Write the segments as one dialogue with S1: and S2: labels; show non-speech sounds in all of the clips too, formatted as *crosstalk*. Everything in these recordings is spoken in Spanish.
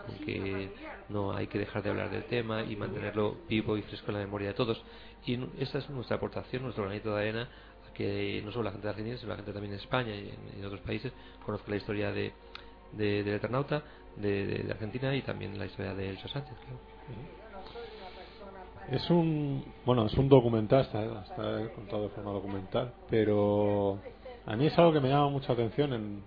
S1: con que no hay que dejar de hablar del tema y mantenerlo vivo y fresco en la memoria de todos. Y n- esa es nuestra aportación, nuestro granito de arena a que no solo la gente de Argentina, sino la gente también de España y en, en otros países conozca la historia de, de- del Eternauta, de, de- de Argentina y también la historia de Elsa Sánchez. claro.
S2: Es un bueno, es un documental, está, está contado de forma documental, pero a mí es algo que me llama mucha atención en un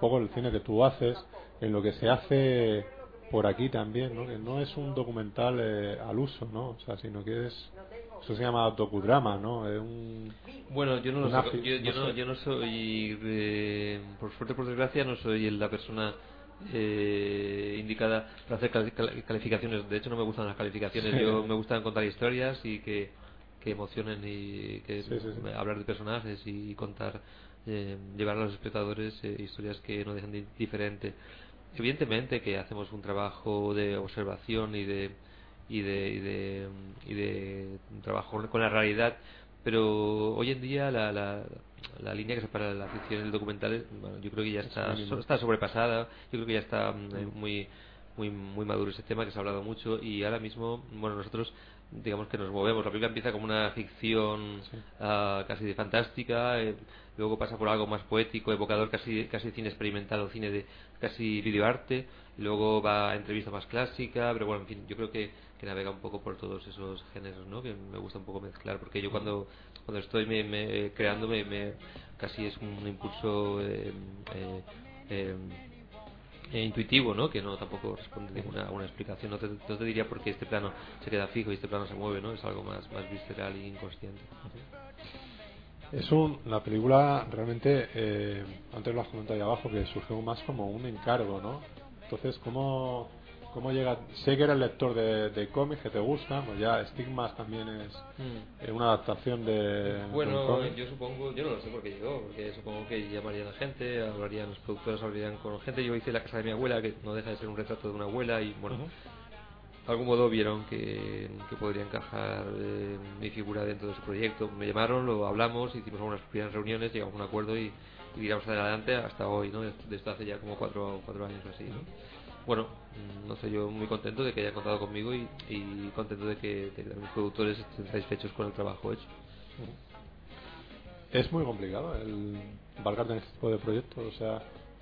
S2: poco el cine que tú haces, en lo que se hace por aquí también, ¿no? que no es un documental eh, al uso, ¿no? O sea, sino que es eso se llama docudrama, ¿no? Es un
S1: Bueno, yo no lo
S2: Una
S1: sé.
S2: fi-
S1: Yo, yo
S2: no
S1: no,
S2: sé.
S1: yo no soy, eh, por suerte o por desgracia, no soy la persona eh, indicada para hacer cali- cali- calificaciones. De hecho, no me gustan las calificaciones. Yo me gustan contar historias y que, que emocionen y que
S2: Sí, sí, sí.
S1: hablar de personajes y contar, eh, llevar a los espectadores eh, historias que no dejen de indiferente. Evidentemente que hacemos un trabajo de observación y de y de, y de, y de trabajo con la realidad, pero hoy en día la, la, la línea que separa la ficción y el documental, eh, bueno, yo creo que ya está, so- está sobrepasada, yo creo que ya está mm, eh, muy muy muy maduro ese tema que se ha hablado mucho y ahora mismo bueno nosotros digamos que nos movemos la película empieza como una ficción ah, casi de fantástica eh, luego pasa por algo más poético evocador casi casi cine experimentado cine de casi videoarte y luego va a entrevista más clásica pero bueno en fin yo creo que, que navega un poco por todos esos géneros no que me gusta un poco mezclar porque yo cuando cuando estoy me, me- eh, creando me, me- casi es un impulso eh, eh, eh, e intuitivo, ¿no? Que no tampoco responde ninguna a una explicación. No te, no te diría por qué este plano se queda fijo y este plano se mueve, ¿no? Es algo más, más visceral e inconsciente.
S2: Es un, la película realmente, eh, antes lo has comentado ahí abajo, que surgió más como un encargo, ¿no? Entonces, ¿cómo, cómo llega? Sé que eres lector de, de cómics que te gustan, pues ya Stigmas también es eh, una adaptación de. de un
S1: Bueno,
S2: cómic.
S1: yo supongo, yo no lo sé por qué llegó, porque supongo que llamarían a gente, hablarían los productores, hablarían con gente. Yo hice la casa de mi abuela, que no deja de ser un retrato de una abuela, y bueno, de algún modo vieron que, que podría encajar eh, mi figura dentro de su proyecto. Me llamaron, lo hablamos, hicimos algunas primeras reuniones, llegamos a un acuerdo y, y tiramos adelante hasta hoy, ¿no? Desde hace ya como cuatro, cuatro años o así, ¿no? Bueno, mm, no sé, yo muy contento de que hayan contado conmigo y, y contento de que, de que los productores estén satisfechos con el trabajo hecho.
S2: Es muy complicado el embarcarte en este tipo de proyectos, o sea.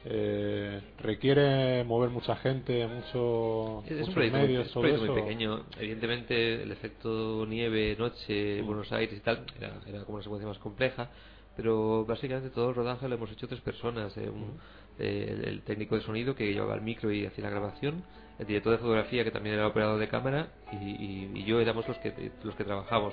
S2: eh, requiere mover mucha gente, mucho,
S1: Es- Es un
S2: muchos
S1: proyecto, muy-
S2: medios,
S1: es un
S2: todo
S1: proyecto muy
S2: eso.
S1: pequeño.
S2: Mm.
S1: Evidentemente, el efecto nieve, noche, Buenos Aires y tal, era, era como una secuencia más compleja. pero básicamente todo el rodaje lo hemos hecho tres personas. eh, un-
S2: Mm.
S1: eh, el, el técnico de sonido que llevaba el micro y hacía la grabación, el director de fotografía que también era operador de cámara y, y- y yo éramos los que, los que trabajamos.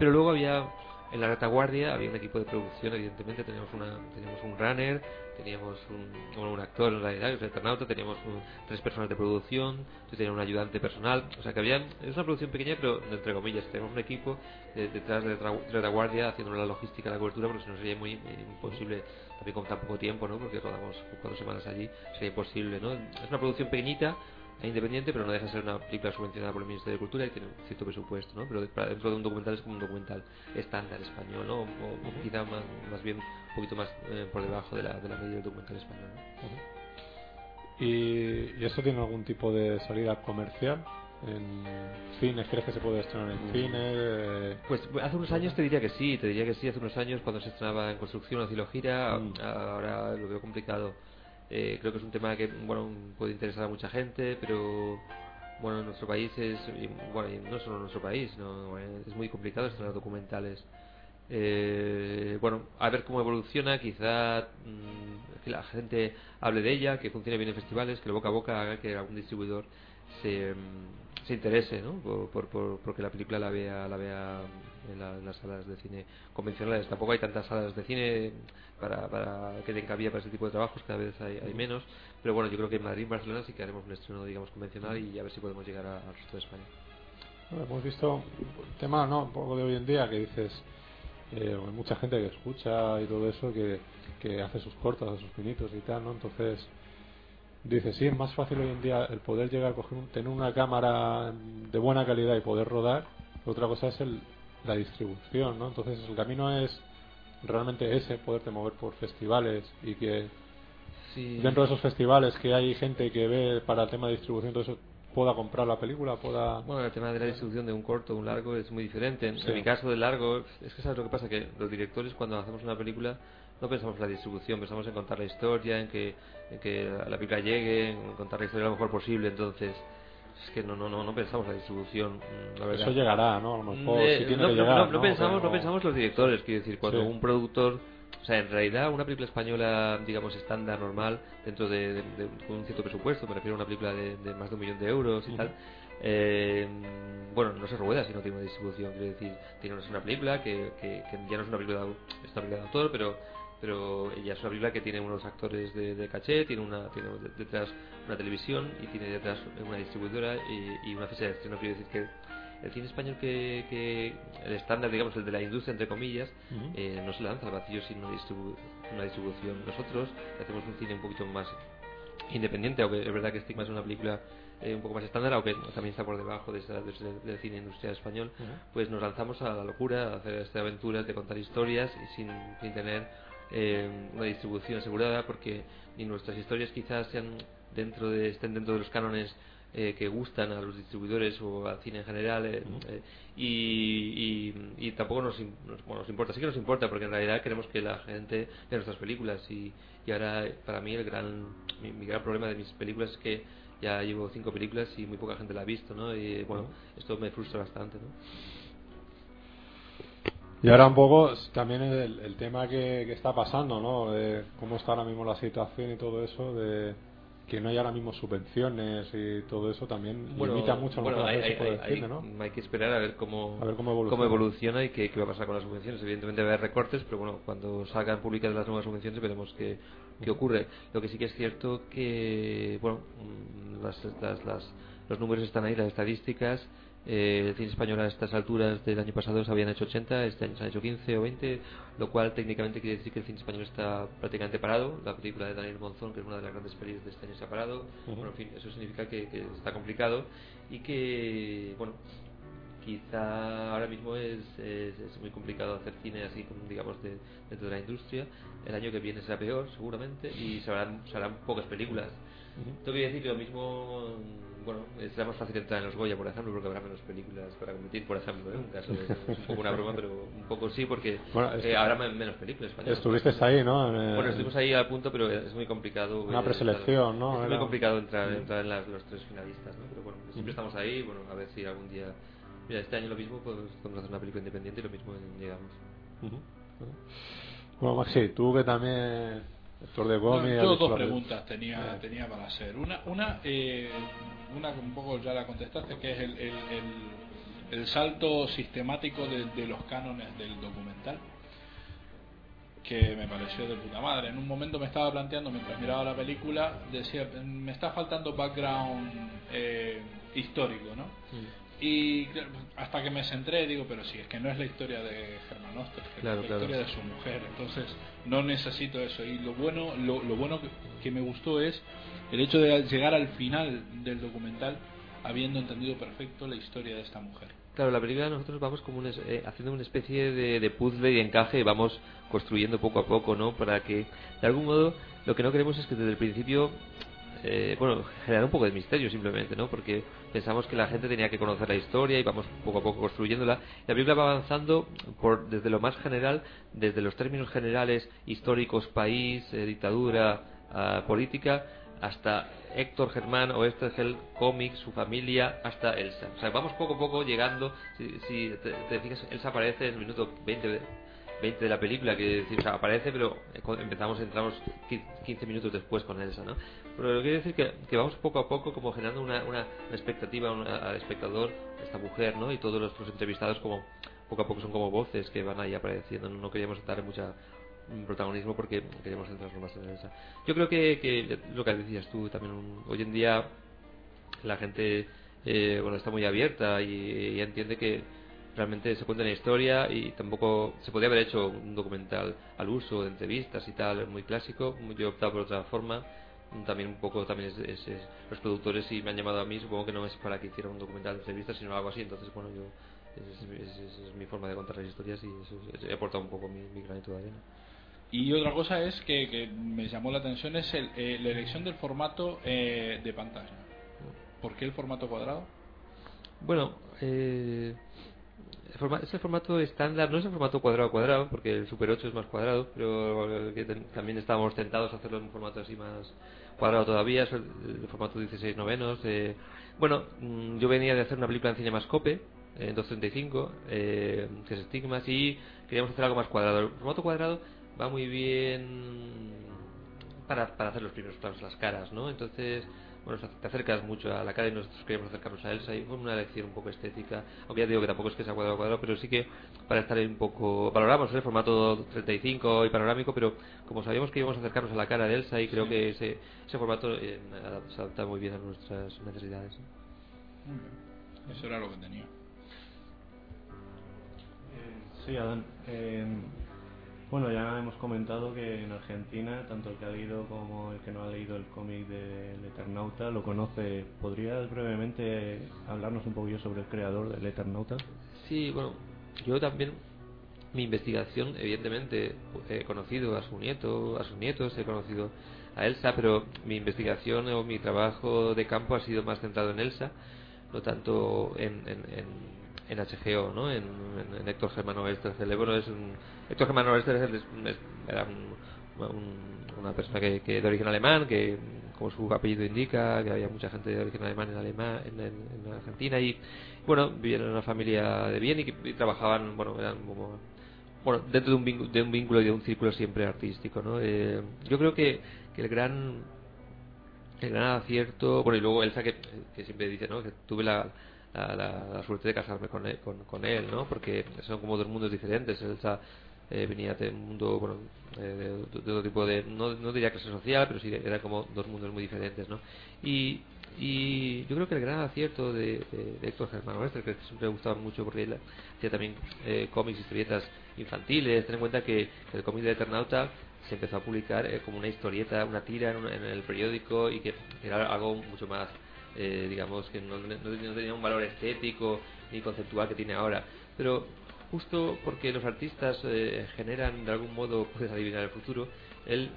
S1: Pero luego había en la retaguardia, había un equipo de producción, evidentemente, teníamos, una, teníamos un runner, teníamos un, bueno, un actor en realidad, que es el internauta, teníamos un- tres personas de producción, yo tenía un ayudante personal, o sea que había, es una producción pequeña, pero entre comillas, tenemos un equipo de- detrás de la tra- retaguardia haciendo la logística, la cobertura, porque si no sería muy eh, imposible, también con tan poco tiempo, ¿no? porque rodamos cuatro semanas allí, sería imposible, ¿no? Es una producción pequeñita, e independiente, pero no deja de ser una película subvencionada por el Ministerio de Cultura y tiene un cierto presupuesto, ¿no? Pero de- para dentro de un documental es como un documental estándar español, ¿no? O, o quizá más, más bien un poquito más eh, por debajo de la, de la media del documental español, ¿no?
S2: ¿Y, y esto tiene algún tipo de salida comercial? ¿En cines? ¿Crees que se puede estrenar
S1: Mm.
S2: en cines? Eh,
S1: Pues hace unos años te diría que sí, te diría que sí, hace unos años cuando se estrenaba en construcción o Gira,
S2: Mm.
S1: ahora lo veo complicado. Eh, creo que es un tema que bueno puede interesar a mucha gente, pero bueno, en nuestro país es, y, bueno, y no solo en nuestro país, no, eh, es muy complicado estrenar documentales. Eh, bueno, a ver cómo evoluciona, quizá mm, que la gente hable de ella, que funcione bien en festivales, que el boca a boca haga que algún distribuidor se, mm, se interese, ¿no? Por, por, por- porque la película la vea, la vea en, la- en las salas de cine convencionales. Tampoco hay tantas salas de cine para, para que den cabida para ese tipo de trabajos, cada vez hay, hay menos. Pero bueno, yo creo que en Madrid y Barcelona sí que haremos un estreno, digamos, convencional y a ver si podemos llegar a- al resto de España.
S2: Bueno, Hemos visto temas, ¿no? Un poco de hoy en día que dices, eh, hay mucha gente que escucha y todo eso, que, que hace sus cortos, hace sus pinitos y tal, ¿no? Entonces, dices, sí, es más fácil hoy en día el poder llegar a coger, un- tener una cámara de buena calidad y poder rodar. Otra cosa es el, la distribución, ¿no? Entonces, el camino es realmente ese, poderte mover por festivales y que
S1: Sí.
S2: dentro de esos festivales que hay gente que ve para el tema de distribución, todo eso, pueda comprar la película, pueda...
S1: Bueno, el tema de la distribución de un corto o un largo es muy diferente. En-
S2: Sí.
S1: En mi caso del largo, es que sabes lo que pasa, que los directores cuando hacemos una película no pensamos en la distribución, pensamos en contar la historia, en que, en que la la película llegue, en contar la historia lo mejor posible, entonces es que no no no, no pensamos en la distribución, mm, la verdad.
S2: Eso llegará, ¿no? A lo mejor
S1: Eh,
S2: sí tiene
S1: no,
S2: que
S1: no,
S2: llegar.
S1: no, no
S2: Porque
S1: pensamos, no pensamos los directores, quiero decir, cuando
S2: Sí.
S1: un productor, o sea, en realidad una película española, digamos, estándar, normal, dentro de, de- de- con un cierto presupuesto, me refiero a una película de, de más de un millón de euros y tal, eh, bueno, no se rueda si no tiene una distribución, quiero decir, tiene una película que, que- que ya no es una película de, au- es una película de autor, pero pero ella es una película que tiene unos actores de, de caché, tiene una tiene de- detrás una televisión y tiene detrás una distribuidora y, y una fecha de estreno. Quiero decir que el cine español que, que el estándar, digamos, el de la industria, entre comillas,
S2: Ujú.
S1: eh, no se lanza al vacío sin una, distribu- una distribución. Nosotros que hacemos un cine un poquito más independiente, aunque es verdad que Stigma es una película eh, un poco más estándar, aunque también está por debajo de esa- de ese- del cine industrial español, pues nos lanzamos a la locura, a hacer estas aventuras de contar historias y sin, sin tener eh, una distribución asegurada, porque ni nuestras historias quizás sean dentro de, estén dentro de los cánones eh, que gustan a los distribuidores o al cine en general eh, eh, y, y- y tampoco nos, im- nos- bueno, nos importa, sí que nos importa porque en realidad queremos que la gente vea nuestras películas y, y ahora eh, para mí el gran, mi, mi gran problema de mis películas es que ya llevo cinco películas y muy poca gente la ha visto ¿no? y eh, bueno, esto me frustra bastante ¿no?
S2: Y ahora un poco s- también el, el tema que, que está pasando, ¿no? De cómo está ahora mismo la situación y todo eso, de que no hay ahora mismo subvenciones y todo eso también limita mucho
S1: bueno,
S2: lo que
S1: hay,
S2: se puede
S1: hay- hay-
S2: decir, ¿no?
S1: hay que esperar a ver cómo,
S2: A ver cómo evoluciona.
S1: evoluciona y qué, qué va a pasar con las subvenciones. Evidentemente va a haber recortes, pero bueno, cuando salgan públicas las nuevas subvenciones veremos qué, qué ocurre. Lo que sí que es cierto que, bueno, mm, las- las- las- los números están ahí, las estadísticas. Eh, el cine español a estas alturas del año pasado se habían hecho 80, este año se han hecho 15 o 20, lo cual técnicamente quiere decir que el cine español está prácticamente parado. La película de Daniel Monzón, que es una de las grandes pelis de este año, se ha parado. Bueno, en fin, eso significa que, que está complicado y que, bueno, quizá ahora mismo es, es, es muy complicado hacer cine así, como, digamos, de, dentro de la industria. El año que viene será peor, seguramente, y se harán, se harán pocas películas. Tengo que decir que lo mismo, mm, bueno, eh, será más fácil entrar en los Goya, por ejemplo, porque habrá menos películas para competir, por ejemplo, ¿eh? un caso, es un poco una broma, pero un poco sí, porque
S2: Bueno, es-
S1: eh, habrá men- menos películas españolas.
S2: Estuviste ahí, ¿no? En, eh,
S1: Bueno, estuvimos ahí al punto, pero es muy complicado.
S2: Una
S1: eh,
S2: preselección, ¿no?
S1: Es muy
S2: Era- Mm.
S1: complicado entrar, entrar en las- los tres finalistas, ¿no? Pero bueno, pues siempre estamos ahí, bueno, a ver si algún día... Mira, este año lo mismo, pues podemos hacer una película independiente y lo mismo llegamos.
S2: Ujú. Bueno, Maxi, tú que también. Actor de
S3: No,
S2: cómic. has
S3: yo
S2: visto
S3: dos
S2: la-
S3: preguntas tenía,
S2: Eh,
S3: tenía para hacer. Una, una, eh, una que un poco ya la contestaste, que es el, el, el- el salto sistemático de, de los cánones del documental, que me pareció de puta madre. En un momento me estaba planteando, mientras miraba la película, decía, me está faltando background eh, histórico, ¿no? Y claro, hasta que me centré, digo, pero si es que no es la historia de Germán Oster, es
S1: Claro,
S3: la
S1: claro.
S3: historia de su mujer, entonces no necesito eso. Y lo bueno, lo, lo bueno que, que me gustó es el hecho de llegar al final del documental habiendo entendido perfecto la historia de esta mujer.
S1: Claro, la película nosotros vamos como una es- eh, haciendo una especie de, de puzzle y encaje y vamos construyendo poco a poco, ¿no? Para que, de algún modo, lo que no queremos es que desde el principio, eh, bueno, generar un poco de misterio simplemente, ¿no? Porque pensamos que la gente tenía que conocer la historia y vamos poco a poco construyéndola. La película va avanzando por desde lo más general, desde los términos generales históricos, país, eh, dictadura, ah, política, hasta Héctor Germán o Oesterheld, cómic, su familia, hasta Elsa. O sea, vamos poco a poco llegando. Si, si te, te fijas, Elsa aparece en el minuto 20, de- 20 de la película, que decir, o sea, aparece, pero co- empezamos, entramos qui- 15 minutos después con Elsa, ¿no? Pero quiere decir que, que vamos poco a poco como generando una, una expectativa una- al espectador, esta mujer, ¿no? Y todos los, los entrevistados como poco a poco son como voces que van ahí apareciendo. No queríamos dar mucha mm, protagonismo porque queremos centrarnos más en esa. Yo creo que, que lo que decías tú también, un- hoy en día la gente eh, bueno está muy abierta y, y entiende que realmente se cuenta una historia y tampoco se podría haber hecho un documental al uso de entrevistas y tal muy clásico yo he optado por otra forma también un poco también es, es- es- los productores si me han llamado a mí supongo que no es para que hiciera un documental de entrevistas sino algo así entonces bueno yo esa es, esa es- esa es mi forma de contar las historias y eso es- he aportado un poco mi, mi granito de arena
S3: Y otra cosa es que, que me llamó la atención es el- eh, la elección del formato eh, de pantalla. ¿Por qué el formato cuadrado?
S1: Bueno, eh, el forma- es el formato estándar, no es el formato cuadrado a cuadrado, porque el Super 8 es más cuadrado, pero eh, que ten- también estábamos tentados a hacerlo en un formato así más cuadrado todavía, es el, el formato 16 novenos. eh. Bueno, mm, yo venía de hacer una película en Cinemascope, en 235, eh, que es Estigmas, y queríamos hacer algo más cuadrado. El formato cuadrado va muy bien para, para hacer los primeros planos las caras, ¿no? Entonces, bueno, se- te acercas mucho a la cara y nosotros queríamos acercarnos a Elsa y fue una elección un poco estética, aunque ya digo que tampoco es que sea cuadrado a cuadrado, pero sí que para estar ahí un poco... Valoramos ¿eh? el formato 35 y panorámico, pero como sabíamos que íbamos a acercarnos a la cara de Elsa y creo que ese, ese formato eh, adap- se adapta muy bien a nuestras necesidades. ¿no?
S3: Eso era lo que tenía.
S4: Eh, Sí, Adán. Eh, bueno, ya hemos comentado que en Argentina, tanto el que ha leído como el que no ha leído el cómic del Eternauta lo conoce. ¿Podrías brevemente hablarnos un poquillo sobre el creador del Eternauta?
S1: Sí, bueno, yo también mi investigación, evidentemente, he conocido a su nieto, a sus nietos, he conocido a Elsa, pero mi investigación o mi trabajo de campo ha sido más centrado en Elsa, no tanto en, en, en- en HGO, ¿no? En, en- en Héctor Germano Oesterheld. Bueno, es un, Héctor Germano Oesterheld es un- es- era un- un- una persona que, que de origen alemán, que como su apellido indica, que había mucha gente de origen alemán en, Alema- en, en- en Argentina y, bueno, vivían en una familia de bien y, que- y trabajaban, bueno, eran como bueno, dentro de un, vínculo, de un vínculo y de un círculo siempre artístico, ¿no? Eh, yo creo que, que el gran el gran acierto, bueno, y luego Elsa que, que siempre dice, ¿no? Que tuve la, la, la- la suerte de casarme con él, con, con él, ¿no? Porque son como dos mundos diferentes. Elsa eh, venía de un mundo, bueno, eh, de, de otro tipo de, no, no diría clase social, pero sí era como dos mundos muy diferentes, ¿no? Y, y yo creo que el gran acierto de, de- de Héctor Germán Oester, que siempre me gustaba mucho porque él hacía también eh, cómics, historietas infantiles, ten en cuenta que el cómic de Eternauta se empezó a publicar eh, como una historieta, una tira en, un- en el periódico y que era algo mucho más, eh, digamos, que no, no- no tenía un valor estético ni conceptual que tiene ahora. Pero justo porque los artistas eh, generan de algún modo, puedes adivinar el futuro, él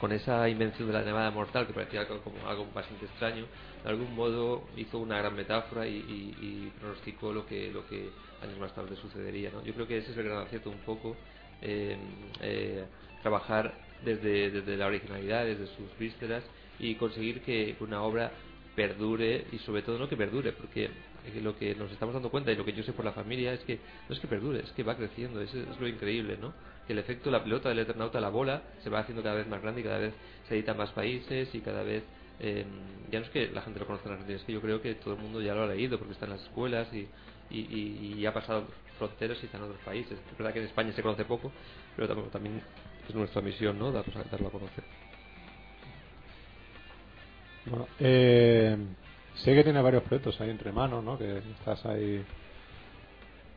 S1: con esa invención de la nevada mortal que parecía algo, como algo bastante extraño, de algún modo hizo una gran metáfora y, y- y pronosticó lo que, lo que años más tarde sucedería. ¿no? Yo creo que ese es el gran acierto un poco, eh, eh, trabajar desde, desde la originalidad, desde sus vísceras y conseguir que una obra perdure y sobre todo no que perdure, porque eh, lo que nos estamos dando cuenta y lo que yo sé por la familia es que no es que perdure, es que va creciendo, es, es lo increíble, ¿no? Que el efecto, la pelota del Eternauta, la bola, se va haciendo cada vez más grande y cada vez se edita en más países y cada vez. eh, ya no es que la gente lo conozca en Argentina, es que yo creo que todo el mundo ya lo ha leído porque está en las escuelas y, y, y- y ha pasado fronteras y está en otros países. Es verdad que en España se conoce poco, pero tam- también es nuestra misión, ¿no? Darlos a- darlo a conocer.
S2: Bueno, eh, sé que tiene varios proyectos ahí entre manos, ¿no? Que estás ahí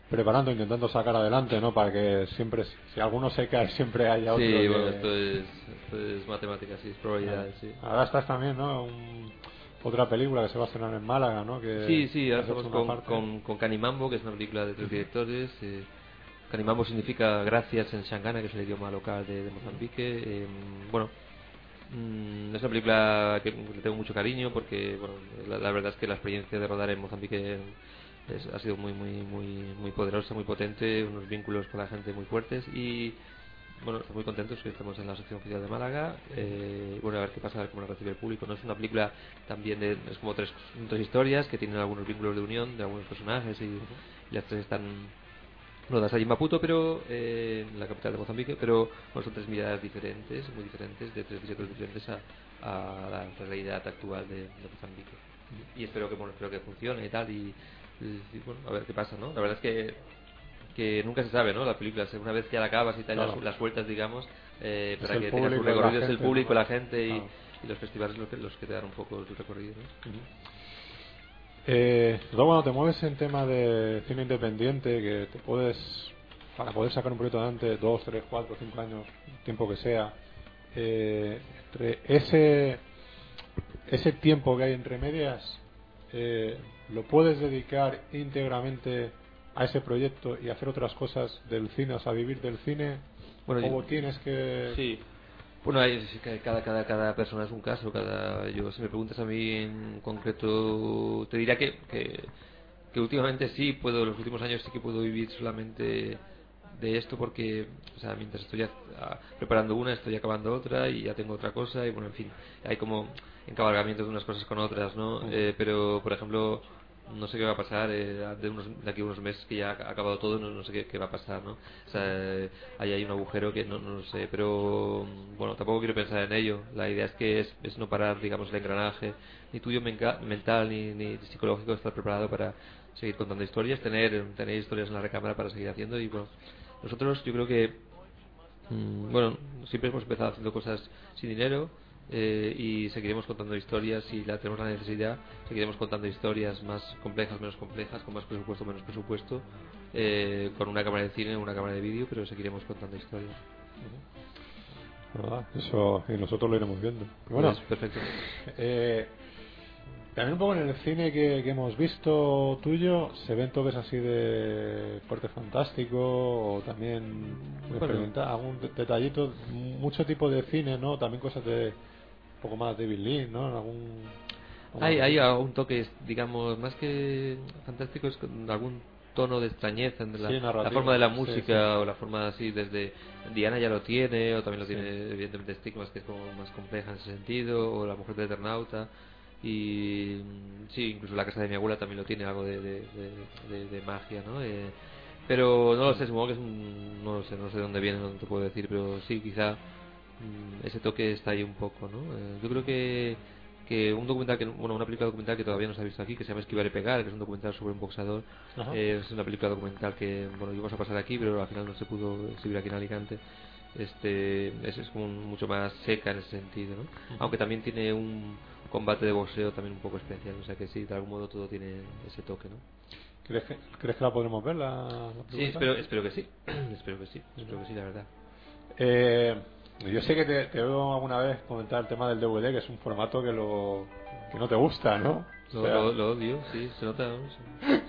S2: preparando, intentando sacar adelante, ¿no? Para que siempre, si alguno se cae, siempre haya otro.
S1: Sí,
S2: que-
S1: bueno, esto es, esto es matemáticas, sí, es probabilidades, sí.
S2: Ahora estás también, ¿no? Un- otra película que se va a estrenar en Málaga, ¿no? Que
S1: Sí, sí, ahora
S2: has hecho
S1: estamos
S2: una
S1: con,
S2: parte.
S1: con, con Canimambo, que es una película de tres directores. eh, Canimambo significa gracias en Shangana, que es el idioma local de, de Mozambique. eh, bueno, mm, es una película que le tengo mucho cariño porque, bueno, la, la verdad es que la experiencia de rodar en Mozambique es- ha sido muy, muy, muy, muy poderosa, muy potente, unos vínculos con la gente muy fuertes y. Bueno, estoy muy contentos que estamos en la sección oficial de Málaga. Eh, bueno, a ver qué pasa, a ver cómo la recibe el público. No es una película también de, es como tres, tres historias que tienen algunos vínculos de unión de algunos personajes y, y las tres están rodadas allí en Maputo, pero eh, en la capital de Mozambique. Pero bueno, son tres miradas diferentes, muy diferentes, de tres directores diferentes a, a la realidad actual de, de Mozambique. Y espero que bueno, espero que funcione y tal y, y, bueno, a ver qué pasa, ¿no? La verdad es que que nunca se sabe, ¿no? La película, se- una vez que ya la acabas y tal,
S2: Claro.
S1: las, las sueltas, digamos, eh,
S2: Es
S1: para
S2: el
S1: que tengas
S2: público,
S1: un
S2: la
S1: recorrido, es el
S2: gente,
S1: público,
S2: ¿no?
S1: la gente y,
S2: Claro.
S1: y los festivales los que, los que te dan un poco el recorrido. ¿no?
S2: Eh, luego cuando te mueves en tema de cine independiente, que te puedes, para poder sacar un proyecto adelante, dos, tres, cuatro, cinco años, el tiempo que sea, eh, entre ese, ese tiempo que hay entre medias, eh, lo puedes dedicar íntegramente a ese proyecto y hacer otras cosas del cine, o sea, vivir del cine,
S1: Bueno,
S2: o
S1: yo-
S2: tienes que...
S1: Sí. Bueno, ahí sí que cada, cada, cada persona es un caso. Cada, yo, si me preguntas a mí en concreto, te diría que, que, que últimamente sí puedo, los últimos años sí que puedo vivir solamente de esto porque, o sea, mientras estoy a- preparando una, estoy acabando otra y ya tengo otra cosa y bueno, en fin, hay como encabalgamientos de unas cosas con otras, ¿no? Eh, pero, por ejemplo, no sé qué va a pasar eh, de, unos, de aquí a unos meses que ya ha acabado todo no, no sé qué, qué va a pasar no o sea eh, ahí hay un agujero que no, no lo sé pero mm, bueno tampoco quiero pensar en ello la idea es que es, es no parar digamos el engranaje ni tuyo menca- mental ni, ni psicológico estar preparado para seguir contando historias tener tener historias en la recámara para seguir haciendo y bueno nosotros yo creo que Mm, Bueno, siempre hemos empezado haciendo cosas sin dinero eh, y seguiremos contando historias si la tenemos la necesidad, seguiremos contando historias más complejas, menos complejas, con más presupuesto, menos presupuesto, eh, con una cámara de cine, una cámara de vídeo, pero seguiremos contando historias.
S2: ¿verdad? Eso, y nosotros lo iremos viendo. Y bueno,
S1: Pues, perfecto.
S2: Eh, también un poco en el cine que, que hemos visto tuyo, se ven toques así de corte fantástico o también muy
S1: Bueno.
S2: experimenta- algún de- detallito, m- mucho tipo de cine, ¿no? También cosas de un poco más de Bill Lynch, ¿no? Algún, algún-
S1: Hay, hay un toque, digamos, más que fantástico, es con algún tono de extrañeza en la,
S2: Sí, narrativo,
S1: la forma de la
S2: sí,
S1: música
S2: sí.
S1: o la forma así, desde Diana ya lo tiene, o también lo
S2: Sí.
S1: tiene evidentemente Stigmas, que es como más compleja en ese sentido, o La Mujer de Eternauta, y mm, sí, incluso La Casa de mi abuela también lo tiene, algo de, de, de- de- de magia, ¿no? Eh, pero no lo sé, supongo que es un, no lo sé, no sé de dónde viene, no te puedo decir, pero sí, quizá mm, ese toque está ahí un poco, ¿no? Eh, yo creo que, que un documental, que, bueno, una película documental que todavía no se ha visto aquí, que se llama Esquivar y Pegar, que es un documental sobre un boxeador,
S2: Ajá.
S1: eh, es una película documental que, bueno, íbamos a pasar aquí, pero al final no se pudo exhibir aquí en Alicante. Este, es, es como un- mucho más seca en ese sentido, ¿no? Aunque también tiene un combate de boxeo también un poco especial, o sea que sí, de algún modo todo tiene ese toque, ¿no?
S2: ¿Crees, que, crees que la podremos ver? La, la
S1: Sí,
S2: película?
S1: espero, espero que sí, *clears throat* espero que sí, espero que sí, la verdad.
S2: Eh, yo sé que te, te veo alguna vez comentar el tema del DVD, que es un formato que, lo, que no te gusta, ¿no?
S1: Lo,
S2: O sea,
S1: lo- lo odio, sí, se nota. ¿no? Sí.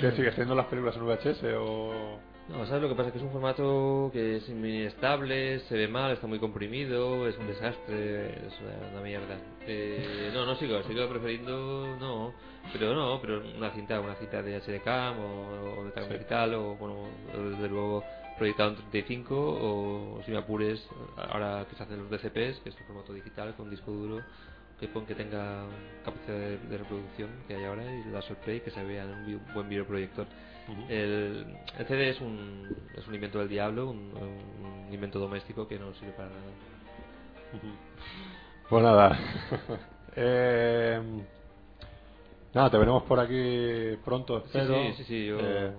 S2: ¿Que sigues teniendo las películas en VHS o...?
S1: No, ¿sabes lo que pasa? Que es un formato que es inestable, se ve mal, está muy comprimido, es un desastre, es una, una mierda. Eh, no, no sigo, sigo prefiriendo, no, pero no, pero una cinta, una cinta de HDCAM o, o de Cam
S2: Sí.
S1: Digital o, bueno, o desde luego proyectado en 35 o, si me apures, ahora que se hacen los DCPs, que es un formato digital con disco duro que, pon- que tenga capacidad de, de reproducción que hay ahora y la play que se vea en un vi- buen videoproyector. el, el CD es un, es un invento del diablo, un, un invento doméstico que no sirve para nada.
S2: Pues nada. Eh, nada, te veremos por aquí pronto,
S1: Sí,
S2: espero.
S1: sí, sí, sí, yo,
S2: Eh,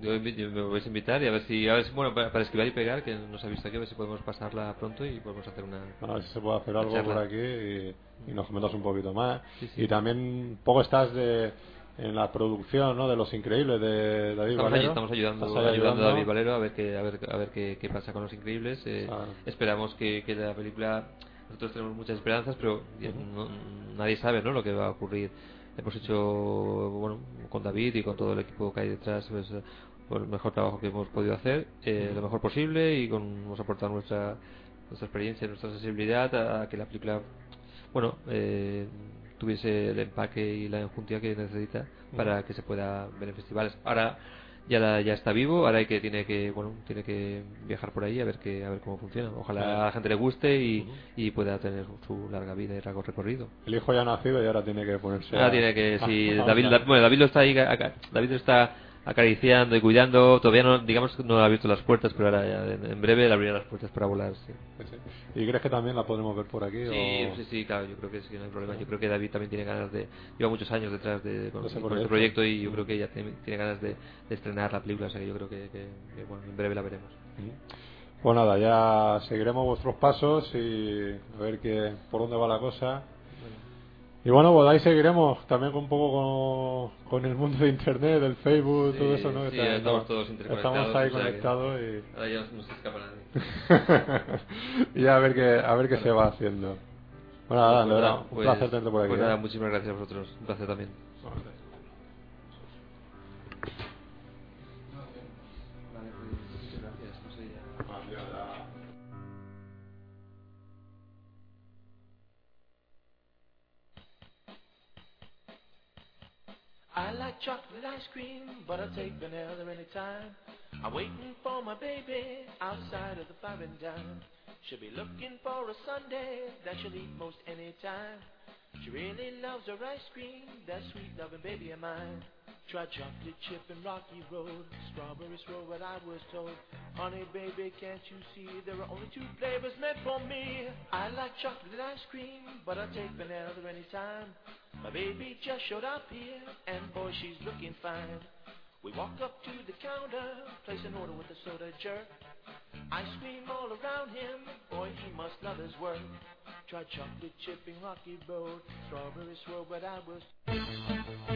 S1: yo invi- yo me vais a invitar y a ver si, a ver si- bueno, para, para esquivar y pegar, que nos ha visto aquí, a ver si podemos pasarla pronto y podemos hacer una...
S2: a ver si se puede hacer algo
S1: Charla.
S2: por aquí y, y nos comentas un poquito más.
S1: Sí, sí.
S2: Y también un poco estás de, en la producción ¿no? de Los Increíbles de
S1: Estamos,
S2: David
S1: ahí,
S2: Valero.
S1: estamos ayudando,
S2: Estás ahí
S1: ayudando a David
S2: ayudando.
S1: Valero a ver qué, a ver, a ver qué, qué pasa con los increíbles. eh,
S2: Ah.
S1: Esperamos que, que la película, nosotros tenemos muchas esperanzas, pero ya no- nadie sabe ¿no? lo que va a ocurrir. Hemos hecho, bueno, con David y con todo el equipo que hay detrás, pues, eh, por el mejor trabajo que hemos podido hacer, eh, lo mejor posible y con, hemos aportado nuestra, nuestra experiencia, nuestra sensibilidad a, a que la película, bueno, eh, tuviese el empaque y la enjundia que necesita para que se pueda ver en festivales. Ahora ya la- ya está vivo, ahora hay que tiene que bueno tiene que viajar por ahí a ver que a ver cómo funciona. Ojalá a la gente le guste y, y pueda tener su larga vida y largo recorrido.
S2: El hijo ya ha nacido y ahora tiene que ponerse.
S1: Ahora
S2: *laughs* a-
S1: tiene que, si
S2: a-
S1: David,
S2: a-
S1: bueno, David lo está ahí, aca- David lo está acariciando y cuidando, todavía no, digamos, no ha abierto las puertas, pero ahora ya en, en breve le abrirá las puertas para volar, sí.
S2: Sí. ¿Y crees que también la podremos ver por aquí?
S1: Sí,
S2: o...
S1: sí, sí, claro, yo creo que sí, no hay problema. Yo creo que David también tiene ganas de. Lleva muchos años detrás de con,
S2: De ese
S1: con este
S2: proyecto.
S1: proyecto y yo creo que ya tiene, tiene ganas de, de estrenar la película, o sea que yo creo que, que- que, bueno, en breve la veremos.
S2: Pues nada, ya seguiremos vuestros pasos y a ver qué, por dónde va la cosa. Y bueno, pues ahí seguiremos también con un poco con, con el mundo de internet, el Facebook,
S1: Sí,
S2: todo eso, ¿no?
S1: sí,
S2: Que
S1: estamos todos interconectados,
S2: Estamos ahí
S1: o sea que-
S2: conectados y,
S1: Ahora ya no se escapa nadie.
S2: y ya a ver qué, a ver qué se va haciendo. Bueno, nada, de verdad, un
S1: Pues-
S2: placer tenerte por aquí.
S1: Pues nada,
S2: ¿eh?
S1: muchísimas gracias a vosotros. Un placer también.
S5: I like chocolate ice cream, but I'll take vanilla anytime. I'm waiting for my baby outside of the five and dime. She'll be looking for a Sunday that she'll eat most any time. She really loves her ice cream, that sweet loving baby of mine. Try chocolate chip and rocky road, strawberry swirl what I was told. Honey baby, can't you see there are only two flavors meant for me? I like chocolate ice cream, but I'll take vanilla anytime. My baby just showed up here, and boy she's looking fine. We walk up to the counter, place an order with a soda jerk. Ice cream all around him, boy, he must love his work. Try chocolate chipping Rocky Road, strawberry swirl, but I was.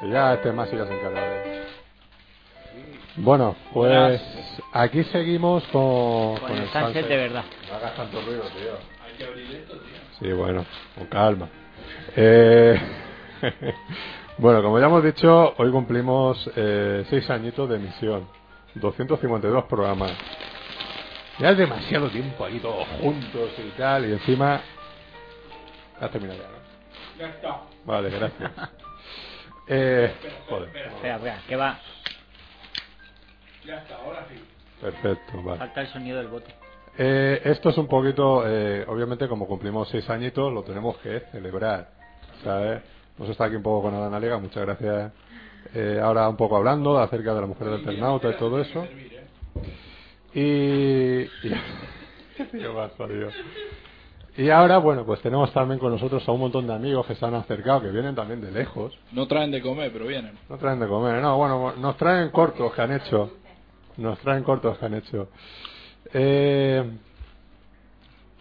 S2: Sí, ya este más irás encargado. ¿eh? Bueno, pues
S3: Buenas.
S2: aquí seguimos con,
S6: Con el sunset de verdad.
S2: No hagas tanto ruido, tío.
S3: Hay que abrir esto, tío.
S2: Sí, bueno, con calma. Eh, *laughs* bueno, como ya hemos dicho, hoy cumplimos eh, seis añitos de emisión, 252 programas. Ya es demasiado tiempo ahí todos juntos y tal, y encima... Has terminado ya, ¿no?
S3: Ya está.
S2: Vale, gracias. Eh, joder,
S6: Espera, espera, que va.
S3: Ya está, ahora sí.
S2: perfecto, vale.
S6: Falta el sonido del voto.
S2: Eh, esto es un poquito, eh, obviamente, como cumplimos seis añitos, lo tenemos que celebrar. ¿Sabes? Hemos estado aquí un poco con Adana Lega, muchas gracias. Eh, ahora un poco hablando acerca de la mujer del Ternauta y todo eso.
S3: Servir, ¿eh?
S2: Y. y- Qué guapo, tío. Y ahora, bueno, pues tenemos también con nosotros a un montón de amigos que se han acercado, que vienen también de lejos.
S3: No traen de comer, pero vienen.
S2: No traen de comer, no, bueno, nos traen cortos que han hecho. Nos traen cortos que han hecho. Eh,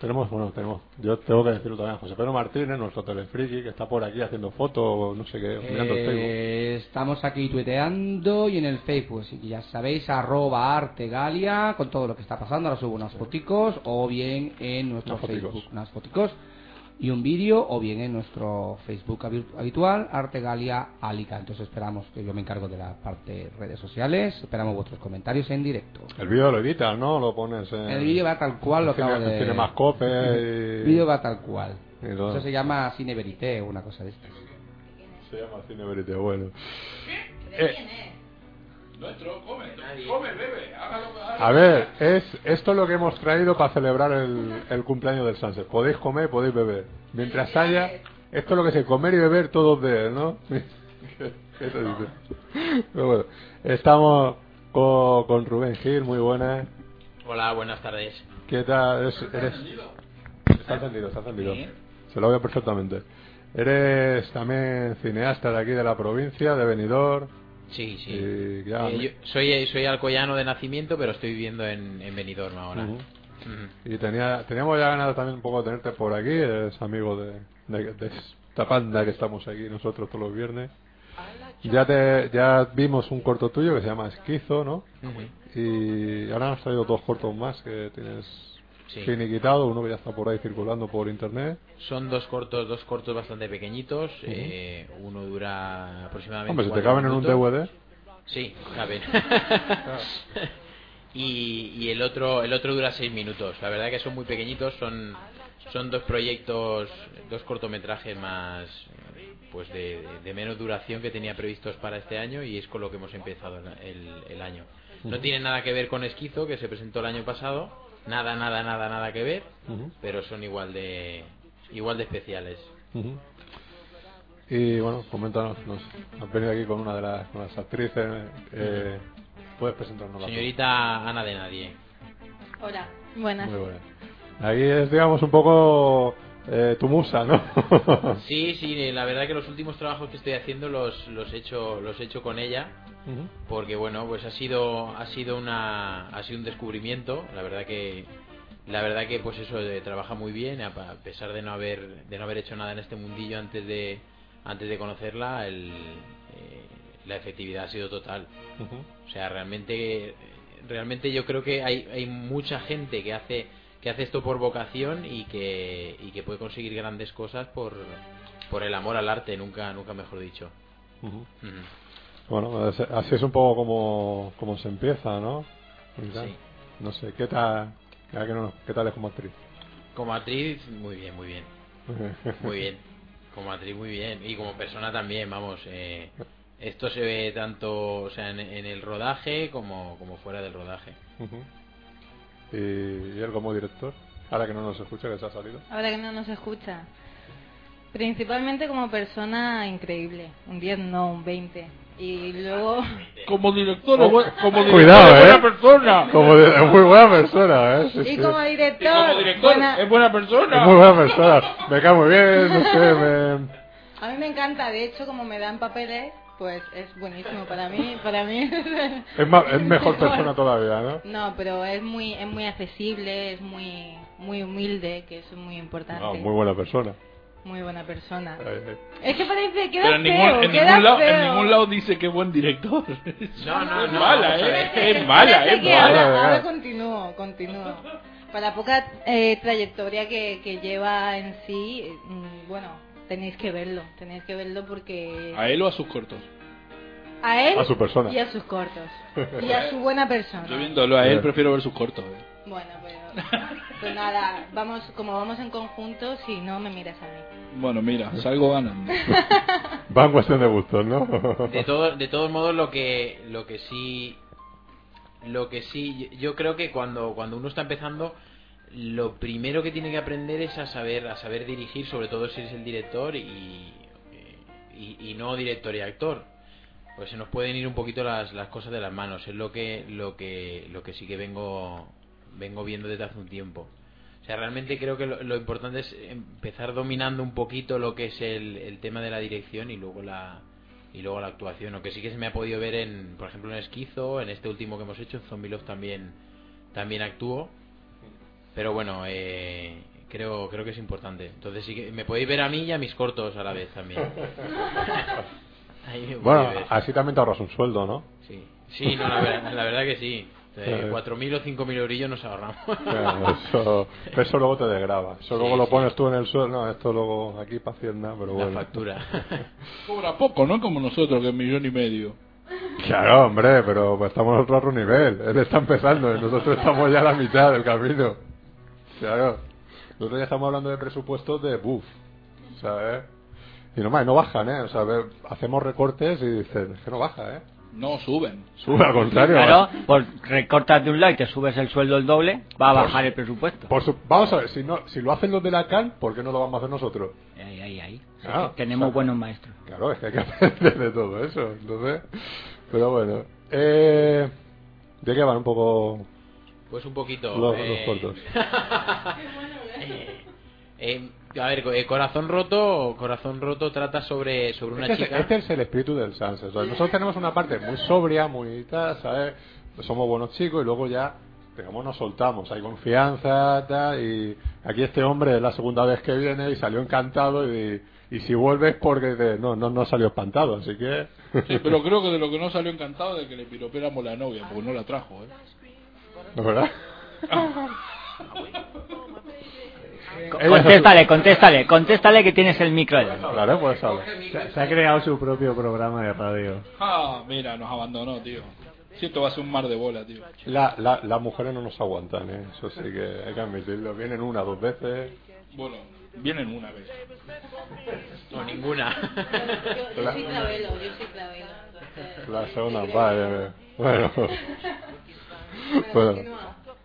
S2: tenemos, bueno, tenemos. Yo tengo que decirlo también a José Pedro Martínez, nuestro telefriki, que está por aquí haciendo fotos, o no sé qué, mirando el Facebook.
S7: Eh, estamos aquí tuiteando y en el Facebook, así que ya sabéis, arroba artegalia, con todo lo que está pasando, ahora subo unas foticos, o bien en nuestro
S2: Unas foticos.
S7: Facebook, unas foticos y un vídeo, o bien en nuestro Facebook habi- habitual, Artegalia Alicante. Os esperamos, que yo me encargo de la parte de redes sociales, esperamos vuestros comentarios en directo.
S2: El vídeo lo editas, ¿no? Lo pones en.
S7: El vídeo va tal cual, lo
S2: Tiene-
S7: acabo de...
S2: tiene más copes y-
S7: *laughs* El vídeo va tal cual.
S2: Y todo.
S7: Eso se llama Cine Verité o una cosa de estas.
S2: Se llama Cine Verité, bueno. Eh,
S3: Nuestro, come, come, bebe, hágalo. hágalo.
S2: A ver, es, esto es lo que hemos traído para celebrar el, el cumpleaños del Sunset. Podéis comer, podéis beber. Mientras haya, esto es lo que se comer y beber todos de él, ¿no? Eso dice. Pero bueno, estamos con, con Rubén Gil, muy buena.
S8: Hola, buenas tardes.
S2: ¿Qué tal? Es- eres- Está encendido, está encendido. Se lo veo perfectamente. Eres también cineasta de aquí de la provincia, de Benidorm.
S8: Sí, sí.
S2: Y ya-
S8: Eh, yo soy, soy alcoyano de nacimiento, pero estoy viviendo en, en Benidorm ahora.
S2: Ujú.
S8: Ujú.
S2: Y tenía, teníamos ya ganas también un poco de tenerte por aquí, eres amigo de, de- de esta panda que estamos aquí nosotros todos los viernes. Ya te ya vimos un corto tuyo que se llama Esquizo, ¿no?
S8: Ujú.
S2: Y ahora has traído dos cortos más que tienes
S8: Sí.
S2: finiquitado, uno que ya está por ahí circulando por internet.
S8: Son dos cortos, dos cortos bastante pequeñitos. eh, uno dura aproximadamente.
S2: Hombre, si te
S8: cuatro
S2: caben en un
S8: minutos.
S2: DVD,
S8: Sí, caben. *laughs* y, y el otro, el otro dura seis minutos. La verdad que son muy pequeñitos. Son, son dos proyectos, dos cortometrajes más, pues de, de menos duración que tenía previstos para este año y es con lo que hemos empezado el, el- el año. No tiene nada que ver con Esquizo que se presentó el año pasado. Nada, nada, nada, nada que ver.
S2: Ujú.
S8: Pero son igual de, igual de especiales.
S2: Ujú. Y bueno, coméntanos, nos has venido aquí con una de las, con las actrices. eh, puedes presentarnos la
S8: Señorita Ana de Nadie.
S9: Hola, buenas.
S2: Muy buena. Ahí es, digamos, un poco eh, tu musa, ¿no? *laughs* Ah.
S8: Sí, sí, la verdad que los últimos trabajos que estoy haciendo los, los he hecho los he hecho con ella
S2: Ujú.
S8: porque bueno, pues ha sido ha sido una ha sido un descubrimiento, la verdad que la verdad que pues eso eh, trabaja muy bien a, pa- a pesar de no haber de no haber hecho nada en este mundillo antes de antes de conocerla, el, eh, la efectividad ha sido total.
S2: Ujú.
S8: O sea, realmente, realmente yo creo que hay, hay mucha gente que hace que hace esto por vocación y que, y que puede conseguir grandes cosas por, por el amor al arte, nunca nunca mejor dicho.
S2: Ujú.
S8: Ujú.
S2: Bueno, es- así es un poco como, como se empieza, ¿no? Y tal.
S8: Sí.
S2: No sé, ¿qué tal, ya que no- ¿qué tal es como actriz?
S8: Como actriz, muy bien, muy bien, muy bien. Como actriz, muy bien. Y como persona también, vamos. eh, esto se ve tanto o sea, en, en el rodaje como, como fuera del rodaje.
S2: Ujú. y, y él como director, ahora que no nos escucha, que se ha salido.
S9: Ahora que no nos escucha. Principalmente como persona increíble. Un 10, no, un 20. Y luego, *laughs*
S3: Como directora, bu- como directora
S2: Cuidado,
S3: es
S2: ¿eh?
S3: buena persona.
S2: Como de- es muy buena persona, ¿eh? Sí,
S9: y
S2: sí.
S9: como
S3: Y
S9: director,
S3: como director,
S9: buena-
S3: es buena persona.
S2: Es muy buena persona. Me cae muy bien, no sé, *laughs* me...
S9: a mí me encanta. De hecho, como me dan papeles, pues es buenísimo para mí. Para mí
S2: *laughs* Es, ma- es mejor persona todavía, ¿no?
S9: No, pero es muy, es muy accesible, es muy, muy humilde, que eso es muy importante.
S2: Ah, muy buena persona.
S9: Muy buena persona.
S3: Ay, ay.
S9: Es que parece que
S3: Pero
S9: queda
S3: en
S9: feo,
S3: ningún, en,
S9: queda
S3: ningún lado,
S9: feo.
S3: en ningún lado dice que buen director.
S8: No, no,
S3: es
S8: no,
S3: mala,
S8: vamos a
S3: ¿eh?
S8: ver.
S3: Es mala,
S9: Parece
S3: es
S9: que
S3: mala. eh.
S9: ahora, ahora continúo, continúo. Para la poca eh, trayectoria que, que lleva en sí, eh, mm, bueno, tenéis que verlo, tenéis que verlo porque
S3: ¿A él o a sus cortos?
S9: a él
S3: A su persona.
S9: y a sus cortos y a su buena persona.
S3: Yo viéndolo a él prefiero ver sus cortos. ¿eh?
S9: Bueno, pero pues nada, vamos como vamos en conjunto, si no me miras a mí.
S3: Bueno, mira, salgo
S9: *laughs*
S3: ganando.
S2: Va en cuestión de gustos, ¿no?
S8: de todos de todos modos lo que lo que sí lo que sí yo- yo creo que cuando cuando uno está empezando lo primero que tiene que aprender es a saber a saber dirigir sobre todo si eres el director y eh, y, y no director y actor pues se nos pueden ir un poquito las, las cosas de las manos es lo que lo que lo que sí que vengo vengo viendo desde hace un tiempo o sea, realmente creo que lo, lo importante es empezar dominando un poquito lo que es el, el tema de la dirección y luego la y luego la actuación. Lo que sí que se me ha podido ver en, por ejemplo, en Esquizo, en este último que hemos hecho, en Zombie Love también también actúo. Pero bueno, eh, creo creo que es importante. Entonces sí que me podéis ver a mí y a mis cortos a la vez también. *laughs*
S10: *laughs*
S8: Ahí me podéis
S2: Bueno,
S8: ver.
S2: así también te ahorras un sueldo, ¿no?
S8: Sí, sí, no, la verdad, la verdad que sí.
S2: Claro.
S8: Entonces, 4.000 o 5.000 eurillos nos ahorramos.
S2: Claro, eso, pero eso luego te desgraba. Eso
S8: Sí,
S2: luego lo
S8: sí.
S2: pones tú en el suelo. No, esto luego aquí para Hacienda, pero
S8: La
S2: bueno.
S8: factura.
S3: Cobra poco, ¿no? Como nosotros, que es millón y medio.
S2: Claro, hombre, pero pues estamos nosotros a otro nivel. Él está empezando y nosotros estamos ya a la mitad del camino. Claro. Nosotros ya estamos hablando de presupuestos de buff, ¿sabes? Y nomás, no bajan, ¿eh? O sea, ve- hacemos recortes y dicen, es que no baja, ¿eh?
S3: No, suben.
S2: Sube, al contrario. *laughs*
S6: Claro, pues recortas de un lado y te subes el sueldo el doble, va a bajar el presupuesto.
S2: Por su- Vamos a ver, si, no, si lo hacen los de la CAN, ¿por qué no lo vamos a hacer nosotros?
S6: Ahí, ahí, ahí.
S2: Claro,
S6: Es que tenemos
S2: o sea,
S6: buenos maestros.
S2: Claro, es que *laughs* hay que aprender de todo eso. Entonces, pero bueno. Eh, ¿De qué van un poco
S8: *laughs* Pues un poquito.
S2: los, los
S8: eh,
S2: cortos?
S8: *laughs* eh, a ver, eh, corazón roto, corazón roto trata sobre sobre una
S2: Este es,
S8: chica.
S2: este es el espíritu del Sunset. O sea, nosotros tenemos una parte muy sobria, muy tal, ¿sabes? Somos buenos chicos y luego ya, digamos, nos soltamos. Hay confianza, tal. Y aquí este hombre es la segunda vez que viene y salió encantado. Y, y si vuelves, porque de- no, no, no salió espantado, así que.
S3: Sí,
S2: *laughs*
S3: pero creo que de lo que no salió encantado de que le piroperamos la novia, porque no la
S9: *laughs*
S3: trajo, ¿eh?
S2: ¿No, ¿Verdad?
S6: Co-
S2: Ella- *laughs*
S6: Contéstale, contéstale, contéstale que tienes el micro ahí.
S2: Hablar, ¿eh? Puedes hablar.
S4: Se, se ha creado su propio programa de radio.
S3: Ah, mira, nos abandonó, tío. Si esto va a ser un mar de bola, tío.
S2: La, la, las mujeres no nos aguantan, ¿eh? eso sí que hay que admitirlo. Vienen una, dos veces.
S3: Bueno, vienen una vez.
S8: No, ninguna.
S9: Yo, yo soy clavelo, yo soy clavelo. entonces-
S2: La segunda, vale. Bueno, *laughs*
S9: Bueno,
S2: Bueno.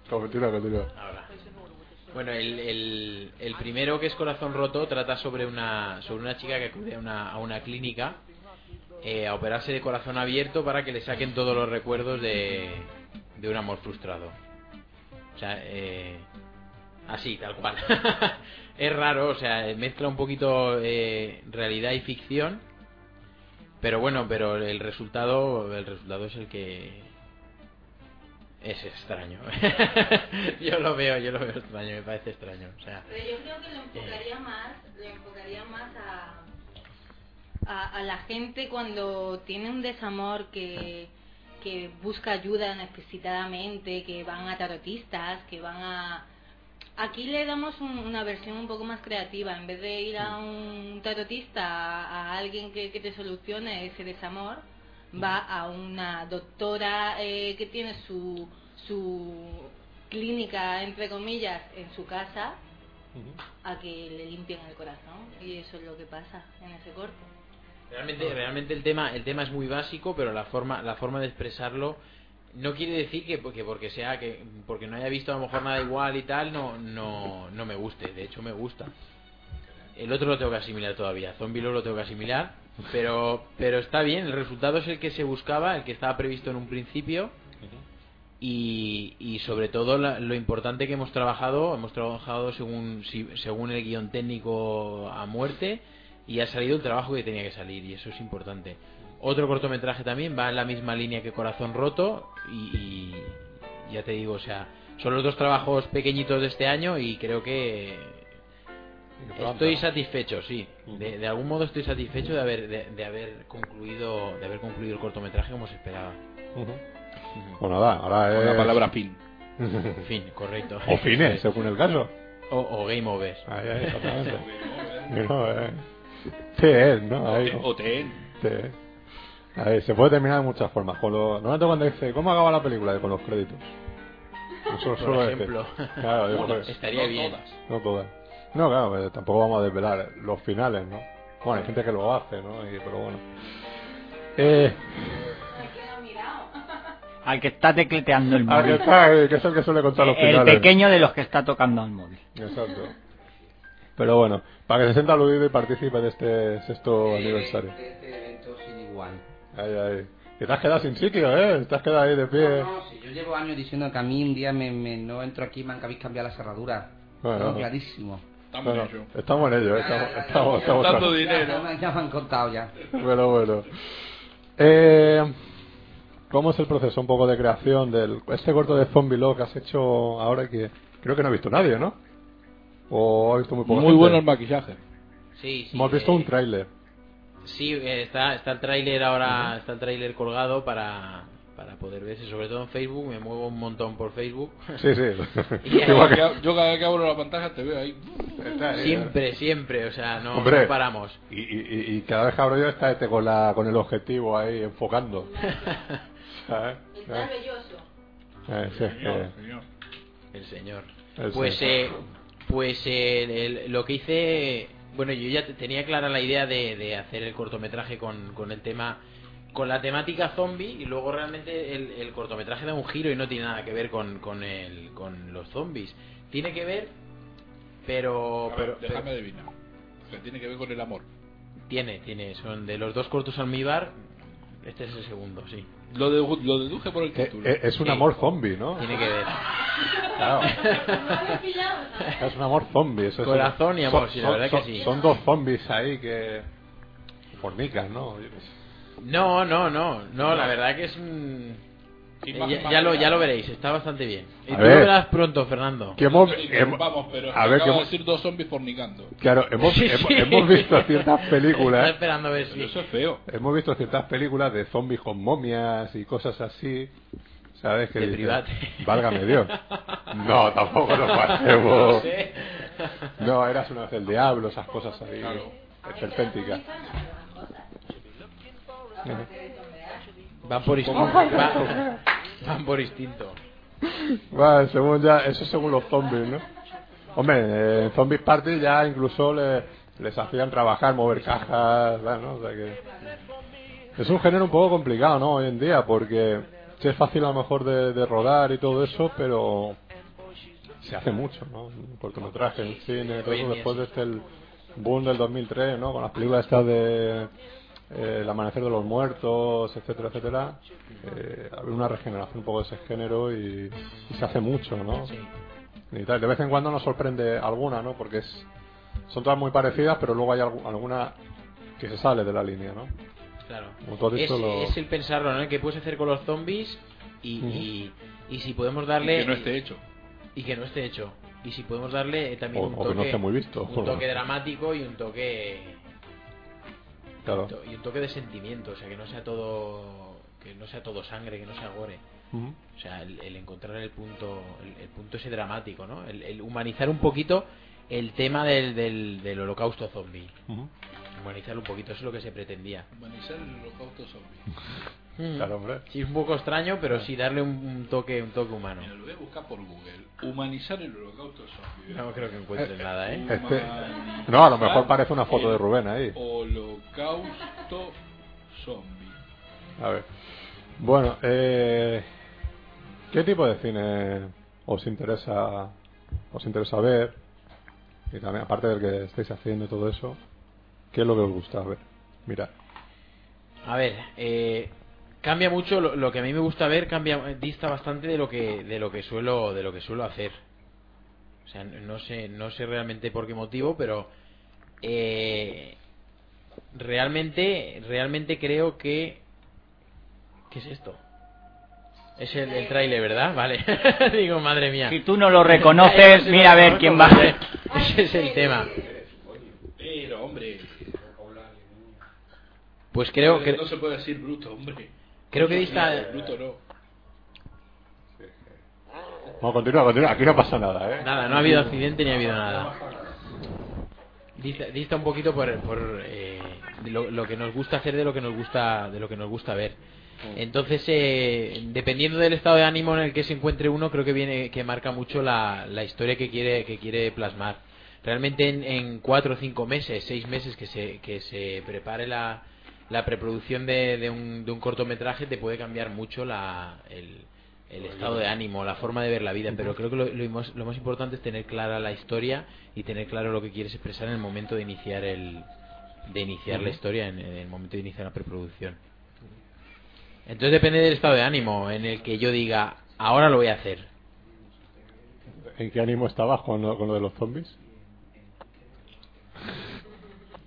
S9: continúa.
S2: continúa, continúa.
S8: Bueno, el, el- el primero que es Corazón Roto trata sobre una, sobre una chica que acude a una, a una clínica eh, a operarse de corazón abierto para que le saquen todos los recuerdos de, de un amor frustrado. O sea, eh, así, tal cual. *laughs* es raro, o sea, mezcla un poquito eh, realidad y ficción. Pero bueno, pero el resultado, el resultado es el que es extraño. *laughs* yo lo veo, yo lo veo extraño, me parece extraño. O sea,
S9: Pero yo creo que lo enfocaría más, lo enfocaría más a, a, a la gente cuando tiene un desamor que, que busca ayuda necesitadamente, que van a tarotistas, que van a... Aquí le damos un- una versión un poco más creativa, en vez de ir a un tarotista, a, a alguien que, que te solucione ese desamor, va a una doctora eh, que tiene su, su clínica, entre comillas, en su casa, a que le limpien el corazón y eso es lo que pasa en ese corto.
S8: realmente, realmente el tema, el tema es muy básico, pero la forma, la forma de expresarlo no quiere decir que porque, porque sea que porque no haya visto a lo mejor nada igual y tal, no, no, no me guste. De hecho, me gusta. El otro lo tengo que asimilar todavía. Zombie Love lo tengo que asimilar. Pero, pero está bien, el resultado es el que se buscaba, el que estaba previsto en un principio. Y, y sobre todo la- lo importante que hemos trabajado, hemos trabajado según, si- según el guión técnico a muerte y ha salido el trabajo que tenía que salir y eso es importante. Otro cortometraje también va en la misma línea que Corazón Roto y, y ya te digo, o sea, son los dos trabajos pequeñitos de este año y creo que Estoy satisfecho, sí. De, de algún modo estoy satisfecho de haber de, de haber concluido de haber concluido el cortometraje como se esperaba.
S2: Bueno, Pues nada, ahora es...
S8: Con la palabra fin. Fin, correcto.
S2: Eh, O fines, según el caso.
S8: *laughs* O, o game over.
S2: Ahí, ahí, exactamente. No, eh. TN, ¿no? Ahí.
S3: O TN.
S2: TN. A ver, se puede terminar de muchas formas. Con los... Normalmente cuando dice, ¿cómo acaba la película? Con los créditos. Eso
S8: Por
S2: suelo decir.
S8: ejemplo.
S2: Claro, yo
S8: Bueno,
S2: creo que-
S8: estaría
S2: no
S8: bien.
S2: Todas. No todas. No, claro, pues, tampoco vamos a desvelar los finales, ¿no? Bueno, hay gente que lo hace, ¿no? Y- pero bueno. Eh,
S6: Al que está tecleteando el
S2: ah, que,
S6: móvil.
S2: está, eh, que es el que suele contar los
S6: El
S2: finales.
S6: pequeño de los que está tocando al móvil.
S2: Exacto. Pero bueno, para que se sienta aludido y participe de este sexto aniversario.
S7: De este evento sin igual.
S2: Ahí, ahí. Que te has quedado sin sitio, ¿eh? Te has quedado ahí de pie.
S7: No, si yo llevo años diciendo que a mí un día me, me- no entro aquí, me han que habéis cambiado la cerradura.
S2: Bueno,
S7: Tengo
S2: no.
S7: clarísimo.
S3: Estamos
S2: Bueno,
S3: en ello.
S2: estamos en ello, ¿eh? estamos, estamos, estamos
S3: Tanto
S2: tra-
S3: dinero.
S7: Ya, me- ya me han contado ya.
S2: Pero bueno. Eh, ¿Cómo es el proceso un poco de creación del este corto de Zombie Log que has hecho ahora que creo que no ha visto nadie, ¿no? O ha visto muy poco.
S3: Muy bueno el maquillaje.
S8: Sí, sí.
S2: Hemos visto
S8: eh,
S2: un tráiler.
S8: Sí, eh, está, está el tráiler ahora, está el tráiler colgado para, para poder verse, sobre todo en Facebook, me muevo un montón por Facebook.
S2: Sí, sí.
S8: *laughs* Y-
S2: Igual que-
S3: Yo cada vez que abro la pantalla te veo ahí.
S2: Está ahí, ¿eh?
S8: Siempre, siempre, o sea, no,
S2: Hombre.
S8: no paramos.
S2: Y, y- y cada vez que abro yo está este con, la, con el objetivo ahí enfocando. ¿Sabes?
S9: Está belloso.
S2: Eh, sí, es que-
S3: Señor.
S8: El señor.
S2: El
S8: pues
S2: señor.
S8: eh, pues eh, el- el- lo que hice, bueno, yo ya te- tenía clara la idea de, de hacer el cortometraje con, con el tema, con la temática zombie y luego realmente el, el cortometraje da un giro y no tiene nada que ver con, con, el, con los zombies. Tiene que ver, pero...
S3: A
S8: pero-
S3: ver, déjame adivinar. Que tiene que ver con el amor.
S8: Tiene, tiene, son de los dos cortos almíbar, este es el segundo, sí.
S3: Lo, dedu- lo deduje por el
S2: Eh,
S3: título.
S2: eh, es un
S8: Sí.
S2: amor zombie, ¿no?
S8: Tiene que ver.
S2: *laughs* Claro. Es un amor zombie. Eso es
S8: Corazón
S2: un-
S8: y amor, sí, la verdad
S2: son-
S8: que sí.
S2: Son dos zombies ahí que fornican, ¿no? Yo qué sé.
S8: No, no, no, no, la verdad que es un... Eh,
S3: Imagen
S8: Ya, ya lo, ya
S3: material.
S8: lo veréis, está bastante bien. Y
S2: A
S8: tú
S2: ver.
S8: lo verás pronto, Fernando.
S2: Que hemos, hemos-
S3: Vamos, pero
S2: a ver, que
S3: acabo de
S2: hemos,
S3: decir dos zombies fornicando.
S2: claro, hemos,
S8: Sí,
S2: hemos-
S8: sí.
S2: hemos visto ciertas
S8: Está
S2: películas,
S8: esperando a ver si...
S3: Pero eso es feo.
S2: hemos visto ciertas películas de zombies con momias y cosas así, ¿sabes? Que
S8: De
S2: dices,
S8: private. *laughs*
S2: Válgame Dios. No, tampoco lo pasemos.
S8: No sé.
S2: No, eras una vez el diablo, esas cosas ahí. Esperpénticas.
S8: Van por instinto. Van, van por instinto.
S2: Vale, según ya, eso es según los zombies, ¿no? Hombre, eh, en Zombies Party ya incluso le- les hacían trabajar, mover cajas, ¿verdad? ¿no? O sea que- Es un género un poco complicado, ¿no? Hoy en día, porque sí es fácil a lo mejor de, de rodar y todo eso, pero se hace mucho, ¿no? Un cortometraje, en cine, todo
S8: Hoy en día
S2: eso. Después
S8: sí.
S2: de este el boom del 2003, ¿no? Con las películas estas de eh, El amanecer de los muertos, etcétera, etcétera. eh, ha habido una regeneración un poco de ese género y, y se hace mucho, ¿no? Y tal, De vez en cuando nos sorprende alguna, ¿no? Porque es, son todas muy parecidas, pero luego hay algu- alguna que se sale de la línea, ¿no?
S8: Claro.
S2: Como tú has
S8: Es,
S2: dicho, lo-
S8: es el pensarlo, ¿no? ¿Qué puedes hacer con los zombies? Y, y, y si podemos darle...
S3: Que no esté hecho.
S8: y que no esté hecho. Y si podemos darle eh, también
S2: O-
S8: un
S2: o que
S8: toque,
S2: no esté muy visto.
S8: un toque dramático y un toque
S2: Claro.
S8: to- y un toque de sentimiento, o sea que no sea todo que no sea todo sangre, que no sea gore.
S2: Ujú.
S8: O sea, el, el encontrar el punto el, el punto ese dramático, ¿no? El, el humanizar un poquito el tema del, del, del holocausto zombie.
S2: Ujú.
S8: Humanizarlo un poquito, eso es lo que se pretendía.
S3: Humanizar el holocausto zombie.
S2: Claro, hombre.
S8: Sí, es un poco extraño, pero sí darle un, un toque un toque humano.
S3: Mira, lo voy a buscar por Google. Humanizar el holocausto zombie.
S8: No creo que encuentres nada, ¿eh?
S2: Este- No, a lo mejor parece una foto de Rubén ahí.
S3: Holocausto zombie.
S2: A ver. Bueno, eh, ¿qué tipo de cine os interesa os interesa ver? Y también, aparte del que estáis haciendo y todo eso, ¿qué es lo que os gusta ver? Mira,
S8: A ver, eh, cambia mucho lo, lo que a mí me gusta ver, cambia eh, dista bastante de lo que de lo que suelo de lo que suelo hacer. O sea, no sé no sé realmente por qué motivo, pero eh, realmente realmente creo que ¿qué es esto? Es el, el tráiler, ¿verdad? Vale. *laughs* Digo, madre mía. *laughs*
S6: Si tú no lo reconoces, mira a ver quién va.
S8: Ese es el tema. Pues creo
S3: No,
S8: que
S3: No se puede decir bruto, hombre.
S8: Creo que dista-
S3: No, Bruto no.
S2: No, continúa, continúa. Aquí no pasa nada, ¿eh?
S8: Nada, no ha habido accidente ni ha habido nada. Dista, dista un poquito por, por, eh, de lo, lo que nos gusta hacer de lo que nos gusta de lo que nos gusta ver. Entonces, eh, dependiendo del estado de ánimo en el que se encuentre uno, creo que viene que marca mucho la, la historia que quiere que quiere plasmar. Realmente en, en cuatro o cinco meses, seis meses que se que se prepare la, la preproducción de, de un, de un cortometraje te puede cambiar mucho la, el, el estado de ánimo, la forma de ver la vida, pero creo que lo, lo más, lo más importante es tener clara la historia y tener claro lo que quieres expresar en el momento de iniciar el de iniciar la historia, en, en el momento de iniciar la preproducción. Entonces depende del estado de ánimo en el que yo diga, ahora lo voy a hacer.
S2: ¿En qué ánimo estabas con lo, con lo de los zombies?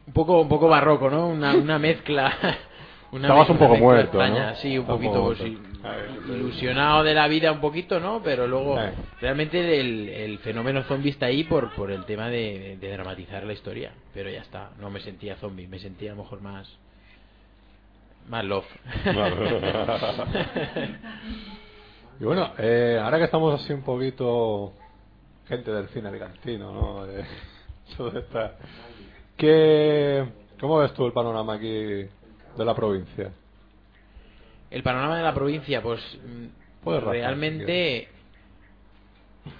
S8: Un poco un poco barroco, ¿no? Una, una mezcla. *laughs* Una
S2: Estabas un
S8: mezcla-
S2: poco
S8: mezcla
S2: muerto,
S8: extraña.
S2: ¿no?
S8: Sí, un
S2: Estabas
S8: poquito. pues,
S2: muerto.
S8: sí. ilusionado de la vida un poquito, ¿no? Pero luego
S2: Eh.
S8: realmente el, el fenómeno zombie está ahí por, por el tema de, de dramatizar la historia. Pero ya está, no me sentía zombie, me sentía a lo mejor más... Más love. *laughs*
S2: Y bueno, eh, ahora que estamos así un poquito gente del cine alicantino, ¿no? *laughs* Eh, todo está- ¿Qué, ¿Cómo ves tú el panorama aquí de la provincia?
S8: el panorama de la provincia, pues mm,
S2: Puedes razonar,
S8: realmente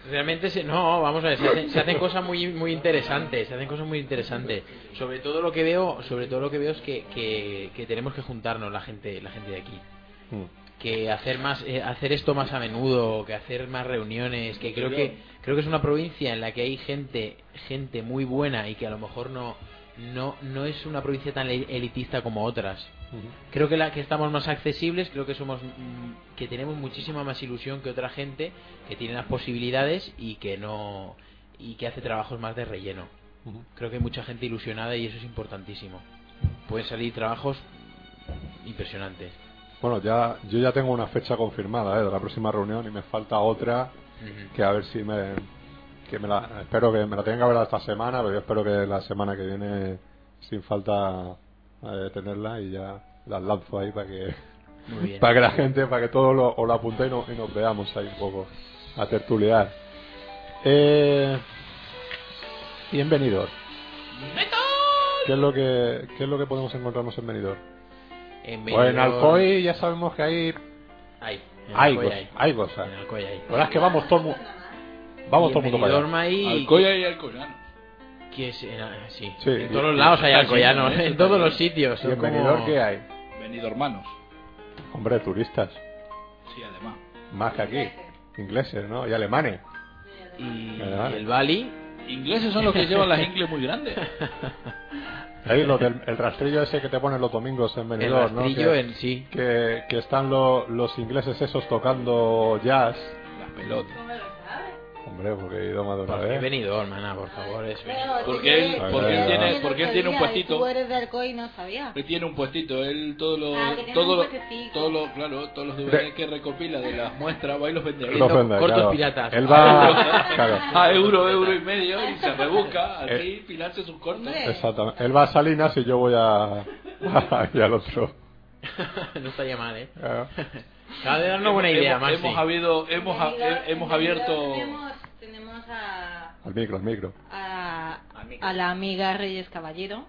S8: realmente se, no, vamos a ver, se hacen, se hacen cosas muy muy interesantes, se hacen cosas muy interesantes. Sobre todo lo que veo, sobre todo lo que veo es que, que, que tenemos que juntarnos la gente la gente de aquí. que hacer más eh, hacer esto más a menudo que hacer más reuniones que creo que creo que es una provincia en la que hay gente gente muy buena y que a lo mejor no no no es una provincia tan el- elitista como otras creo que la que estamos más accesibles creo que somos mm, que tenemos muchísima más ilusión que otra gente que tiene las posibilidades y que no y que hace trabajos más de relleno creo que hay mucha gente ilusionada y eso es importantísimo pueden salir trabajos impresionantes
S2: Bueno, ya yo ya tengo una fecha confirmada ¿eh? de la próxima reunión y me falta otra
S8: Ujú.
S2: que a ver si me, que me la espero que me la tengan que ver esta semana, pero yo espero que la semana que viene sin falta eh, tenerla y ya las lanzo ahí para que
S8: Muy bien.
S2: para que la gente, para que todos lo, os lo apuntéis y, no- y nos veamos ahí un poco a tertuliar. Eh, bienvenidos. ¿Qué es lo que qué es lo que podemos encontrarnos en Benidorm?
S8: En
S2: Pues en
S8: Benidorm-
S2: Alcoy ya sabemos que hay
S8: Hay. en
S2: hay,
S8: Alcoy
S2: cosas,
S8: hay.
S2: hay cosas.
S8: En Alcoy hay.
S2: La verdad es que vamos todo el mu- vamos
S8: Y
S2: todo el
S8: en
S2: mundo para allá.
S8: Benidorm hay-
S3: Alcoya y Alcoyano.
S8: que es en, ah, sí.
S2: Sí,
S8: en
S2: y-
S8: todos los lados hay
S3: Ah, sí,
S8: alcoyanos,
S3: sí,
S8: en
S3: sí,
S8: todos
S3: también.
S8: los sitios.
S2: ¿Y
S8: son
S2: en
S8: como-
S2: Benidorm qué hay?
S3: Venido hermanos.
S2: Hombre, turistas,
S3: Sí, además.
S2: más que aquí. Ingleses, ¿no? Y alemanes.
S8: Y,
S2: Además.
S8: y el Bali.
S3: Ingleses son los que llevan las ingles muy
S8: *laughs*
S3: grandes.
S2: Ahí lo del- el rastrillo ese que te ponen los domingos en
S8: El
S2: Benidorm, ¿no?
S8: rastrillo
S2: Que-
S8: en sí.
S2: que, que están lo- los ingleses esos tocando jazz.
S3: Las pelotas.
S9: ¿Cómo lo sabes?
S2: Hombre, porque he ido más de una
S8: Porque
S2: vez.
S8: Benidorm, mana, por favor. Es
S9: Pero,
S3: ¿Por
S9: si
S3: qué él-
S9: tú eres
S2: por qué él
S9: de
S2: tiene-
S9: Alcoy, no
S3: por qué él tiene un
S9: sabía,
S3: puestito?
S9: y Tú eres de Alcoy y no sabía.
S3: Él tiene un puestito, él todo lo,
S9: Ah, que tiene
S3: todo
S9: un
S3: lo-
S9: puestecico.
S3: todo lo- claro, todos los DVDs que recopila de las muestras va y los vende.
S2: Los vende,
S8: cortos
S2: claro.
S8: piratas.
S3: *laughs*
S2: Él va, claro, Eh,
S3: A euro, euro y medio y se rebusca, así, pilarse sus cortos.
S9: Hombre.
S2: exactamente. Él va a Salinas y yo voy a *laughs* y al otro.
S8: *laughs* no estaría mal, ¿eh? *laughs*
S2: Claro.
S8: Acaba de darnos buena idea,
S3: hemos,
S8: Maxi.
S3: hemos habido, hemos, eh, a-
S9: Benidorm-
S3: he- hemos
S9: en Benidorm
S3: abierto
S9: Tenemos, tenemos a,
S2: Al micro, al micro.
S9: a, a la amiga Reyes Caballero.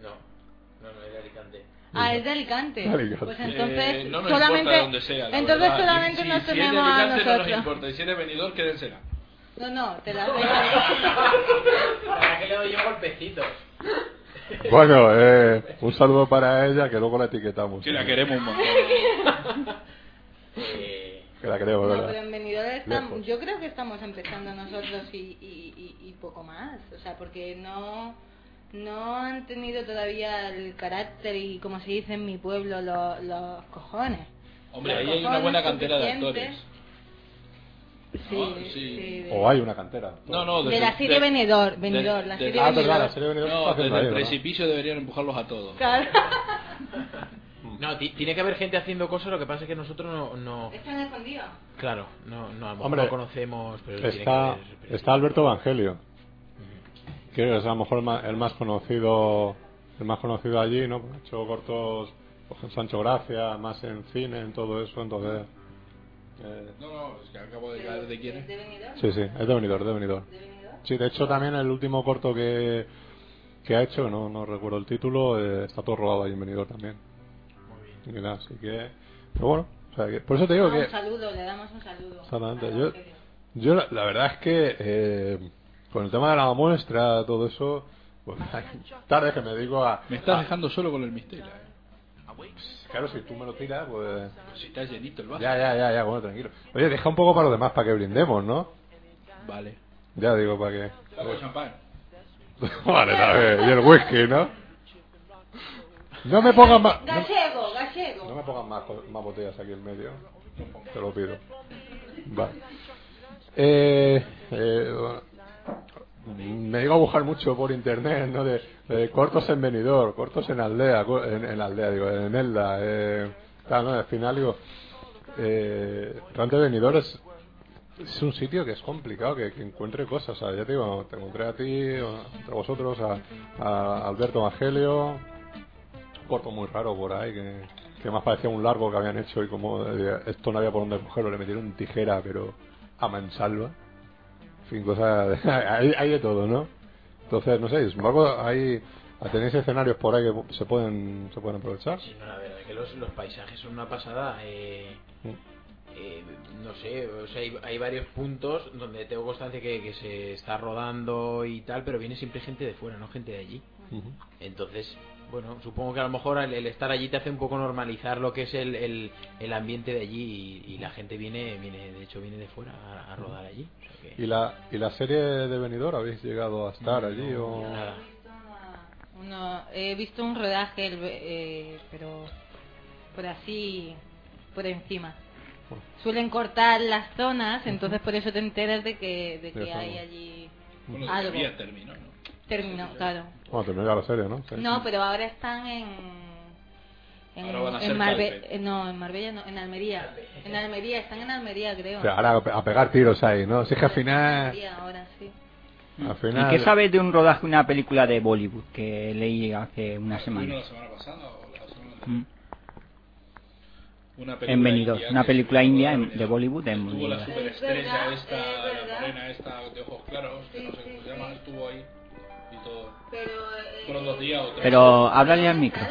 S8: No, no, no, es de Alicante.
S9: Ah, es de Alicante.
S2: Alicante.
S9: Pues entonces,
S3: Eh, no nos
S9: solamente,
S3: importa de dónde sea. la
S9: entonces
S3: verdad.
S9: solamente
S3: si,
S9: nos
S3: si es de
S9: tenemos a
S3: Alicante, No nos
S9: nosotros.
S3: importa. Y si es de Benidorm, quédensela.
S9: No, no, te *laughs* la regalo.
S8: ¿Para qué le doy yo golpecitos?
S2: Bueno, eh, un saludo para ella que luego la etiquetamos.
S3: Si la queremos un montón.
S8: Eh,
S2: Que la queremos,
S9: No,
S2: ¿verdad?
S9: pero en Benidorm estamos-
S2: Lejos.
S9: yo creo que estamos empezando nosotros y, y- y- y poco más, o sea, porque no no han tenido todavía el carácter y como se dice en mi pueblo lo- los cojones.
S3: Hombre,
S9: Los
S3: ahí hay una
S9: cojones
S3: buena cantera de
S9: suficientes.
S3: actores.
S9: Sí,
S10: Ah,
S3: ¿No? Sí.
S9: sí, de-
S2: O hay una cantera.
S3: No, no,
S9: de,
S3: desde-
S9: la serie
S3: de-
S9: Benidorm,
S3: de-
S9: Benidorm, la
S3: de-
S9: serie
S2: Ah,
S9: Benidorm.
S2: verdad, la serie de Benidorm
S3: No,
S2: está haciendo
S3: desde el
S2: ahí, ¿verdad?
S3: precipicio deberían empujarlos a todos.
S9: Claro.
S8: no, ti- tiene que haber gente haciendo cosas, lo que pasa es que nosotros no- no,
S9: Están escondidos.
S8: Claro, no, no, a lo mejor
S2: Hombre,
S8: no conocemos, pero tiene
S2: Está,
S8: que haber-
S2: está Alberto Evangelio, que es a lo mejor el ma- el más, conocido el más conocido allí, ¿no? Ha hecho Pues cortos pues, en Sancho Gracia, más en cine, en todo eso, entonces... eh,
S3: No, no, es que acabo de caer de quién es.
S2: Sí, sí, es de Benidorm, de Benidorm. Sí, de hecho también el último corto que, que ha hecho, no, no recuerdo el título, eh, está todo rodado ahí en Benidorm también. Y nada, así que... Pero bueno, o sea, que- por eso te digo
S9: Ah,
S2: que...
S9: Un saludo, le damos un saludo.
S2: Exactamente.
S9: Al
S2: Yo,
S9: Evangelio.
S2: yo la, la verdad es que eh, con el tema de la muestra, todo eso, pues, *laughs* tarde que me digo a...
S3: Me estás
S2: a-
S3: dejando solo con el misterio. eh.
S2: Claro, si tú me lo tiras, pues...
S3: Si está llenito el vaso.
S2: Ya, ya, ya, ya, bueno, tranquilo. Oye, deja un poco para los demás, para que brindemos, ¿no?
S3: Vale.
S2: Ya digo, para que... *laughs*
S3: Hago champán.
S2: vale, a ver, y el whisky, ¿no? No me pongas más... no-
S9: Gallego, gallego.
S2: No me pongan más, co- más botellas aquí en medio. Te lo pido. Vale. Eh, eh, bueno, me digo a buscar mucho por internet, ¿no? De, de cortos en venidor, cortos en aldea, co- en, en aldea, digo, en Elda. Eh, tal, ¿no? Al final, digo, eh, Rante Venidor es, es un sitio que es complicado que, que encuentre cosas. O sea, ya te digo, te encontré a ti, o- entre vosotros, a, a Alberto Evangelio, corto muy raro por ahí que, que más parecía un largo que habían hecho y como eh, esto no había por dónde cogerlo, le metieron tijera pero a mansalva. En fin, cosas, *laughs* hay, hay de todo, ¿no? Entonces, no sé, embargo, hay, tenéis escenarios por ahí que se pueden, se pueden aprovechar.
S8: Sí, no, la verdad que los, los paisajes son una pasada. eh,
S2: Sí.
S8: eh, no sé, o sea, hay, hay varios puntos donde tengo constancia que, que se está rodando y tal, pero viene siempre gente de fuera, no gente de allí. Entonces, bueno, supongo que a lo mejor el, el estar allí te hace un poco normalizar lo que es el, el, el ambiente de allí y, y la gente viene, viene de hecho, viene de fuera a, a rodar allí. o sea que-
S2: ¿Y la, ¿Y la serie de Benidorm habéis llegado a estar allí
S8: no,
S2: o...?
S8: nada.
S9: Uno- he visto un rodaje, el- eh, pero por así, por encima. Suelen cortar las zonas, entonces por eso te enteras de que, de
S2: De
S9: que
S2: eso.
S9: hay allí
S3: Bueno,
S9: algo.
S3: todavía terminó, ¿no?
S9: Terminó, claro.
S2: Bueno, terminó ya la serie, ¿no? Sí.
S9: No, pero ahora están en. En,
S2: Ahora van a
S9: en
S2: hacer
S9: Marbe-
S2: Calpe.
S9: eh, no, en Marbella no, en Almería. En Almería, están en Almería, creo.
S2: O sea, ahora a pe- a pegar tiros ahí, ¿no? Si es que al final...
S9: Almería, ahora sí.
S2: Al
S6: ¿Y
S2: final
S6: qué sabes de un rodaje de una película de Bollywood que leí hace una
S3: Vino
S6: semana?
S3: la semana pasada o la semana
S6: Mm.
S3: Una
S6: En
S3: película
S6: Benidorm,
S3: india
S6: una
S3: que
S6: película india en- de Bollywood en
S3: Estuvo la
S6: Benidorm.
S3: superestrella
S9: verdad,
S3: esta,
S9: es
S3: la
S9: verdad.
S3: morena esta de ojos claros, que
S9: Sí,
S3: no sé
S9: sí,
S3: cómo se llama,
S9: sí.
S3: estuvo ahí y todo.
S9: Pero, eh,
S3: Fueron dos días o tres.
S6: Pero háblale al micro,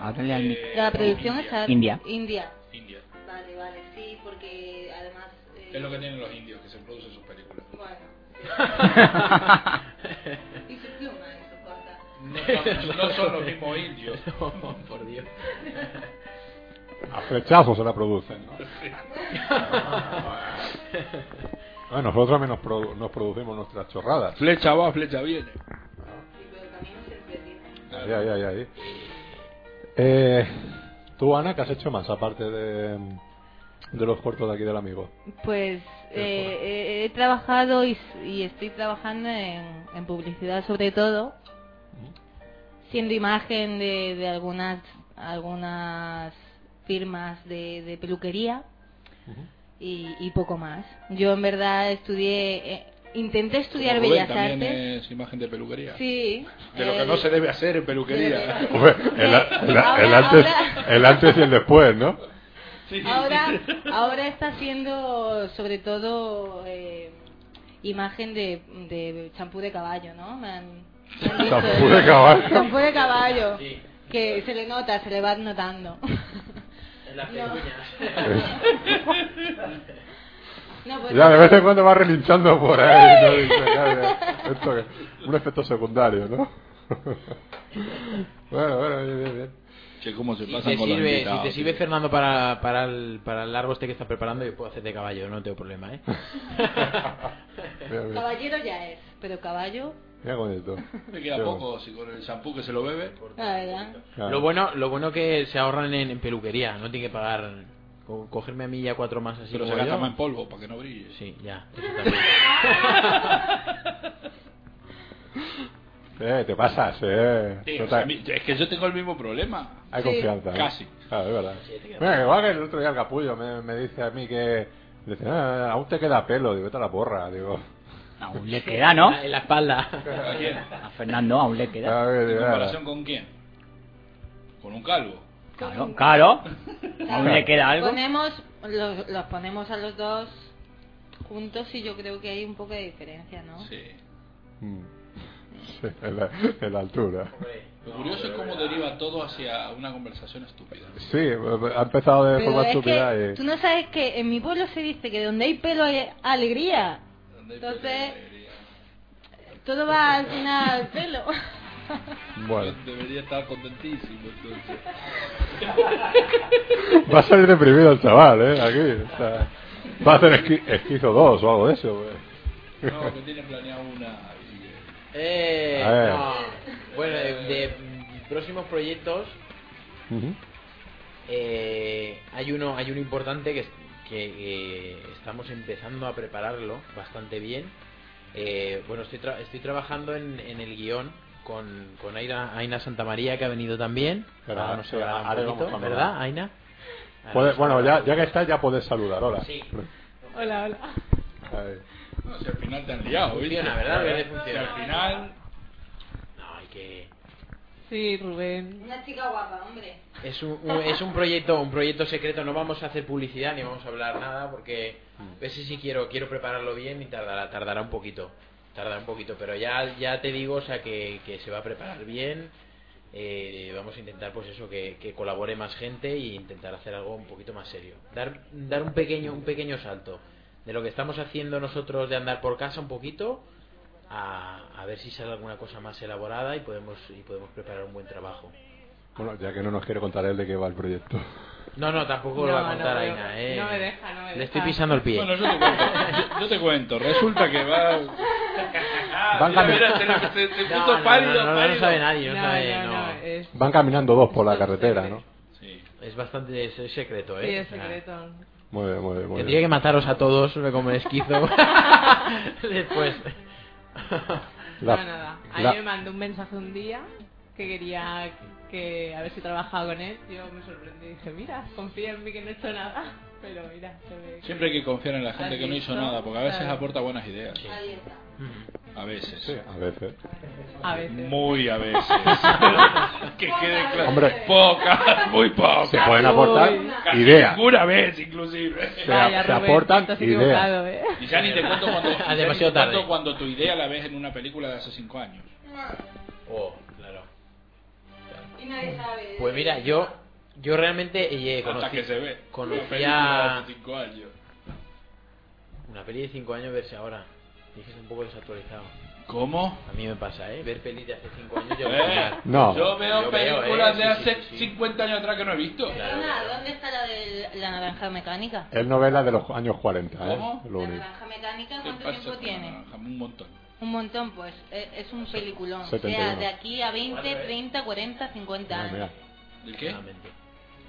S6: háblale al micro.
S9: La producción está.
S6: India.
S9: India.
S3: India.
S9: Vale, vale, sí, porque además. eh,
S3: Es lo que tienen los indios, que se producen sus películas.
S9: Bueno.
S3: *laughs*
S9: y ¿eh? su pluma y su cosa.
S3: No son, no son los mismos
S2: *laughs*
S3: indios.
S8: por Dios.
S2: a flechazos se la producen, ¿no? Bueno, nosotros también nos, produ- nos producimos nuestras chorradas.
S3: Flecha va, flecha viene.
S2: Ahí, ahí, ahí, ahí. Eh, Tú, Ana, ¿qué has hecho más aparte de, de los cortos de aquí del amigo?
S9: Pues eh, eh, he trabajado y, s- y estoy trabajando en, en publicidad sobre todo, siendo imagen de, de algunas algunas firmas de, de peluquería y, y poco más. Yo en verdad estudié, eh, intenté estudiar
S3: Como Rubén
S9: bellas
S3: también
S9: artes.
S3: es imagen de peluquería.
S9: Sí. eh,
S3: De lo que
S9: el-
S3: no se debe hacer en peluquería.
S2: Hombre, el, a- el a- el
S9: Ahora-
S2: antes,
S9: ahora-
S2: el antes y el después, ¿no? *laughs*
S9: Ahora, ahora está haciendo sobre todo eh, imagen de, de champú de caballo, ¿no? Me han- me han dicho
S2: Champú
S9: eso.
S2: de caballo.
S9: Champú de caballo. Que se le nota, se le va notando.
S8: En las
S9: No.
S2: *laughs*
S8: pezuñas.
S9: No, pues-
S2: Ya de vez en cuando va relinchando por ahí. ¿no? Dice, ya, ya, esto que- un efecto secundario, ¿no? Bueno, bueno, bien, bien, bien.
S3: Che, ¿cómo se
S8: Si
S3: pasan
S8: te,
S3: con los
S8: sirve, si
S3: invitados,
S8: te
S3: tío?
S8: sirve Fernando para, para, el, para el largo este que estás preparando, yo puedo hacer de caballo, no tengo problema,
S2: *laughs*
S8: ¿eh?
S2: Bien, bien.
S9: Caballero ya es, pero caballo,
S2: Mira con esto.
S3: Me queda poco si con el champú que se lo bebe.
S9: la verdad.
S8: Lo bueno lo bueno que se ahorran en, en peluquería, no tiene que pagar. co- cogerme a mí ya cuatro más así.
S3: Pero se
S8: como
S3: gasta
S8: yo.
S3: más en polvo para que no brille.
S8: Sí,
S3: Ah,
S8: ya. eso también.
S9: *laughs*
S2: *laughs* Eh, te pasas, eh.
S3: Tío,
S2: No
S3: o sea,
S2: te-
S3: a mí- es que yo tengo el mismo problema.
S2: Hay confianza.
S3: *laughs*
S2: ¿no?
S3: Casi.
S2: Claro, es verdad. Mira, que igual que el otro día el capullo me, me dice a mí que. Dice, "Ah, aún te queda pelo. Digo, vete a la porra. Digo,
S6: Aún le
S9: *laughs*
S6: queda, ¿no?
S8: En la
S3: *laughs*
S8: espalda.
S3: ¿A quién?
S6: A Fernando aún le queda.
S2: a ver,
S3: ¿En
S2: digo,
S3: comparación con quién? Con un calvo.
S6: Claro, claro. ¿Aún le queda algo?
S9: Ponemos, los, los ponemos a los dos juntos y yo creo que hay un poco de diferencia, ¿no?
S2: Mm. Sí, *laughs* en la, en la altura.
S3: Lo curioso es cómo deriva todo hacia una conversación estúpida.
S2: Sí, ha empezado de
S9: Pero
S2: forma
S9: es
S2: estúpida
S9: que
S2: y...
S9: tú no sabes que en mi pueblo se dice que donde hay pelo hay alegría. Entonces, todo va al final al pelo.
S2: Bueno,
S3: Debería estar contentísimo
S2: *laughs*
S3: entonces.
S2: va a salir deprimido el chaval, ¿eh? Aquí.
S6: *laughs*
S2: o sea, va a hacer esqui- esquizo 2 o algo de eso. pues. güey. *laughs*
S3: No, que tiene planeado una.
S8: Eh,
S2: A ver.
S8: no. Bueno, de, de próximos proyectos
S2: Ujú.
S8: eh, hay uno hay uno importante que, es- que, eh, estamos empezando a prepararlo bastante bien. Eh, bueno, estoy, tra- estoy trabajando en, en el guión con, con Aina, Aina Santa María que ha venido también.
S2: Pero
S8: Ahora
S2: ahora-
S8: nos hablará un
S2: ahora vamos
S8: poquito,
S2: cuando-
S8: ¿verdad, Aina? Ahora
S2: Puede-
S8: nos
S2: bueno,
S8: hablará
S2: ya,
S8: un
S2: ya que
S8: poquito.
S2: estás, ya puedes saludar ahora.
S8: Sí.
S11: Hola, hola.
S2: Ahí.
S3: No, si al final te han liado, ¿viste?
S8: Funciona, ¿verdad? Que le
S3: Si
S8: funciona.
S3: al final.
S8: No, hay
S3: *laughs*
S8: que...
S11: Sí, Rubén.
S9: *laughs* Una chica guapa, hombre.
S8: Es un, un- es un proyecto un proyecto secreto, no vamos a hacer publicidad ni vamos a hablar nada porque ese sí quiero quiero prepararlo bien y tardará tardará un poquito, tardará un poquito, pero ya ya te digo, o sea que, que se va a preparar bien. eh, vamos a intentar pues eso que, que colabore más gente e intentar hacer algo un poquito más serio. Dar dar un pequeño un pequeño salto de lo que estamos haciendo nosotros de andar por casa un poquito a, a ver si sale alguna cosa más elaborada y podemos y podemos preparar un buen trabajo.
S2: Bueno, ya que no nos quiere contar él de qué va el proyecto.
S8: No, no, tampoco lo
S11: No,
S8: va a contar
S11: no,
S8: Aina, eh.
S11: no me deja, no me
S8: Le
S11: deja.
S8: estoy pisando el pie.
S3: Bueno, yo te cuento. Yo, yo te cuento. Resulta que va.
S2: Van
S3: mira,
S2: cami-
S3: mira, se, le- se- se
S8: No,
S3: puso
S8: no, no,
S3: pálido,
S8: no, no lo
S3: pálido.
S8: sabe nadie, no, sabe, no.
S11: es,
S2: Van caminando dos por la carretera, ¿no?
S3: Sí.
S8: Es bastante es, es secreto, eh.
S11: sí, es
S8: O sea,
S11: secreto.
S2: Muy bien, muy bien, muy
S8: Tendría que
S2: bien.
S8: mataros a todos como el
S11: *laughs*
S8: esquizo. Después.
S2: La-
S11: Pues, no, nada. A mí
S2: la-
S11: me mandó un mensaje un día que quería que a ver si trabajaba con él. Yo me sorprendí y dije, mira, confía en mí que no he hecho nada. *laughs* Pero mira, se ve que-
S3: Siempre hay que confiar en la gente que no hizo
S11: Así,
S3: nada, porque a veces
S11: claro.
S3: aporta buenas ideas.
S9: Ahí está.
S3: A veces.
S2: Sí, a veces.
S11: a veces.
S3: Muy a
S11: *laughs*
S3: veces. *laughs* que quede claro.
S2: Hombre.
S3: Pocas, muy pocas.
S2: Se pueden aportar
S3: Casi
S2: ideas.
S3: ninguna vez, inclusive.
S2: Se, a- se aportan
S11: estás
S2: ideas.
S11: equivocado, ¿eh?
S3: Y ya ni te cuento cuando,
S8: Ah,
S3: ya ni
S8: *laughs* demasiado
S3: te cuento
S8: tarde.
S3: cuando tu idea la ves en una película de hace cinco años.
S8: Oh, claro.
S9: Y nadie sabe.
S8: Pues mira, yo yo realmente eh,
S3: hasta
S8: conocí,
S3: que se ve. Una película de
S8: conocía
S3: hace cinco años.
S8: una peli de 5 años verse ahora. Dije es un poco desactualizado.
S3: ¿Cómo?
S8: A mí me pasa, eh, ver pelis de hace 5 años yo
S3: Eh,
S2: No.
S3: Yo veo
S8: Yo veo,
S3: películas
S8: eh,
S3: de
S8: sí,
S3: hace
S8: sí, sí, sí.
S3: 50 años atrás que no he visto.
S9: Perdona, ¿dónde está la de la naranja mecánica?
S2: Es novela de los años 40, ¿eh?
S3: ¿Cómo?
S2: Lo
S9: la
S2: único.
S9: naranja mecánica,
S3: ¿Qué
S9: ¿cuánto
S3: pasa
S9: tiempo
S3: con
S9: tiene?
S3: la naranja? Un montón.
S9: Un montón, pues. E- Es un peliculón. O
S2: 71.
S9: sea, de aquí a 20, 30, 40, 50
S2: Ah, mira,
S9: años.
S3: ¿Del qué?
S8: Solamente.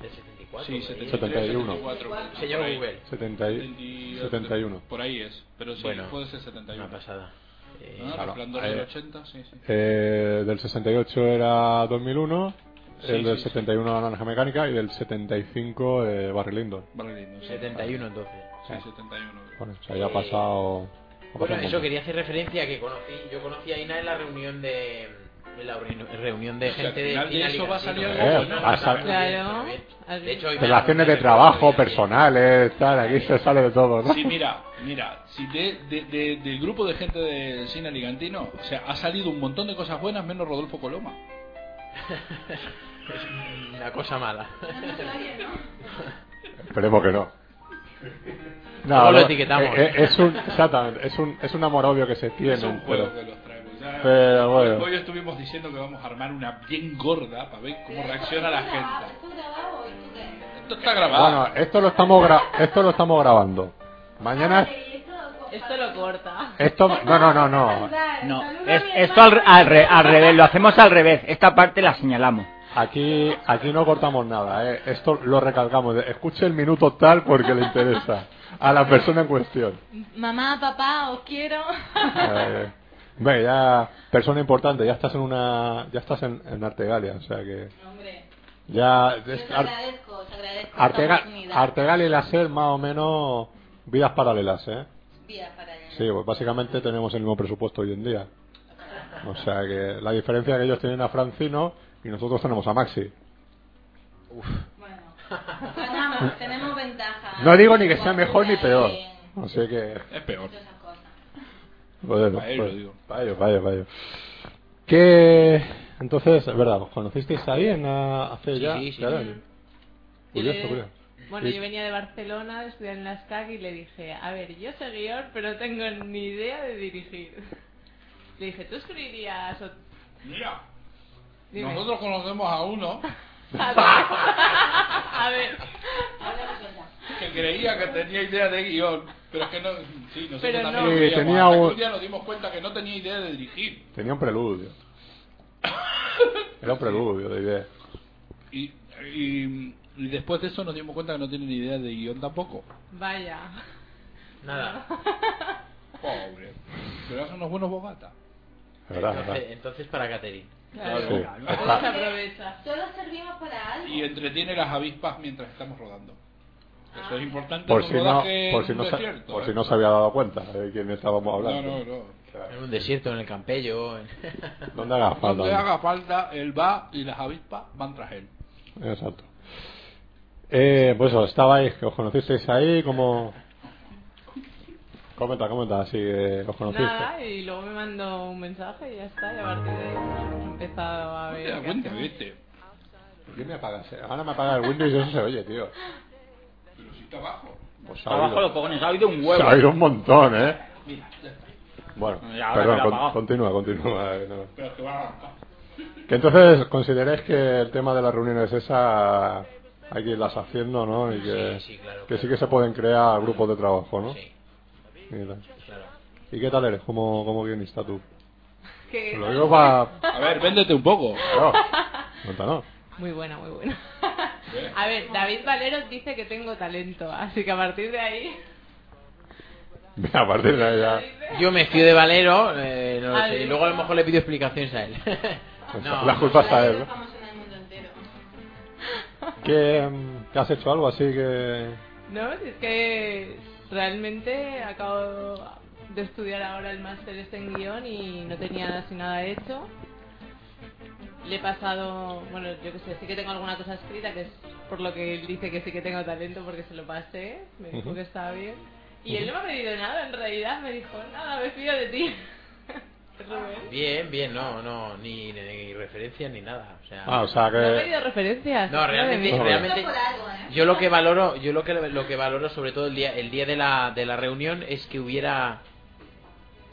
S8: Del 74.
S3: Sí,
S8: por ahí.
S3: 73,
S2: 71.
S3: 74, por ahí.
S8: Señor Google.
S2: 70 y-
S3: 70,
S2: 71.
S3: Por ahí es. Pero sí,
S8: Bueno.
S3: puede ser
S8: Una
S3: 71.
S8: pasada. Eh,
S3: ¿No?
S2: Claro,
S3: Resplandor
S2: ahí-
S3: del 80, sí, sí.
S2: Eh, del 68 era 2001,
S3: Sí,
S2: el del
S3: sí, sí.
S2: 71 la Naranja Mecánica y del 75 eh, Barry Lyndon.
S3: Vale, lindo, sí.
S8: 71 entonces.
S3: Sí, 71.
S2: Bueno, o sea, ya ha
S8: Eh,
S2: pasado. ha pasado
S8: Bueno,
S2: un
S8: eso
S2: montón.
S8: quería hacer referencia a que conocí, yo conocí a Ina en la reunión de en la reuni- reunión de
S3: O sea,
S8: gente
S3: al final de
S8: Final
S3: eso
S8: y
S3: va a salir
S8: Casino.
S2: algo Eh, bueno. va a sal-
S11: Claro.
S8: De hecho, hoy me *laughs*
S2: Relaciones
S8: la
S2: de
S8: reunión
S2: trabajo,
S8: recuerdo,
S2: personales, tal, aquí se sale de todo, ¿no?
S3: Sí, mira, mira, si de, de- de- del grupo de gente del cine alicantino, o sea, ha salido un montón de cosas buenas menos Rodolfo
S8: *laughs*
S3: Coloma.
S8: bien. Una cosa mala.
S2: Esperemos que no.
S8: Luego lo etiquetamos.
S2: eh, eh, es un, exactamente, es un, es un amor obvio que se tiene.
S3: es un
S2: pero-
S3: juego que los traemos. Ya,
S2: pero bueno.
S3: Hoy estuvimos diciendo que vamos a armar una bien gorda para ver cómo reacciona la gente.
S9: ¿Esto grabado o esto qué?
S3: Esto está
S2: Bueno,
S3: grabado.
S2: esto lo estamos gra- esto lo estamos grabando. Mañana
S9: Vale, y esto lo cojo.
S11: Esto lo corta.
S2: esto
S11: *laughs*
S2: no no no no.
S6: No,
S9: Saluda
S6: es,
S9: a mi
S6: esto al, al re- al revés, lo hacemos al revés. Esta parte la señalamos.
S2: Aquí aquí no cortamos nada, eh. Esto lo recalcamos. de- Escuche el minuto tal porque le interesa a la persona en cuestión.
S9: Mamá, papá, os
S2: *laughs*
S9: quiero.
S2: Eh, ve, ya persona importante, ya estás en una ya estás en, en Artegalia, o sea que
S9: Hombre,
S2: ya
S9: yo os
S2: Ah, es- Ar-
S9: agradezco, os agradezco esta
S2: Artega-
S9: oportunidad.
S2: Artegalia y
S9: *laughs*
S2: la SER más o menos vidas paralelas, eh.
S9: Vía para allá.
S2: Sí, pues básicamente tenemos el mismo presupuesto hoy en día. O sea que la diferencia es que ellos tienen a Francino y nosotros tenemos a Maxi.
S9: Ganamos, tenemos
S11: Ah,
S9: ventaja.
S2: No digo ni que sea mejor ni peor. Así que.
S3: Es peor.
S2: Bueno,
S3: Para ello,
S2: pues,
S3: digo.
S2: para ello, para ello, para ello. Que. Entonces, es verdad, ¿os conocisteis ahí en la- hace
S8: Sí,
S2: ya?
S8: sí, sí.
S2: claro,
S8: Mm.
S2: Curioso,
S11: Eh,
S2: curioso.
S11: Bueno,
S2: Y-
S11: yo venía de Barcelona de estudiar en la SCAC y le dije, a ver, yo soy guión, pero no tengo ni idea de dirigir. Le dije, ¿tú escribirías? o-
S3: Mira,
S11: Dime.
S3: nosotros conocemos a
S11: *laughs*
S3: uno
S11: A ver,
S3: que creía que tenía idea de guión, pero es que no. Sí, nosotros
S11: Pero
S3: también
S2: no.
S3: lo
S2: Sí,
S3: creíamos,
S2: tenía
S3: hasta que
S2: un-
S3: un día nos dimos cuenta que no tenía idea de dirigir.
S2: Tenía un preludio. Era un preludio de idea.
S3: Y, y, y después de eso nos dimos cuenta que no tiene ni idea de guión tampoco.
S11: vaya.
S8: Nada.
S3: Pobre. Pero hacen unos buenos bogatas.
S2: Es verdad, es
S8: Entonces,
S2: verdad.
S8: entonces para Caterina.
S11: Eh, Claro.
S2: Sí.
S11: Todo se aprovecha.
S9: Solo servimos para algo.
S3: Y entretiene las avispas mientras estamos rodando. Eso es importante
S2: Por
S3: en
S2: si,
S3: un
S2: no,
S3: rodaje
S2: por, si
S3: en
S2: no
S3: un
S2: se,
S3: desierto,
S2: por
S3: ¿eh?
S2: si no se había dado cuenta de quién estábamos
S3: No,
S2: hablando.
S3: no, no.
S8: En un desierto, en el campello.
S2: *laughs*
S8: en-
S2: Donde haga falta.
S3: Donde haga falta, él va y las avispas van tras él.
S2: Exacto. Eh, pues eso, estabais, que os conocisteis ahí, como... Comenta, comenta, si eh, os conocisteis.
S11: Nada, y luego me mandó un mensaje y ya está, y a partir de ahí pues, hemos empezado a
S3: ¿Te
S11: ver.
S3: das
S11: qué
S3: cuenta,
S11: hacemos.
S3: viste?
S2: ¿Por qué me apagas? eh? Ahora me apaga el Windows y eso se oye, tío.
S3: Pero si está abajo.
S2: Pues se ha
S6: Abajo
S2: oído.
S6: los cojones, ha oído un
S2: Se
S6: huevo.
S2: ha oído un montón, ¿eh?
S3: Mira, ya está.
S2: Bueno,
S6: Y ahora que lo
S2: perdón,
S6: ha
S2: con-
S6: apagado.
S2: continúa, continúa. eh, no.
S3: Pero te va a arrancar.
S2: Que entonces consideráis que el tema de las reuniones esa hay que irlas haciendo, ¿no? Y que,
S8: Sí, sí, claro,
S2: que
S8: claro.
S2: sí que se pueden crear grupos de trabajo, ¿no?
S8: Sí,
S2: Y tal.
S8: claro.
S2: ¿Y qué tal eres como, como guionista tú?
S11: Que-
S2: Lo digo para...
S3: A ver, véndete un poco.
S2: Claro, cuéntanos.
S11: Muy buena, muy buena. A ver, David Valeros dice que tengo talento, así que a partir de ahí.
S2: A partir de ahí ya...
S8: Yo me fío de Valero, eh, no lo
S11: Al-
S8: sé, y luego a lo mejor le pido explicaciones a él. No,
S2: la culpa está de él,
S9: Somos
S2: ¿no?
S9: famosos en el mundo entero.
S2: ¿Qué, mm, ¿Que has hecho algo así que...?
S11: No, es que realmente acabo de estudiar ahora el máster este en guión y no tenía así nada hecho. Le he pasado, bueno, yo qué sé, sí que tengo alguna cosa escrita, que es por lo que él dice que sí que tengo talento porque se lo pasé, me dijo
S2: Ujú.
S11: que estaba bien. Y él no me ha pedido nada, en realidad me dijo, nada, me fío de ti. Rubén.
S8: Bien, bien, *laughs* no, no, ni, ni referencias ni nada. O sea,
S2: Ah, o sea
S11: No me ha
S2: que...
S11: pedido referencias.
S8: No, realmente,
S2: Madre mía.
S8: realmente
S9: Esto por algo, ¿eh?
S8: yo lo que valoro, yo lo que lo que valoro sobre todo el día el día de la, de la reunión es que hubiera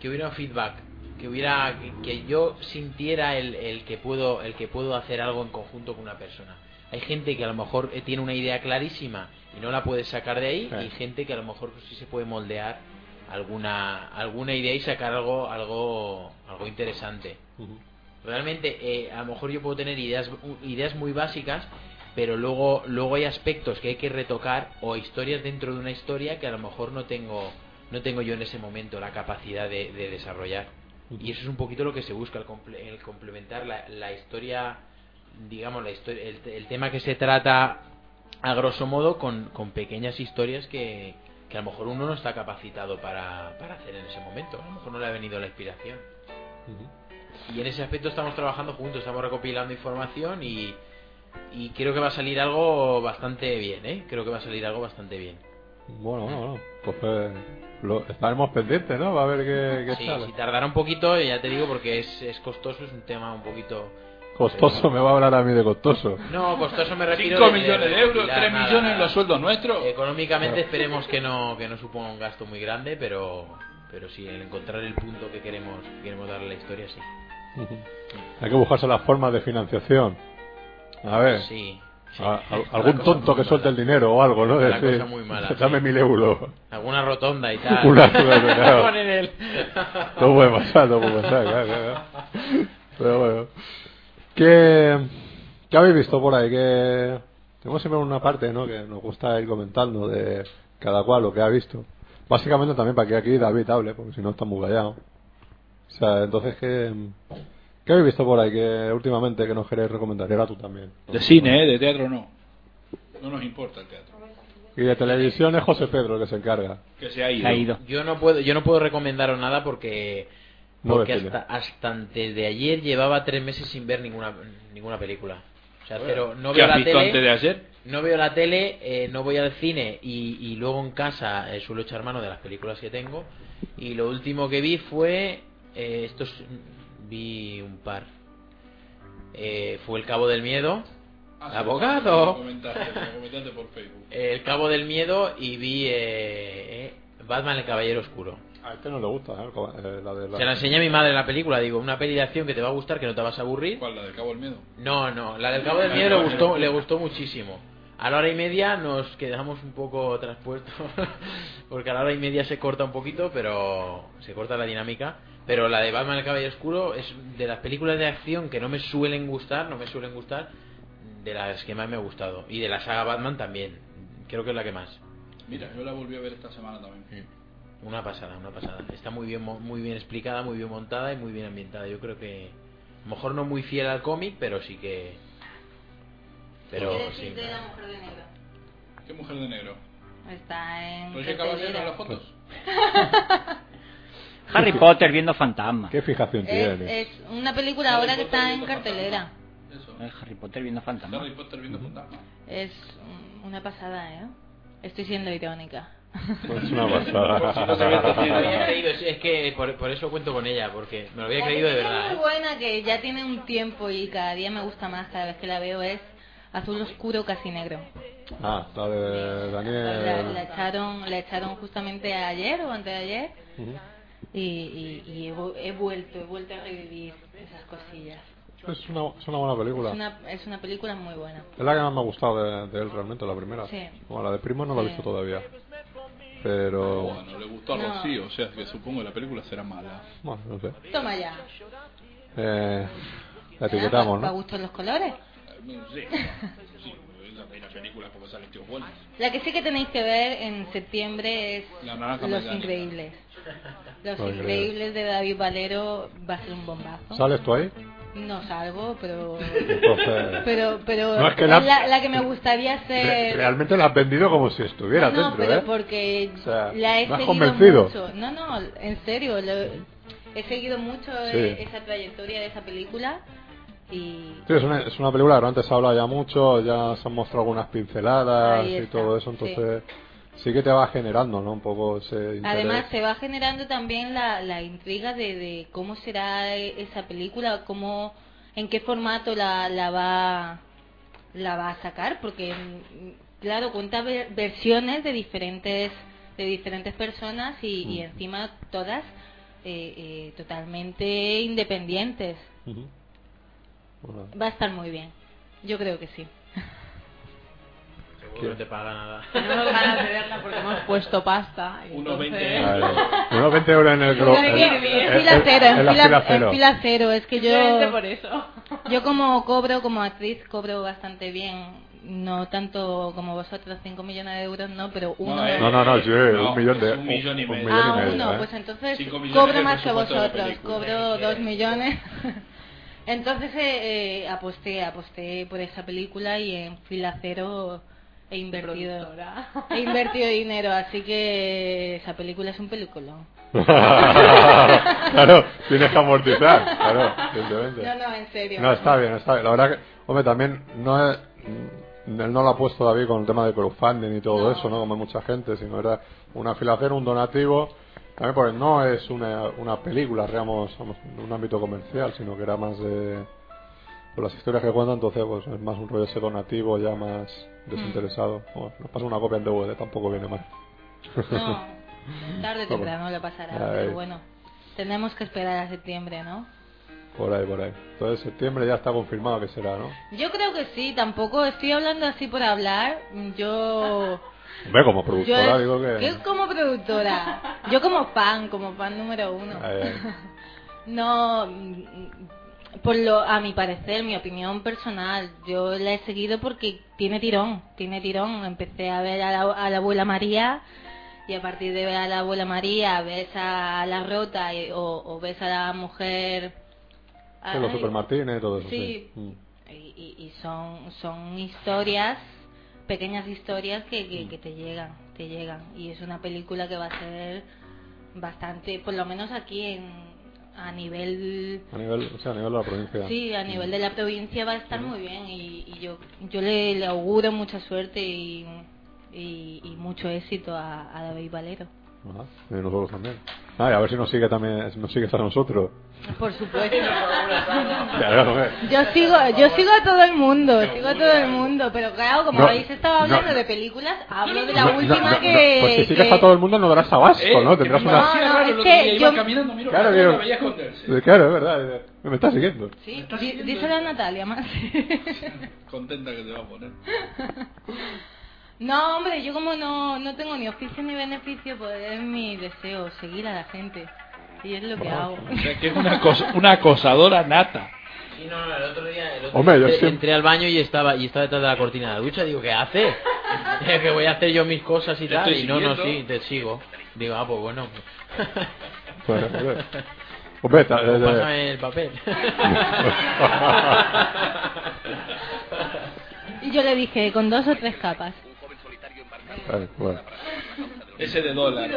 S8: que hubiera un feedback, que hubiera que, que yo sintiera el, el que puedo el que puedo hacer algo en conjunto con una persona. Hay gente que a lo mejor eh, tiene una idea clarísima y no la puede sacar de ahí
S2: Sí.
S8: y gente que a lo mejor sí se puede moldear alguna alguna idea y sacar algo algo algo interesante.
S2: Ujú.
S8: Realmente, eh, a lo mejor yo puedo tener ideas, u- ideas muy básicas, pero luego, luego hay aspectos que hay que retocar o historias dentro de una historia que a lo mejor no tengo, no tengo yo en ese momento la capacidad de, de desarrollar. Y eso es un poquito lo que se busca, el, comple- el complementar la, la historia, digamos, la historia, el, el tema que se trata a grosso modo con, con pequeñas historias que, que a lo mejor uno no está capacitado para, para hacer en ese momento. A lo mejor no le ha venido la inspiración. Y en ese aspecto estamos trabajando juntos, estamos recopilando información y, y creo que va a salir algo bastante bien, ¿eh? Creo que va a salir algo bastante bien.
S2: Bueno, bueno, bueno. Pues eh, lo- estaremos pendientes, ¿no? Va a ver Eh, qué, qué
S8: Sí,
S2: sale.
S8: si tardará un poquito, ya te digo, porque es, es costoso, es un tema un poquito...
S2: Costoso, me va a hablar a mí de costoso.
S8: No, costoso me refiero...
S3: 5
S8: de-
S3: millones de euros,
S8: recopilar,
S3: 3
S8: nada,
S3: millones en
S8: nada.
S3: los sueldos nuestros.
S8: Económicamente esperemos que no, que no suponga un gasto muy grande, pero, pero sí, el encontrar el punto que queremos, que queremos darle a la historia, sí.
S2: Hay que buscarse las formas de financiación. A ver,
S8: Sí. sí.
S2: a- a-
S8: Está la
S2: algún
S8: cosa
S2: tonto
S8: muy
S2: que suelte
S8: mala.
S2: el dinero o algo, ¿no?
S8: Está la
S2: Decir,
S8: cosa muy mala,
S2: *laughs* Dame
S8: sí.
S2: mil euros.
S8: Alguna rotonda
S2: *laughs*
S8: y tal.
S2: Una rotonda,
S3: *laughs*
S2: claro.
S8: Ponen el-
S2: No puede pasar, no puede pasar. claro, claro. Pero bueno. ¿Qué, qué habéis visto por ahí? Que tenemos siempre una parte, ¿no? Que nos gusta ir comentando de cada cual lo que ha visto. Básicamente también para que aquí David hable, porque si no está muy callado. O sea, entonces, ¿qué, qué habéis visto por ahí que últimamente que nos queréis recomendar? Y ahora tú también.
S3: De cine, ¿eh? De teatro no. No nos importa el teatro.
S2: Y de televisión es José Pedro el que se encarga.
S3: Que se ha ido.
S6: Se ha ido.
S8: Yo no puedo, yo no puedo recomendaros nada porque
S2: No
S8: porque
S2: decirle.
S8: hasta, hasta antes de ayer llevaba tres meses sin ver ninguna ninguna película. O sea,
S3: Bueno,
S8: cero, no
S3: ¿qué
S8: veo
S3: has
S8: la
S3: visto
S8: tele,
S3: antes de ayer?
S8: No veo la tele, eh, no voy al cine y, y luego en casa eh, suelo echar mano de las películas que tengo. Y lo último que vi fue. eh, estos. Vi un par. Eh, fue El Cabo del Miedo.
S3: Ah, Me
S8: Ah, ¡Abogado!
S3: comentaste, me comentaste por Facebook.
S8: El Cabo del Miedo y vi. eh, eh, Batman el Caballero Oscuro.
S2: A este no le gusta, ¿eh? Eh, la de la...
S8: Se la enseñé a mi madre la película, digo, una peli de acción que te va a gustar, que no te vas a aburrir.
S3: ¿Cuál, la del Cabo del Miedo?
S8: No, no, la del Cabo del Miedo le gustó, le gustó muchísimo. A la hora y media nos quedamos un poco traspuestos, *laughs* porque a la hora y media se corta un poquito, pero se corta la dinámica. Pero la de Batman el Caballero Oscuro es de las películas de acción que no me suelen gustar, no me suelen gustar, de las que más me ha gustado. Y de la saga Batman también, creo que es la que más.
S3: Mira, yo la volví a ver esta semana también.
S8: Una pasada, una pasada. Está muy bien, mo- muy bien explicada, muy bien montada y muy bien ambientada. Yo creo que a lo mejor no muy fiel al cómic, pero sí que. Pero
S9: ¿Qué
S8: sí.
S9: decís *laughs* de la mujer de negro?
S3: ¿Qué mujer de negro?
S9: Está en.
S3: ¿Roger Pues Caballero en las fotos?
S6: Harry Potter viendo fantasmas.
S2: ¿Qué
S6: Pues,
S2: fijación
S9: Es, es una película ahora que está en cartelera.
S6: Eh, Harry Potter viendo fantasmas.
S3: Harry Potter viendo fantasmas.
S9: Es un- una pasada, ¿eh? Estoy siendo irónica.
S2: Es una pasada.
S8: Por si no se había entendido. Me había creído, sí, es que por, por eso cuento con ella, porque me lo había creído de
S9: Es
S8: verdad.
S9: muy
S8: ¿eh?
S9: buena que ya tiene un tiempo y cada día me gusta más cada vez que la veo. Es azul oscuro casi negro.
S8: Eh.
S2: Ah, la de
S9: La,
S2: Daniel...
S9: la echaron, la echaron justamente ayer o antes de ayer
S2: Ujú.
S9: y, y- y he, vu- he vuelto, he vuelto a revivir esas cosillas.
S2: Es una, es una buena película.
S9: Es una, es una película muy buena.
S2: Es la que más me ha gustado de, de él realmente, la primera.
S9: Sí.
S2: Bueno, la de Primo no la he
S9: Sí.
S2: visto todavía. Pero...
S3: Bueno, le gustó a
S9: No.
S3: Rocío, o sea que supongo que la película será mala.
S2: Bueno, no sé.
S9: Toma ya.
S2: Eh, la etiquetamos,
S9: ¿Te
S2: ¿no?
S9: gustan los colores?
S3: Eh, Sí, sí, la, la película como salen tíos buenos.
S9: La que sí que tenéis que ver en septiembre es
S3: La naranja
S9: Los
S3: mecánica.
S9: Increíbles. Los
S2: Los
S9: Increíbles de David Valero va a ser un bombazo.
S2: ¿Sales tú ahí?
S9: No salgo, pero...
S2: Entonces...
S9: Pero, pero
S2: No, es
S9: es
S2: que
S9: la...
S2: la-
S9: la que me gustaría
S2: Re-
S9: hacer...
S2: realmente la has vendido como si estuvieras
S9: no,
S2: dentro,
S9: pero
S2: ¿eh?
S9: porque
S2: O sea,
S9: la he
S2: me has
S9: seguido
S2: convencido.
S9: mucho. No, no, en serio, lo- he seguido mucho
S2: Sí.
S9: eh, esa trayectoria de esa película y
S2: Sí, es una, es una película que antes se ha hablado ya mucho, ya se han mostrado algunas pinceladas
S9: Ahí
S2: y
S9: está,
S2: todo eso, entonces sí. que te va generando, ¿no? Un poco ese interés.
S9: Además, se va generando también la, la intriga de, de cómo será e- esa película, cómo, en qué formato la, la va la va a sacar, porque mm, claro, cuenta ver- versiones de diferentes de diferentes personas y,
S2: Mm.
S9: y encima todas eh, eh, totalmente independientes.
S2: Ujú. Bueno,
S9: Va a estar muy bien. Yo creo que sí.
S8: Seguro que no te paga nada.
S11: *laughs* Tenemos ganas de verla porque hemos puesto pasta. y
S8: Unos 20
S11: entonces-
S2: vale. Unos 20 euros
S9: *laughs*
S2: en el globo.
S11: Hay que
S2: en-
S11: vivir.
S2: en-
S9: En fila cero, en,
S2: en la
S9: fila,
S2: fila
S9: en
S2: cero.
S9: fila cero, es que
S11: Simplemente
S9: yo...
S11: por eso.
S9: Yo como cobro, como actriz, cobro bastante bien. No tanto como vosotros, 5 millones de euros, no, pero uno...
S3: eh,
S2: No, no, no, sí,
S3: No,
S2: un millón de...
S3: es un millón y
S2: un
S3: medio.
S2: millón
S9: ah,
S2: y medio,
S9: uno,
S2: ¿eh?
S9: pues entonces
S3: Cinco millones
S9: cobro
S3: de
S9: más que
S3: presupuesto de la
S9: vosotros,
S3: película.
S9: cobro 2 millones. *laughs* entonces eh, eh, aposté, aposté por esa película y en fila cero he invertido,
S11: Productora.
S9: he invertido dinero, así que esa película es un peliculón.
S2: *laughs* claro, tienes que amortizar, claro, evidentemente.
S9: No, no, en serio.
S2: No, está bien, está bien. La verdad que, hombre, también no es- él no lo ha puesto David con el tema de crowdfunding y todo eso, ¿no? Como hay mucha gente, sino era una filación, un donativo. También porque no es una, una película, digamos, vamos, en un ámbito comercial, sino que era más de... Por las historias que cuentan, entonces pues es más un rollo ese donativo ya más
S9: Mm.
S2: desinteresado. Bueno, nos pasa una copia en DVD, tampoco viene mal.
S9: No, tarde o
S2: Vamos.
S9: temprano lo pasará,
S2: Ay.
S9: pero bueno, tenemos que esperar a septiembre, ¿no?
S2: Por ahí, por ahí. Entonces septiembre ya está confirmado que será, ¿no?
S9: Yo creo que sí, tampoco estoy hablando así por hablar, yo...
S2: Hombre, como
S9: yo
S2: productora digo que...
S9: yo como productora, yo como fan, como fan número uno.
S2: Ay, ay.
S9: *laughs* No, mm, por lo, a mi parecer, mi opinión personal, yo la he seguido porque tiene tirón, tiene tirón. Empecé a ver a la, a la abuela María y a partir de ver a la abuela María ves a la rota y- o, o ves a la mujer.
S10: Ah,
S2: Sí,
S10: pues,
S2: ¿eh? los
S9: Ay,
S2: Super Martínez, todo eso. Sí.
S9: Sí.
S2: Mm.
S9: y, y- y son son historias pequeñas historias que, que, que te llegan te llegan y es una película que va a ser bastante por lo menos aquí en a nivel
S2: A nivel, o sea, a nivel de la provincia.
S9: Sí, a nivel de la provincia va a estar muy bien y, y yo yo le, le auguro mucha suerte y, y- y mucho éxito a, a David Valero.
S2: Ajá, y nosotros también. Ah, y a ver si nos sigue también, nos sigue hasta
S10: *laughs*
S2: nosotros.
S9: Por supuesto.
S2: Ya, ya lo ves.
S10: Yo sigo, yo sigo a todo el mundo, sigo a todo el mundo, pero claro, como
S2: No,
S10: habéis estado hablando
S2: no.
S10: de películas, hablo de
S2: No,
S10: la
S2: no,
S10: última
S2: no, no,
S10: que...
S2: Pues si sigues
S10: que-
S2: a todo el mundo no darás tabasco,
S3: Eh,
S2: ¿no? Tendrás
S10: no,
S2: una...
S10: no,
S3: Claro,
S10: es
S3: el otro día
S10: que
S3: iba
S10: yo...
S3: caminando, miro,
S2: Claro,
S3: claro,
S2: que-
S3: me veía esconderse.
S2: Claro, es verdad, es verdad. Me está siguiendo.
S9: Sí, di- díselo a Natalia más. *laughs*
S3: Contenta que te va a poner.
S9: No, hombre, yo como no, no tengo ni oficio ni beneficio, pues es mi deseo, seguir a la gente. Y es lo que hago.
S3: O sea, que es una, acos- una acosadora nata.
S8: Sí, no, no, el otro día, el otro
S3: Hombre,
S8: día
S3: yo
S8: entré,
S10: *laughs*
S3: siempre-
S8: entré al baño y estaba y estaba detrás de la cortina de la ducha. Digo, ¿qué hace? que voy a hacer yo mis cosas y
S3: Te
S8: tal.
S3: estoy
S8: Y no, no,
S3: siguiendo.
S8: sí, te sigo. Digo, ah,
S3: *laughs*
S8: pues bueno.
S2: Bueno, hombre. Hombre, ta- eh, eh.
S8: Pásame el papel.
S3: *laughs*
S9: Y yo le dije, con dos o tres capas.
S2: Eh, bueno.
S3: Ese de dólar.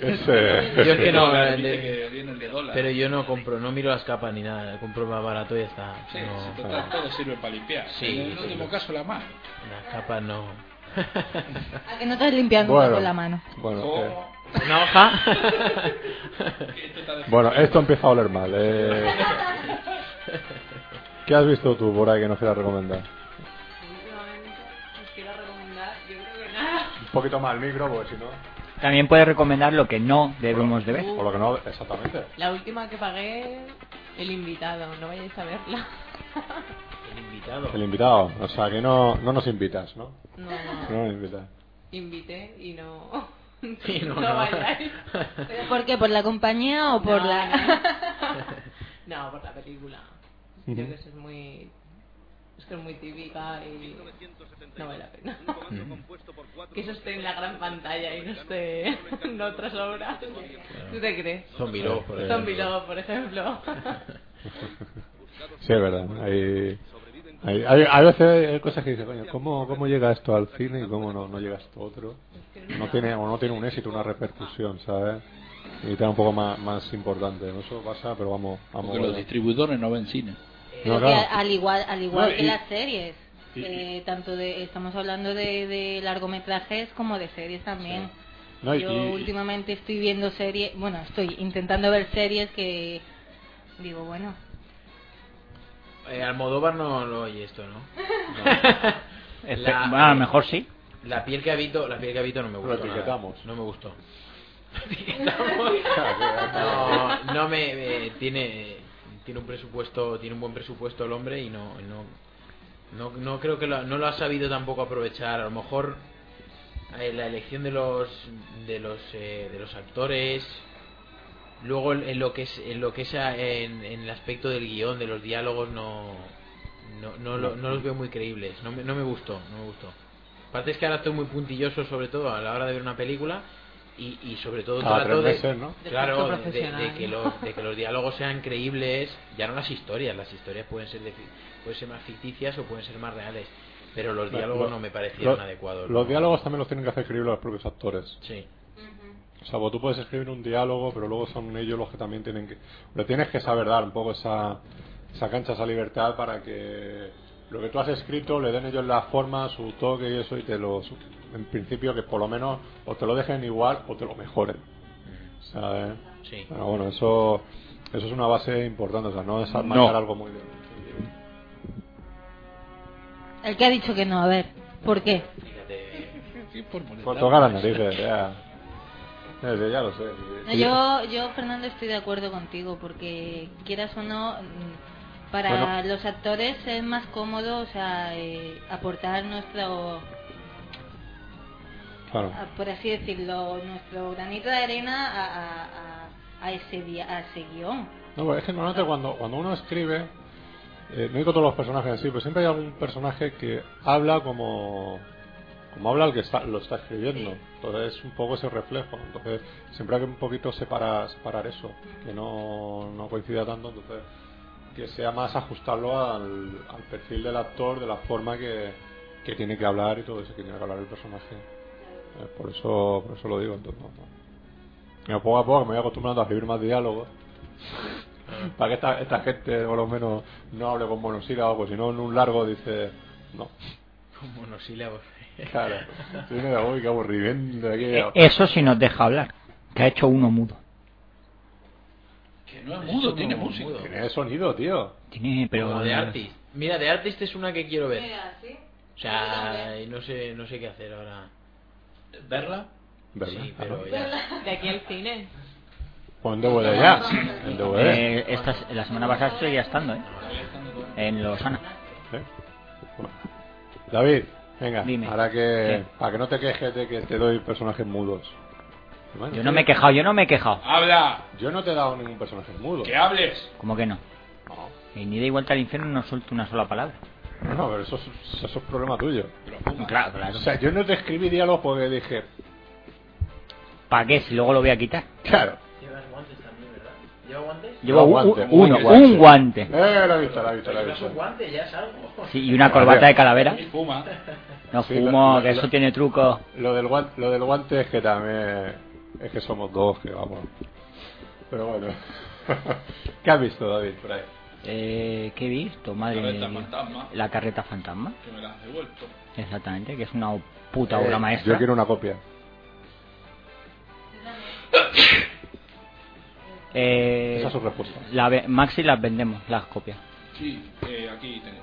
S2: Ese-
S8: Yo es que no,
S3: Dólar,
S8: de-
S3: dice que viene el de dólar.
S8: pero yo no compro, no miro las capas ni nada, compro más barato y ya está.
S3: Sí,
S8: No,
S3: si total, todo sirve para limpiar.
S8: Sí,
S3: en el
S8: sí.
S3: último caso, la mano.
S8: las capas no.
S9: A que no te has limpiado nunca
S2: Bueno.
S9: con la mano.
S2: Bueno, eh,
S8: Una hoja.
S3: *laughs*
S8: *laughs*
S2: bueno, esto empieza a oler mal. eh. *laughs* ¿Qué has visto tú por ahí que nos quieras recomendar?
S11: Os quiero recomendar, yo creo que nada.
S2: Un poquito más el micro, porque si no...
S6: También puedes recomendar lo que no debemos de ver.
S2: Por lo que no, exactamente.
S11: La última que pagué, el invitado, no vayáis a verla. *laughs*
S8: El invitado.
S2: El invitado. O sea, que no, no nos invitas, ¿no?
S11: No,
S2: No nos invitas.
S11: invité y no. *laughs*
S8: Y no, no. *laughs*
S11: vayáis.
S9: ¿Por qué? ¿Por la compañía o por *laughs*
S11: No,
S9: la.?
S11: No, por la película. Yo creo que eso es muy. Es que es muy típica y. No vale la pena. que eso esté en la gran pantalla y no esté en otras obras. ¿Tú te crees?
S8: Zombie Love, por ejemplo.
S11: Zombie Love, por ejemplo.
S2: Sí, es verdad. Hay, hay, hay, hay veces hay cosas que dices, coño, ¿cómo, ¿cómo llega esto al cine y cómo no, no llega esto a otro? No tiene, o no tiene un éxito, una repercusión, ¿sabes? Y está un poco más, más importante. ¿no? Eso pasa, pero vamos. vamos
S3: Porque los distribuidores no ven cine.
S8: Eh,
S9: Creo que a- al igual, al igual
S3: No,
S9: que
S3: y-
S9: las series.
S3: y-
S9: eh, tanto de estamos hablando de, de largometrajes como de series también
S2: No, y-
S9: yo
S2: y-
S9: últimamente estoy viendo series bueno estoy intentando ver series que digo bueno
S8: Eh, Almodóvar no, no oye esto,
S6: *laughs*
S8: ¿no? eh,
S6: Espe- bueno, ah, a lo mejor sí.
S8: La piel que habito, la piel que habito no me gustó. nada.
S2: etiquetamos.
S8: No me gustó.
S10: *laughs*
S8: No, no me, me- tiene tiene un presupuesto, tiene un buen presupuesto el hombre y no no no, no creo que lo, no lo ha sabido tampoco aprovechar. A lo mejor eh, la elección de los de los eh, de los actores luego en en lo que es en lo que es a- en, en el aspecto del guión de los diálogos no no, no, lo- no los veo muy creíbles no me, no me gustó no me gustó aparte es que ahora estoy muy puntilloso sobre todo a la hora de ver una película y, y sobre todo
S2: Cada
S8: trato
S2: tres
S8: de
S2: meses, ¿no?
S11: De
S8: claro
S11: efecto
S8: de, de
S11: profesional.
S8: que los de que los diálogos sean creíbles ya no las historias las historias pueden ser de fi- pueden ser más ficticias o pueden ser más reales pero los diálogos
S2: Lo-
S8: no me parecieron
S2: lo-
S8: adecuados ¿no?
S2: Los diálogos también los tienen que hacer escribir los propios actores.
S8: sí
S2: O sea, vos tú puedes escribir un diálogo, pero luego son ellos los que también tienen que... Pero tienes que saber dar un poco esa, esa cancha, esa libertad para que lo que tú has escrito le den ellos la forma, su toque y eso, y te lo... En principio que por lo menos o te lo dejen igual o te lo mejoren. ¿Sabes?
S8: Sí.
S2: Pero bueno, eso, eso es una base importante, o sea, no es marcar algo muy bien.
S9: el que ha dicho que no a ver por qué
S2: Por tocar eh. las narices, ya. Ya, ya lo sé.
S9: No, yo, yo, Fernando, estoy de acuerdo contigo, porque quieras o no, mm, para
S2: Bueno.
S9: los actores es más cómodo, o sea, eh, aportar nuestro,
S2: Claro.
S3: Ah,
S9: a- Ah, por así decirlo, nuestro granito de arena a, a- a- a ese, dia- a ese guión.
S2: No, pues es que normalmente cuando, cuando uno escribe, eh, no digo todos los personajes en sí, pero siempre hay algún personaje que habla como, como habla el que está, lo está escribiendo. Entonces es un poco ese reflejo. Entonces siempre hay que un poquito separar, separar eso, que no, no coincida tanto. Entonces que sea más ajustarlo al, al perfil del actor, de la forma que, que tiene que hablar y todo eso, que tiene que hablar el personaje. Eh, por eso por eso lo digo. Entonces, no, no. Mira, poco a poco me voy acostumbrando a escribir más diálogos *laughs* Para que esta, esta gente, por lo menos, no hable con monosílabos, porque si no, en un largo dice, no.
S8: Con monosílabos. *laughs*
S2: Claro. Tiene la uy, qué aburrimiento aquí.
S6: Eso sí nos deja hablar. Que ha hecho uno mudo.
S3: Que no es mudo, tiene música.
S2: Tiene sonido, tío.
S6: Tiene, pero.
S8: Como de Artist. Mira, de Artist es una que quiero ver.
S9: Mira, ¿sí?
S8: O sea, y no sé, no sé qué hacer ahora. ¿Verla?
S2: ¿Verdad?
S8: Sí, pero Oh, ya.
S11: *laughs* De aquí al cine.
S2: Pon DVD ya. En DVD.
S6: Ah, Eh, esta, es- la semana pasada estoy ya estando, ¿eh? En Lozana.
S2: ¿Eh? David, venga,
S6: Dime.
S2: ahora que. Para que no te quejes de que te doy personajes mudos. Bueno,
S6: Yo no me he quejado, yo no me he quejado.
S3: ¡Habla!
S2: Yo no te he dado ningún personaje mudo.
S3: ¡Que hables!
S6: ¿Cómo que no? Y ni de igual al infierno no suelto una sola palabra.
S2: No, no, pero eso, es- eso es problema tuyo.
S6: Claro, claro.
S2: O sea, yo no te escribí diálogos porque dije,
S6: ¿Para qué? Si luego lo voy a quitar.
S2: claro.
S8: Llevas guantes también, ¿verdad? ¿Lleva guantes?
S6: Llevo
S2: No,
S6: un-
S2: guante,
S6: un- uno, un guante.
S2: Eh, la he visto, la he visto, la he
S8: Llevas
S2: visto.
S8: un guante, ya es algo.
S6: Sí,
S8: *laughs*
S6: y una corbata de calavera.
S3: Y fuma.
S6: No
S2: Sí,
S6: fumo,
S2: la-
S6: que
S2: la-
S6: eso tiene truco.
S2: Lo del, guan- lo del guante es que también. Es que somos dos, que vamos. Pero bueno. ¿Qué has visto, David, por ahí?
S6: Eh, ¿Qué he visto? Madre mía.
S3: Carreta fantasma.
S6: La carreta fantasma.
S3: Que me la has devuelto.
S6: Exactamente, que es una puta
S2: Eh,
S6: obra maestra.
S2: Yo quiero una copia.
S6: *coughs* Eh,
S2: Esa es su respuesta.
S6: la ve- Maxi las vendemos, las copias.
S3: Sí, eh, aquí tengo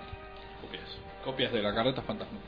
S3: copias. Copias de la carreta fantasma.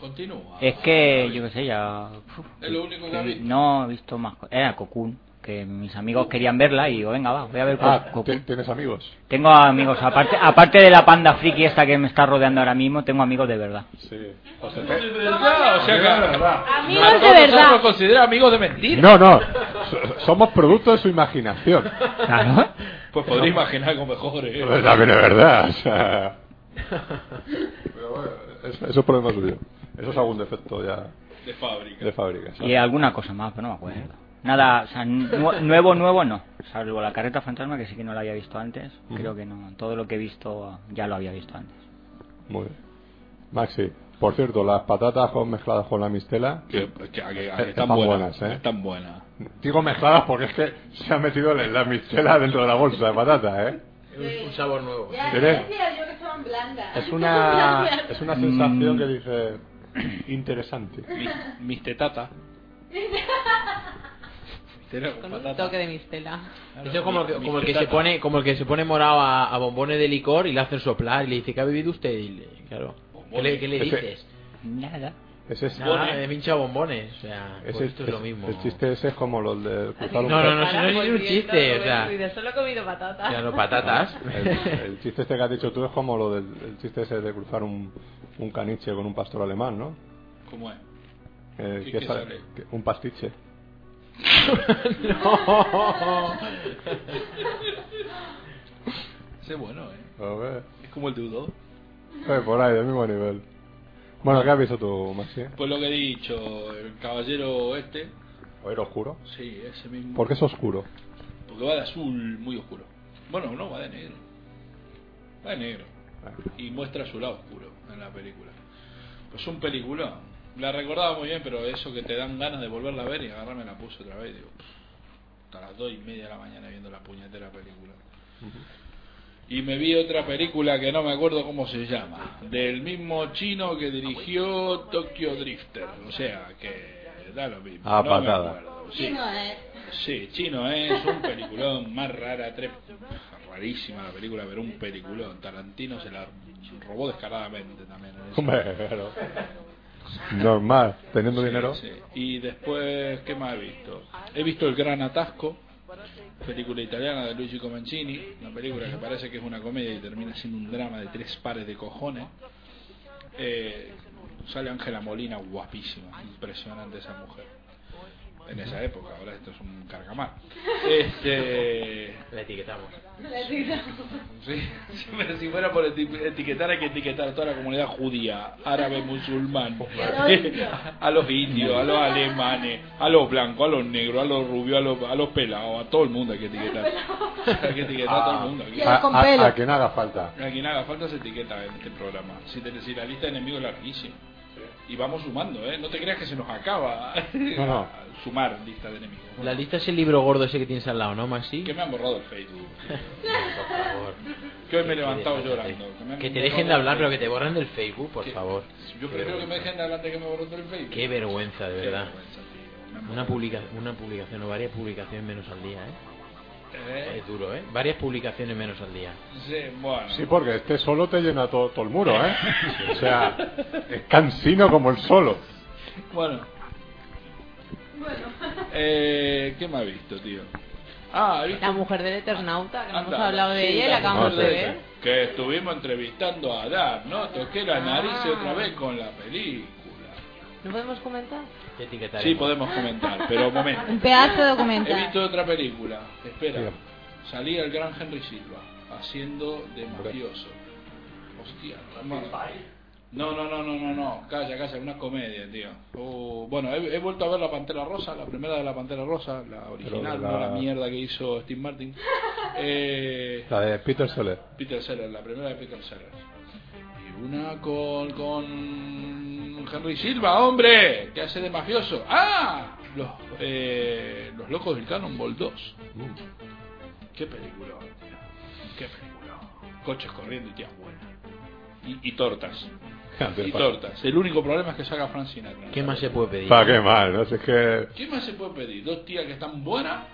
S3: Continúa.
S6: Es que, yo qué sé, ya... uf,
S3: Es lo único que ha visto.
S6: No he visto más... co- Era Cocoon, que mis amigos querían verla y digo, venga, va, voy a ver
S2: Ah,
S6: Cocoon.
S2: ¿tien- ¿tienes amigos?
S6: Tengo amigos, aparte aparte de la panda friki esta que me está rodeando ahora mismo, tengo amigos de verdad.
S2: Sí. O sea,
S3: Amigos Pues de
S2: te-
S3: verdad, o sea que-
S2: Amigos de verdad.
S10: Amigos
S3: Nosotros
S10: de verdad.
S3: Los considera amigos de mentira.
S2: No, no. so- Somos producto de su imaginación.
S6: Claro.
S2: *laughs*
S3: Pues podría imaginar con mejores. ¿eh?
S2: Pero También es verdad. o sea. Pero bueno, eso, eso es problema suyo. Eso es algún defecto ya
S3: De fábrica.
S2: de fábrica. ¿sabes?
S6: Y alguna cosa más, pero no me acuerdo. Nada, o sea, nu- nuevo, nuevo no. Salvo la carreta fantasma, que sí que no la había visto antes.
S2: Ujú.
S6: Creo que no. Todo lo que he visto ya lo había visto antes.
S2: Muy bien. Maxi, por cierto, las patatas con- mezcladas con la mistela.
S3: Que, que- que- que
S2: Eh, Están
S3: están buenas.
S2: buenas, ¿eh?
S3: Están buenas.
S2: Digo mezcladas porque es que se ha metido la, la mistela dentro de la bolsa de patata, ¿eh.
S8: Un, un sabor nuevo.
S9: Ya, ya
S2: Tenés-
S9: decía yo que estaban blandas.
S2: Es una,
S9: Blandas.
S2: es una
S9: Mm.
S8: Mm.
S2: sensación que dice interesante.
S3: Mi- Mis tetata. Mis tetas con
S11: Con un
S3: patata.
S11: toque de mistela.
S8: Eso es como, el que-
S3: Mis
S8: como el que se
S3: tetatas.
S8: pone, como el que se pone morado a, a bombones de licor y le hacen soplar y le dice ¿qué ha bebido usted? Y le- claro. ¿Qué le, qué le
S2: Ese-
S8: dices?
S6: Nada.
S2: Es ese-
S8: Nada, he pinchado bombones. O sea, pues
S2: ese-
S8: esto es lo mismo. Ah,
S2: El chiste ese es como los de cruzar un
S8: No, no, no,
S2: charco.
S8: si no es un chiste, o sea,
S11: Ruido, solo he comido patatas.
S8: ya no patatas.
S2: *laughs*
S11: *laughs*
S2: El,
S8: *laughs*
S2: el chiste este que has dicho tú es como lo del el chiste ese de cruzar un, un caniche con un pastor alemán, ¿no?
S3: ¿Cómo
S2: *laughs*
S3: es?
S2: Eh,
S3: ¿Qué-
S2: que
S3: qué
S2: sa-
S3: sale?
S2: que- un pastiche.
S3: Ese es bueno, ¿eh?
S2: A ver.
S3: Es como el deudo.
S2: Eh, por ahí, del mismo nivel. Bueno, ¿qué has visto tú, Maxi?
S3: Pues lo que he dicho, el caballero este.
S2: ¿Oír oscuro?
S3: Sí, ese mismo.
S2: ¿Por qué es oscuro?
S3: Porque va de azul muy oscuro. Bueno, no, va de negro. Va de negro.
S2: Ah.
S3: Y muestra su lado oscuro en la película. Pues un película. La recordaba muy bien, pero eso que te dan ganas de volverla a ver y agarrarme la puse otra vez. Digo, "Pff, hasta las dos y media de la mañana viendo la puñetera película. Y me vi otra película que no me acuerdo cómo se llama. Del mismo chino que dirigió Tokyo Drifter. O sea, que da lo mismo.
S2: Ah,
S3: no me
S2: patada.
S3: acuerdo, sí.
S9: Sí, no eh. es.
S3: Sí, chino ¿eh? es un peliculón más rara, tres, rarísima la película, pero un peliculón. Tarantino se la robó descaradamente también. en eso.
S2: Hombre, claro. Normal, teniendo
S3: Sí,
S2: dinero.
S3: sí. Y después, ¿qué más he visto? He visto El Gran Atasco, película italiana de Luigi Comencini, una película que parece que es una comedia y termina siendo un drama de tres pares de cojones. Eh, sale Ángela Molina, guapísima, impresionante esa mujer. En esa época, ahora esto es un
S8: *laughs*
S3: cargamar. Este.
S8: La etiquetamos.
S3: Sí, *laughs* sí, pero si fuera por eti- etiquetar hay que etiquetar a toda la comunidad judía, árabe, musulmán, *laughs* a los indios, a los alemanes, a los blancos, a los negros, a los rubios, a los, a los pelados, a todo el mundo hay que etiquetar. Hay que etiquetar a todo el mundo. Aquí,
S10: Quiero
S2: Ah, A,
S10: con
S2: a-
S10: pelo.
S2: a quien haga falta.
S3: a quien haga falta se etiqueta en este programa. Si, te- si la lista de enemigos es larguísima. Y vamos sumando, ¿eh? No te creas que se nos acaba. *laughs*
S2: No, no.
S3: sumar lista de enemigos.
S8: La lista es el libro gordo ese que tienes al lado, ¿no, Maxi?
S3: Que me han borrado el
S8: *laughs*
S3: Facebook.
S8: Por favor.
S3: Que hoy me he
S8: Que
S3: levantado
S8: dejas-
S3: llorando. que me han
S8: Que te
S3: borrado
S8: dejen
S3: el
S8: de hablar, pero que
S3: Facebook.
S8: te borran del Facebook, por favor.
S3: Yo
S8: Qué
S3: prefiero que
S8: vergüenza.
S3: me dejen de hablar de que me borren del Facebook.
S8: Qué vergüenza, de
S3: Qué
S8: verdad.
S3: vergüenza,
S8: Una, publica una publicación o varias publicaciones menos al día, ¿eh?
S3: Eh,
S8: Es duro, ¿eh? Varias publicaciones menos al día.
S3: sí, bueno.
S2: Sí, porque este solo te llena todo, todo el muro, ¿eh? O sea, es cansino como el solo.
S3: Bueno. Eh, ¿Qué me ha visto, tío? Ah, he visto-
S11: La mujer del Eternauta, que no hemos
S3: Anda,
S11: hablado de
S3: sí,
S11: ella
S3: la
S11: y la acabamos
S3: mujer
S11: de
S3: de
S11: ver.
S3: Que estuvimos entrevistando a Adam, ¿no? Toqué la nariz otra vez con la película.
S11: ¿No podemos comentar?
S3: Sí, podemos comentar, pero un momento.
S10: Un pedazo de
S3: He
S10: documental.
S3: visto otra película. Espera. Salía el gran Henry Silva haciendo de mafioso. Hostia, hermano. No, no, no, no, no, no. Calla, calla, una comedia, tío. Oh, bueno, he, he vuelto a ver La Pantera Rosa, la primera de La Pantera Rosa, la original,
S2: la-
S3: no la mierda que hizo Steve
S10: *laughs*
S3: Martin. Eh,
S2: La de Peter Soler.
S3: Peter Sellers, la primera de Peter Sellers. Y una con, con Henry Silva, hombre, que hace de mafioso. ¡Ah! Los, eh, los locos del Cannonball 2. ¡Qué película! tío! ¡Qué película! Coches corriendo y tías buenas. Y, y tortas. Y tortas. El único problema es que saca Frank Sinatra.
S8: ¿Qué más se puede pedir?
S2: Para qué mal, no sé qué.
S3: ¿Qué más se puede pedir? Dos tías que están buenas,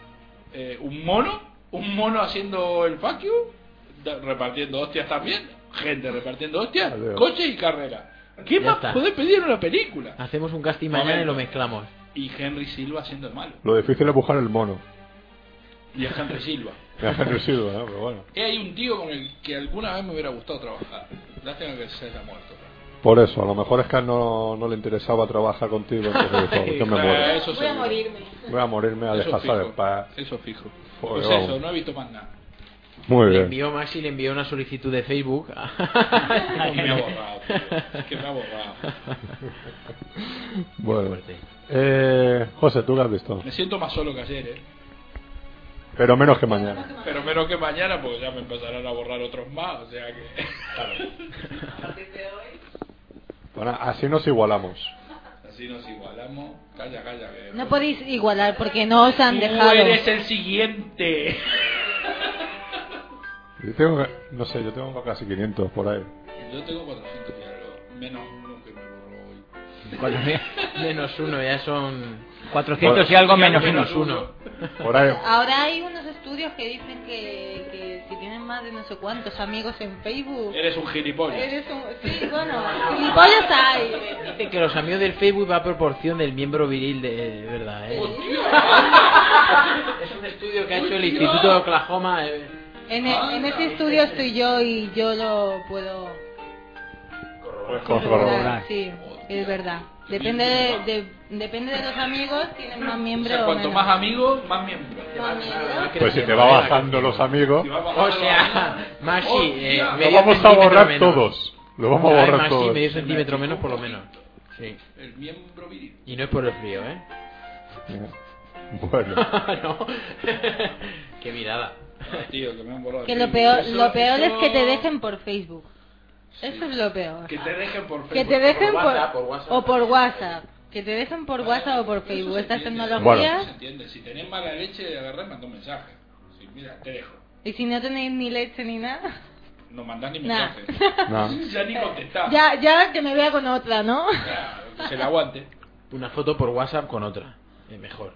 S3: eh, un mono, un mono haciendo el fuck you, da- repartiendo hostias también, gente repartiendo
S2: Ah,
S3: hostias,
S8: Adiós.
S3: coche y carrera. ¿Qué
S8: Ya
S3: más
S8: está.
S3: podés pedir en una película?
S8: Hacemos un casting mañana y
S3: Momento.
S8: lo mezclamos.
S3: Y Henry Silva haciendo el malo.
S2: Lo difícil es buscar el mono.
S3: Y a Henry
S2: *laughs*
S3: Silva.
S2: Me
S3: *laughs*
S2: ha parecido, ¿no? Pero bueno.
S3: Y hay un tío con el que alguna vez me hubiera gustado trabajar. Lástima que se haya muerto.
S2: Por eso, a lo mejor es que no, no le interesaba trabajar contigo, entonces
S3: *laughs*
S2: dijo,
S3: Eh,
S2: que me muero.
S3: eso seguro.
S2: Voy a morirme a
S3: Eso
S2: descansar
S3: fijo.
S2: en paz.
S3: Eso fijo.
S2: Joder,
S3: Pues
S2: vamos.
S3: eso, no he visto más nada.
S2: Muy
S8: Le
S2: bien.
S8: envió Maxi, le envió una solicitud de Facebook. *laughs*
S3: Es que me ha borrado, tío. Es que me ha
S2: *laughs*
S3: borrado.
S2: Bueno. Eh, José, ¿tú qué has visto?
S3: Me siento más solo que ayer, ¿eh?
S2: Pero menos que mañana.
S3: Pero menos que mañana, porque ya me empezarán a borrar otros más, o sea que...
S10: *laughs*
S2: Bueno, así nos igualamos.
S3: Así nos igualamos. Calla, calla. que-
S10: No podéis igualar porque no os han dejado.
S3: Tú eres el siguiente.
S2: Yo tengo, que- no sé, yo tengo casi 500 por ahí.
S3: Yo tengo 400 ya, lo- menos uno que me borró hoy.
S8: Cuatro- menos uno, ya son...
S6: 400 y algo menos
S8: uno.
S2: Por ahí.
S9: Ahora hay unos estudios que dicen que, que si tienes más de no sé cuántos amigos en Facebook...
S3: Eres un gilipollas.
S9: Eres un... Sí, bueno, gilipollas hay.
S8: Dice que los amigos del Facebook va a proporción del miembro viril de... verdad, ¿eh? *laughs* Es un estudio que ha hecho el Instituto de Oklahoma. eh,
S10: En, e- en este estudio estoy yo y yo lo puedo
S2: Pues
S10: corroborar. Sí, es verdad. Depende de, de- depende de los amigos, tienen más
S3: O
S10: miembros.
S3: sea,
S10: o
S3: cuanto
S10: menos.
S3: más amigos, más miembros.
S10: Ah,
S2: Pues si te va bajando los amigos,
S8: O sea,
S3: Oh,
S8: Maxi, eh,
S3: Hostia.
S8: medio
S2: lo vamos a
S8: centímetro
S2: borrar
S8: menos.
S2: todos. Lo vamos a
S8: Ay,
S2: borrar
S8: Maxi,
S2: todos.
S8: medio centímetro menos por lo menos. Sí.
S3: El miembro viril.
S8: Y no es por el frío, ¿eh?
S2: Bueno.
S8: *laughs*
S2: *laughs*
S8: no. Qué mirada.
S3: No, Ah, tío, que me han borrado.
S10: Que
S3: el
S10: lo
S3: Facebook.
S10: peor,
S3: Eso-
S10: lo peor
S3: eso-
S10: es que te dejen por Facebook. Eso es lo peor.
S3: Que te dejen por Facebook.
S10: Que te dejen por,
S3: WhatsApp,
S10: o por WhatsApp. Que te dejen por WhatsApp o por Facebook. Estas tecnologías.
S3: Se entiende, si tenés mala leche, agarrás y mandá un mensaje. Si, mira, te dejo.
S10: Y si no tenéis ni leche ni nada.
S3: No mandás ni
S10: Nah.
S3: mensaje. *laughs*
S10: *laughs*
S3: Ya ni contestás.
S10: Ya, ya que me vea con otra, ¿no?
S3: Que Se la aguante.
S8: Una foto por WhatsApp con otra. Es mejor.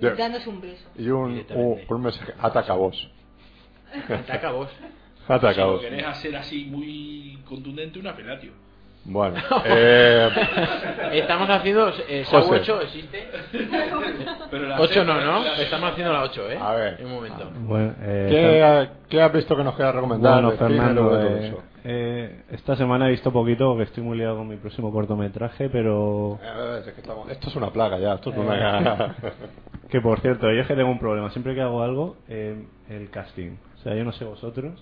S2: Ya.
S10: Dándose un beso.
S2: Y un, un, un mensaje, ataca vos.
S8: Ataca vos.
S2: Ataca
S3: Si lo
S2: vos.
S3: querés hacer así muy contundente, un apelatio.
S2: *laughs* Bueno. Eh,
S8: Estamos haciendo. Eh, ¿Sau
S2: José.
S8: 8 existe?
S3: Pero la
S8: 8
S3: sexta-
S8: no, ¿no?
S3: la-
S8: Estamos haciendo la 8, ¿eh?
S2: A ver. Ah.
S8: Un momento.
S4: Bueno, eh,
S2: ¿Qué, ha- qué has visto que nos queda recomendar?
S4: Bueno,
S2: de cine, luego
S4: Fernando,
S2: de todo
S4: eh,
S2: eso?
S4: eh, esta semana he visto poquito porque estoy muy liado con mi próximo cortometraje, pero
S2: Eh, es que estamos- Esto es una plaga ya, esto es
S4: Eh.
S2: *laughs* una...
S4: que por cierto, yo es que tengo un problema. Siempre que hago algo, eh, el casting. O sea, yo no sé vosotros,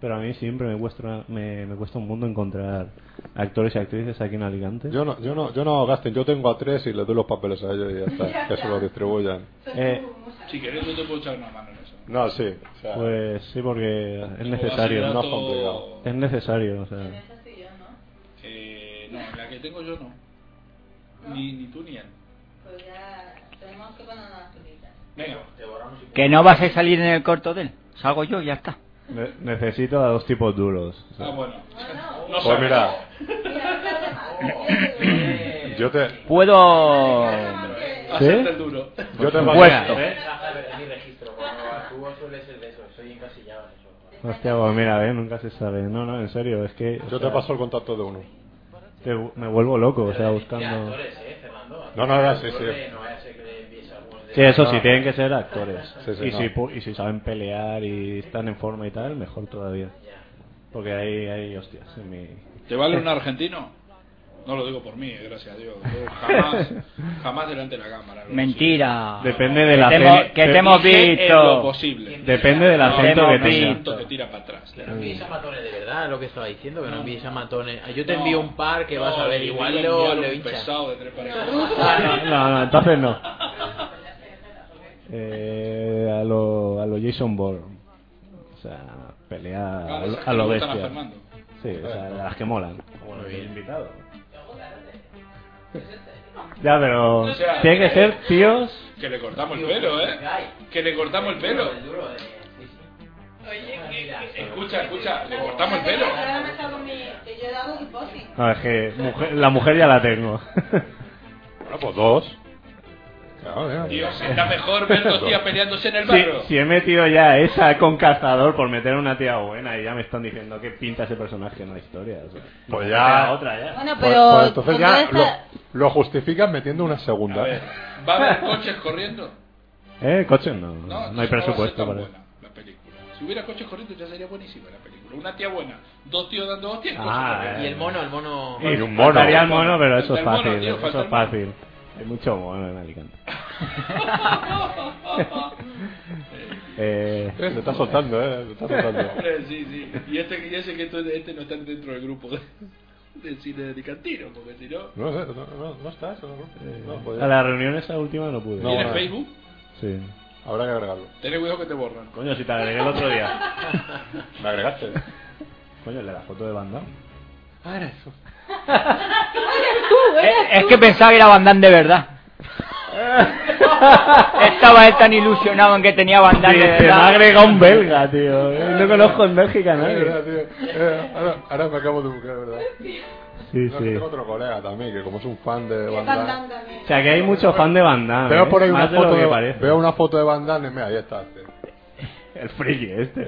S4: pero a mí siempre me cuesta, me, me cuesta un mundo encontrar actores y actrices aquí en Alicante.
S2: yo, no, yo, no, yo no hago casting, yo tengo a tres y les doy los papeles a ellos y ya
S9: *laughs*
S2: está, que se los distribuyan.
S4: Eh,
S3: Si querés, yo te puedo echar una mano en eso.
S2: No, sí. o sea,
S4: pues sí, porque es
S3: Como
S4: necesario.
S3: base de datos-
S4: Es necesario, o sea.
S3: Eh, no, la que tengo yo no. Ni, ni tú ni él.
S9: Pues ya tenemos no os quepan nada las pepitas.
S6: Que no vas a salir en el corto de él. Salgo yo y ya está.
S12: Ne- necesito a dos tipos duros.
S3: Ah, bueno.
S12: Pues
S3: sabes.
S12: mira.
S2: Yo te.
S6: Puedo.
S3: Hacerte Eh. el duro. Pues
S2: Yo te
S6: Puesto.
S2: ¿eh?
S8: Mi registro, cuando actúo suele ser de eso, estoy encasillado en eso.
S12: Hostia, pues mira, ¿eh? nunca se sabe. No, no, en serio, es que.
S2: Yo te paso el contacto de uno.
S12: te vu- me vuelvo loco, o sea, buscando.
S8: Actores, eh, Fernando.
S2: No, no, no, sí, sí.
S8: Actores, No vaya a ser que le empiece algún de-
S12: Sí, eso sí,
S8: No.
S12: tienen que ser actores.
S2: Sí, sí,
S12: y,
S2: no.
S12: si, pu- y si saben pelear y están en forma y tal, mejor todavía. Porque ahí hay hostias en mi.
S3: ¿Te vale un argentino? No lo digo por mí, eh, gracias a Dios. Yo jamás, jamás delante de la cámara. lo
S6: Mentira.
S12: Depende de la
S6: Que te hemos-
S12: peli-
S6: que te
S12: de-
S6: hemos
S3: dije en lo
S6: visto.
S3: posible.
S12: Depende del
S8: No,
S12: acento
S8: no,
S12: que
S8: no,
S12: tenga.
S8: no.
S3: que tira para atrás.
S8: Que no envíes a matones de verdad, lo que estaba diciendo, que no,
S3: No.
S8: envíes a matones. Ah, Yo te
S3: No.
S8: envío un par que
S3: No,
S8: vas a ver,
S3: le
S8: igual
S3: voy a
S8: lo,
S3: enviar
S8: lo
S3: un
S8: hinchas.
S3: pesado de tres Ah, pares.
S8: *laughs*
S12: No, no, entonces no. Eh, a, lo, a lo Jason Bourne. O sea, pelea
S3: Ah,
S12: a lo-
S3: esas
S12: a
S3: que
S12: lo
S3: le gustan a
S12: bestia.
S3: Fernando.
S12: Sí, o sea, las que molan.
S8: Muy bien.
S12: invitado. Ya, pero
S3: O sea,
S12: tiene
S2: eh,
S12: que ser tíos.
S3: Que le cortamos el pelo, ¿eh? Que le cortamos el pelo. Ah, Escucha, escucha, le cortamos el pelo.
S9: Ahora me salgo mi... que yo he dado un posing.
S12: No, es que mujer- la mujer ya la tengo.
S2: *laughs* Bueno, pues dos. Claro, ya.
S3: Dios, está mejor ver dos tías peleándose en el
S12: Si,
S3: barro.
S12: si he metido ya esa con cazador por meter a una tía buena y ya me están diciendo que pinta ese personaje en la historia. o sea,
S2: Pues
S12: queda
S2: ya.
S12: otra ya.
S9: Bueno,
S2: Pues-
S9: pero...
S2: pues entonces ya
S9: con toda esta-
S2: lo, lo justificas metiendo una segunda.
S3: A ver, ¿va a haber coches corriendo?
S5: *laughs*
S12: Eh, coches no,
S3: No,
S12: no,
S3: no va a
S12: hay
S3: ser
S12: presupuesto
S3: tan
S12: para eso.
S3: buena la película. Si hubiera coches corriendo ya sería buenísima la película. Una tía buena, dos tíos dando hostias y coches
S12: *laughs* Ah,
S3: corriendo.
S8: Y el mono, el mono.
S12: Y
S2: un mono.
S12: Faltaría el mono, pero eso
S3: Falta el
S12: es
S3: mono,
S12: fácil.
S3: tío, falta
S12: eso es
S3: el mono.
S12: fácil. Hay mucho mono
S3: *laughs*
S12: en Alicante.
S2: Eh,
S12: eh,
S2: te está soltando, eh. Te está soltando.
S3: Hombre, *laughs* sí, sí. Y este, ya sé que esto- este no está dentro del grupo de, del cine de Alicantino, porque si no... Eh,
S2: No, sé, no, no, no estás. No, no, pues
S12: a la reunión esa última no pude.
S2: No,
S3: ¿Tienes
S2: no.
S3: Facebook?
S12: Sí.
S2: Habrá que agregarlo.
S3: Tenés cuidado que te borran.
S12: Coño, si te agregué el otro día.
S5: *laughs*
S2: ¿Me agregaste?
S12: Coño, le la foto de banda.
S6: Es, es que pensaba que era bandán de verdad. *laughs* Estaba él tan ilusionado en que tenía bandán de
S12: te me ha
S6: verdad.
S12: agregado un belga, tío.
S3: Ah,
S12: Eh, No conozco en Bélgica a
S2: Eh, verdad,
S12: nadie.
S2: tío. Eh, ahora, ahora me acabo de buscar, ¿verdad?
S12: Sí,
S2: No, que
S12: sí.
S2: Tengo otro colega también, que como es un fan de
S9: que
S2: Van
S9: Van
S2: Damme-
S9: Damme también.
S12: O sea, que hay mucho fan de banda.
S2: Veo por ahí una
S12: Más de lo
S2: foto
S12: que
S2: de,
S12: parece.
S2: veo una foto de Van Damme, mira, ahí está. este.
S12: *laughs* El friki este.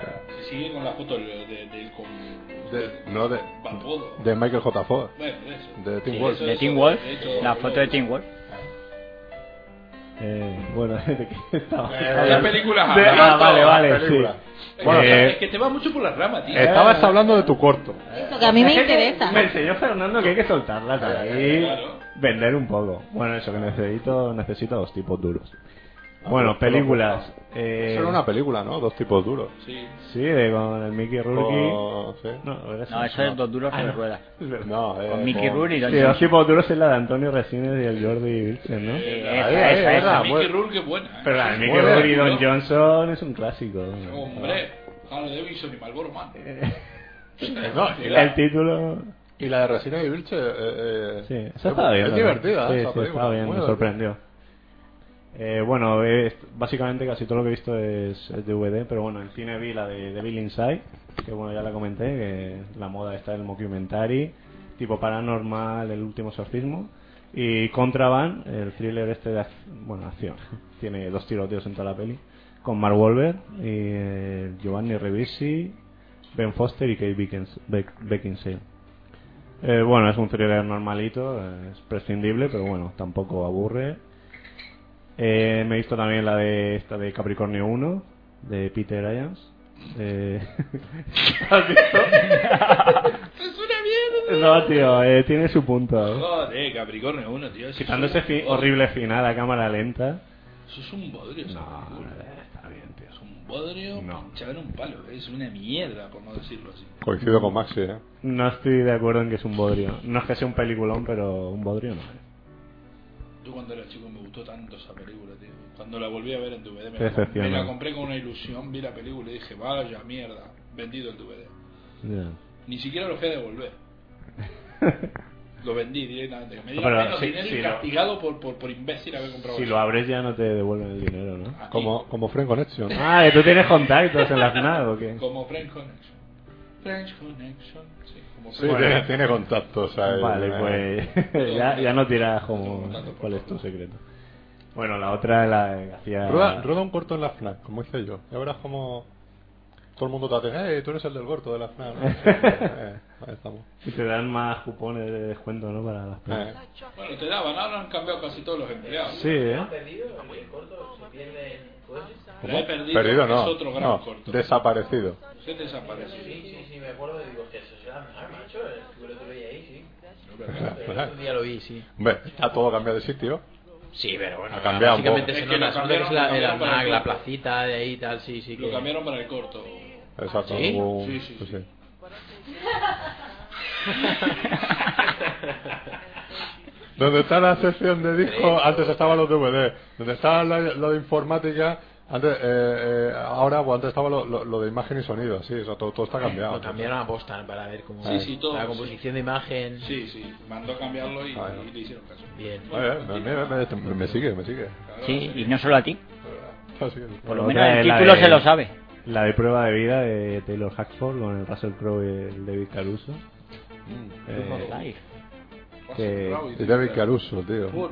S3: Si sigue con la foto de- de- del... con-
S2: De- no, de-
S3: Barbudo.
S2: De Michael J. Ford.
S3: Bueno, de eso.
S2: De Tim
S3: Sí,
S2: Wolf.
S3: eso,
S6: De
S3: eso,
S6: Team Wolf.
S3: de hecho,
S6: La foto de Team Wolf.
S12: Eh, bueno, *laughs* ¿de qué estaba?
S3: Eh, la película.
S12: De- ah, vale, vale, sí.
S2: Película.
S3: Bueno,
S12: Eh,
S3: es que te va mucho por la rama, tío. Eh,
S2: Estabas hablando de tu corto.
S9: Eso, que a mí me interesa.
S12: Me enseñó Fernando que hay que soltarlas de ahí,
S3: Claro.
S12: vender un poco. Bueno, eso que necesito, necesito dos tipos duros. Bueno, películas. Eh,
S2: Eso era una película, ¿no? Dos tipos duros.
S3: Sí.
S12: Sí, de con el Mickey Rourke.
S2: Con- sí.
S12: No, Ah, eso
S6: No, eso es dos duros sobre
S12: *laughs*
S6: ruedas.
S2: No, eh,
S6: Con Mickey Rourke y Don
S12: Sí, dos
S6: Johnson.
S12: tipos duros es la de Antonio Resines y el Jordi Wilson, ¿no?
S6: Eh,
S2: Ahí,
S6: Esa,
S2: ahí,
S6: esa,
S2: ahí,
S6: esa.
S2: ahí.
S3: Mickey Rourke es buena. ¿eh?
S12: Pero la de Mickey
S2: Joder,
S12: Rourke y Don
S3: ¿no?
S12: Johnson es un clásico.
S3: Hombre, Harley Davidson y Malboro Man. *laughs*
S2: Eh, no, y, la,
S12: Ah. El título...
S2: y la de Resina y Vilche. eh, eh,
S12: Sí, esa
S2: es,
S12: estaba bien.
S2: es
S12: ¿no?
S2: divertida
S12: Sí,
S2: esa
S12: sí,
S2: película.
S12: estaba bien,
S2: muy
S12: me
S2: divertida.
S12: sorprendió. Eh, bueno, es- básicamente casi todo lo que he visto es, es DVD, pero bueno, en cine vi la de Devil Inside, que bueno, ya la comenté, que la moda está del mockumentary, tipo paranormal, el último exorcismo, y Contraband, el thriller este de, ac- bueno, acción, *laughs* tiene dos tiroteos en toda la peli, con Mark Wahlberg, y, eh, Giovanni Ribisi, Ben Foster y Kate Beckins- Beck- Beckinsale. Eh, bueno, es un thriller normalito, eh, es prescindible, pero bueno, tampoco aburre. Eh, me he visto también la de esta de Capricornio 1, de Peter Ryans. Eh, *laughs* ¿Has visto?
S3: Es una mierda.
S12: No, tío, eh, tiene su punto.
S3: Joder, Capricornio 1, tío. eso
S12: Quitando
S3: es un
S12: ese fi-
S3: bodrio.
S12: horrible final a cámara lenta.
S3: Eso es un bodrio. esa
S12: No,
S3: película.
S12: eh, está bien, tío.
S3: Es un bodrio
S12: No.
S3: pinchado en un palo. Es una mierda, por no decirlo así.
S2: Coincido con Maxi, ¿eh?
S12: No estoy de acuerdo en que es un bodrio. No es que sea un peliculón, pero un bodrio no es.
S3: Yo cuando era chico me gustó tanto esa película, tío. Cuando la volví a ver en DVD me,
S12: Te
S3: la, com-
S12: decepciona.
S3: me la compré con una ilusión, vi la película y dije, vaya mierda, vendido el DVD.
S12: Ya. *laughs*
S3: Ni siquiera lo fui a devolver. Lo vendí directamente. Me
S12: No,
S3: dieron
S12: pero
S3: menos
S12: sí,
S3: dinero
S12: sí,
S3: y
S12: lo-
S3: castigado por, por, por imbécil haber comprado
S12: Si
S3: eso.
S12: lo abres ya no te devuelven el dinero, ¿no?
S2: Como, como Friend Connection.
S12: Ah, que tú tienes contactos en la FNAC o qué.
S3: Como French Connection. French Connection, sí. Como
S2: Sí,
S3: French
S2: tiene,
S3: Connection.
S2: tiene contactos eh, ahí.
S12: Vale,
S2: *laughs*
S12: pues *laughs* ya, ya no dirás como cuál es tu secreto. Bueno, la otra la que hacía...
S2: Rueda, rueda un corto en la FNAC, como hice yo. Ya verás como todo el mundo te hace, eh, tú eres el del corto de la FNAC. *laughs* ¿no? Eh, ahí estamos.
S12: Y te dan más cupones de descuento, ¿no? Para
S2: Eh.
S12: las pruebas.
S3: Bueno, te daban, ahora han cambiado casi todos los empleados.
S12: Sí, ¿eh?
S3: La he perdido,
S2: ¿Eh? Perdido no.
S3: es otro gran
S2: no,
S3: corto.
S2: Desaparecido.
S3: Se desaparece.
S5: Sí, sí, sí, me acuerdo y digo que eso será mejor, macho. El otro día ahí,
S2: *laughs*
S5: *laughs*
S2: El
S8: otro día lo vi, sí.
S2: Hombre, está todo cambiado de sitio.
S8: Sí, pero bueno,
S2: Ha cambiado un
S8: básicamente
S2: poco.
S8: se
S2: Es que
S8: nota,
S2: lo
S8: se nota que es la,
S3: cambiaron,
S8: la,
S3: lo cambiaron
S8: la-
S3: para
S8: la
S3: el corto.
S8: placita de ahí y tal, sí, sí.
S3: Lo
S8: que-
S3: cambiaron para el corto.
S2: Exacto.
S8: ¿Sí?
S2: hubo un-
S8: Sí, sí,
S2: pues
S8: sí.
S2: Donde está la sección de disco, antes estaban los DVD. Donde estaba la- lo de informática, antes, eh, eh, ahora, pues antes estaba lo, lo- lo de imagen y sonido. Sí, eso, todo, todo está cambiado.
S8: Lo cambiaron a Boston para ver cómo
S2: Sí, sí,
S3: todo,
S8: la
S3: sí.
S8: composición de imagen.
S3: Sí, sí, mandó a cambiarlo y,
S8: Bueno.
S3: y le hicieron caso.
S8: Bien.
S2: Vale, me, me- me- me sigue, me sigue. Ah,
S6: Sí, y no solo a ti.
S2: Así es.
S6: Por lo
S12: La
S6: menos
S12: otra
S6: el
S12: es la
S6: título
S12: de-
S6: se lo sabe.
S12: La de prueba de vida de Taylor Hackford con el Russell Crowe y el David Caruso. Eh, que-
S2: Y David Caruso, tío.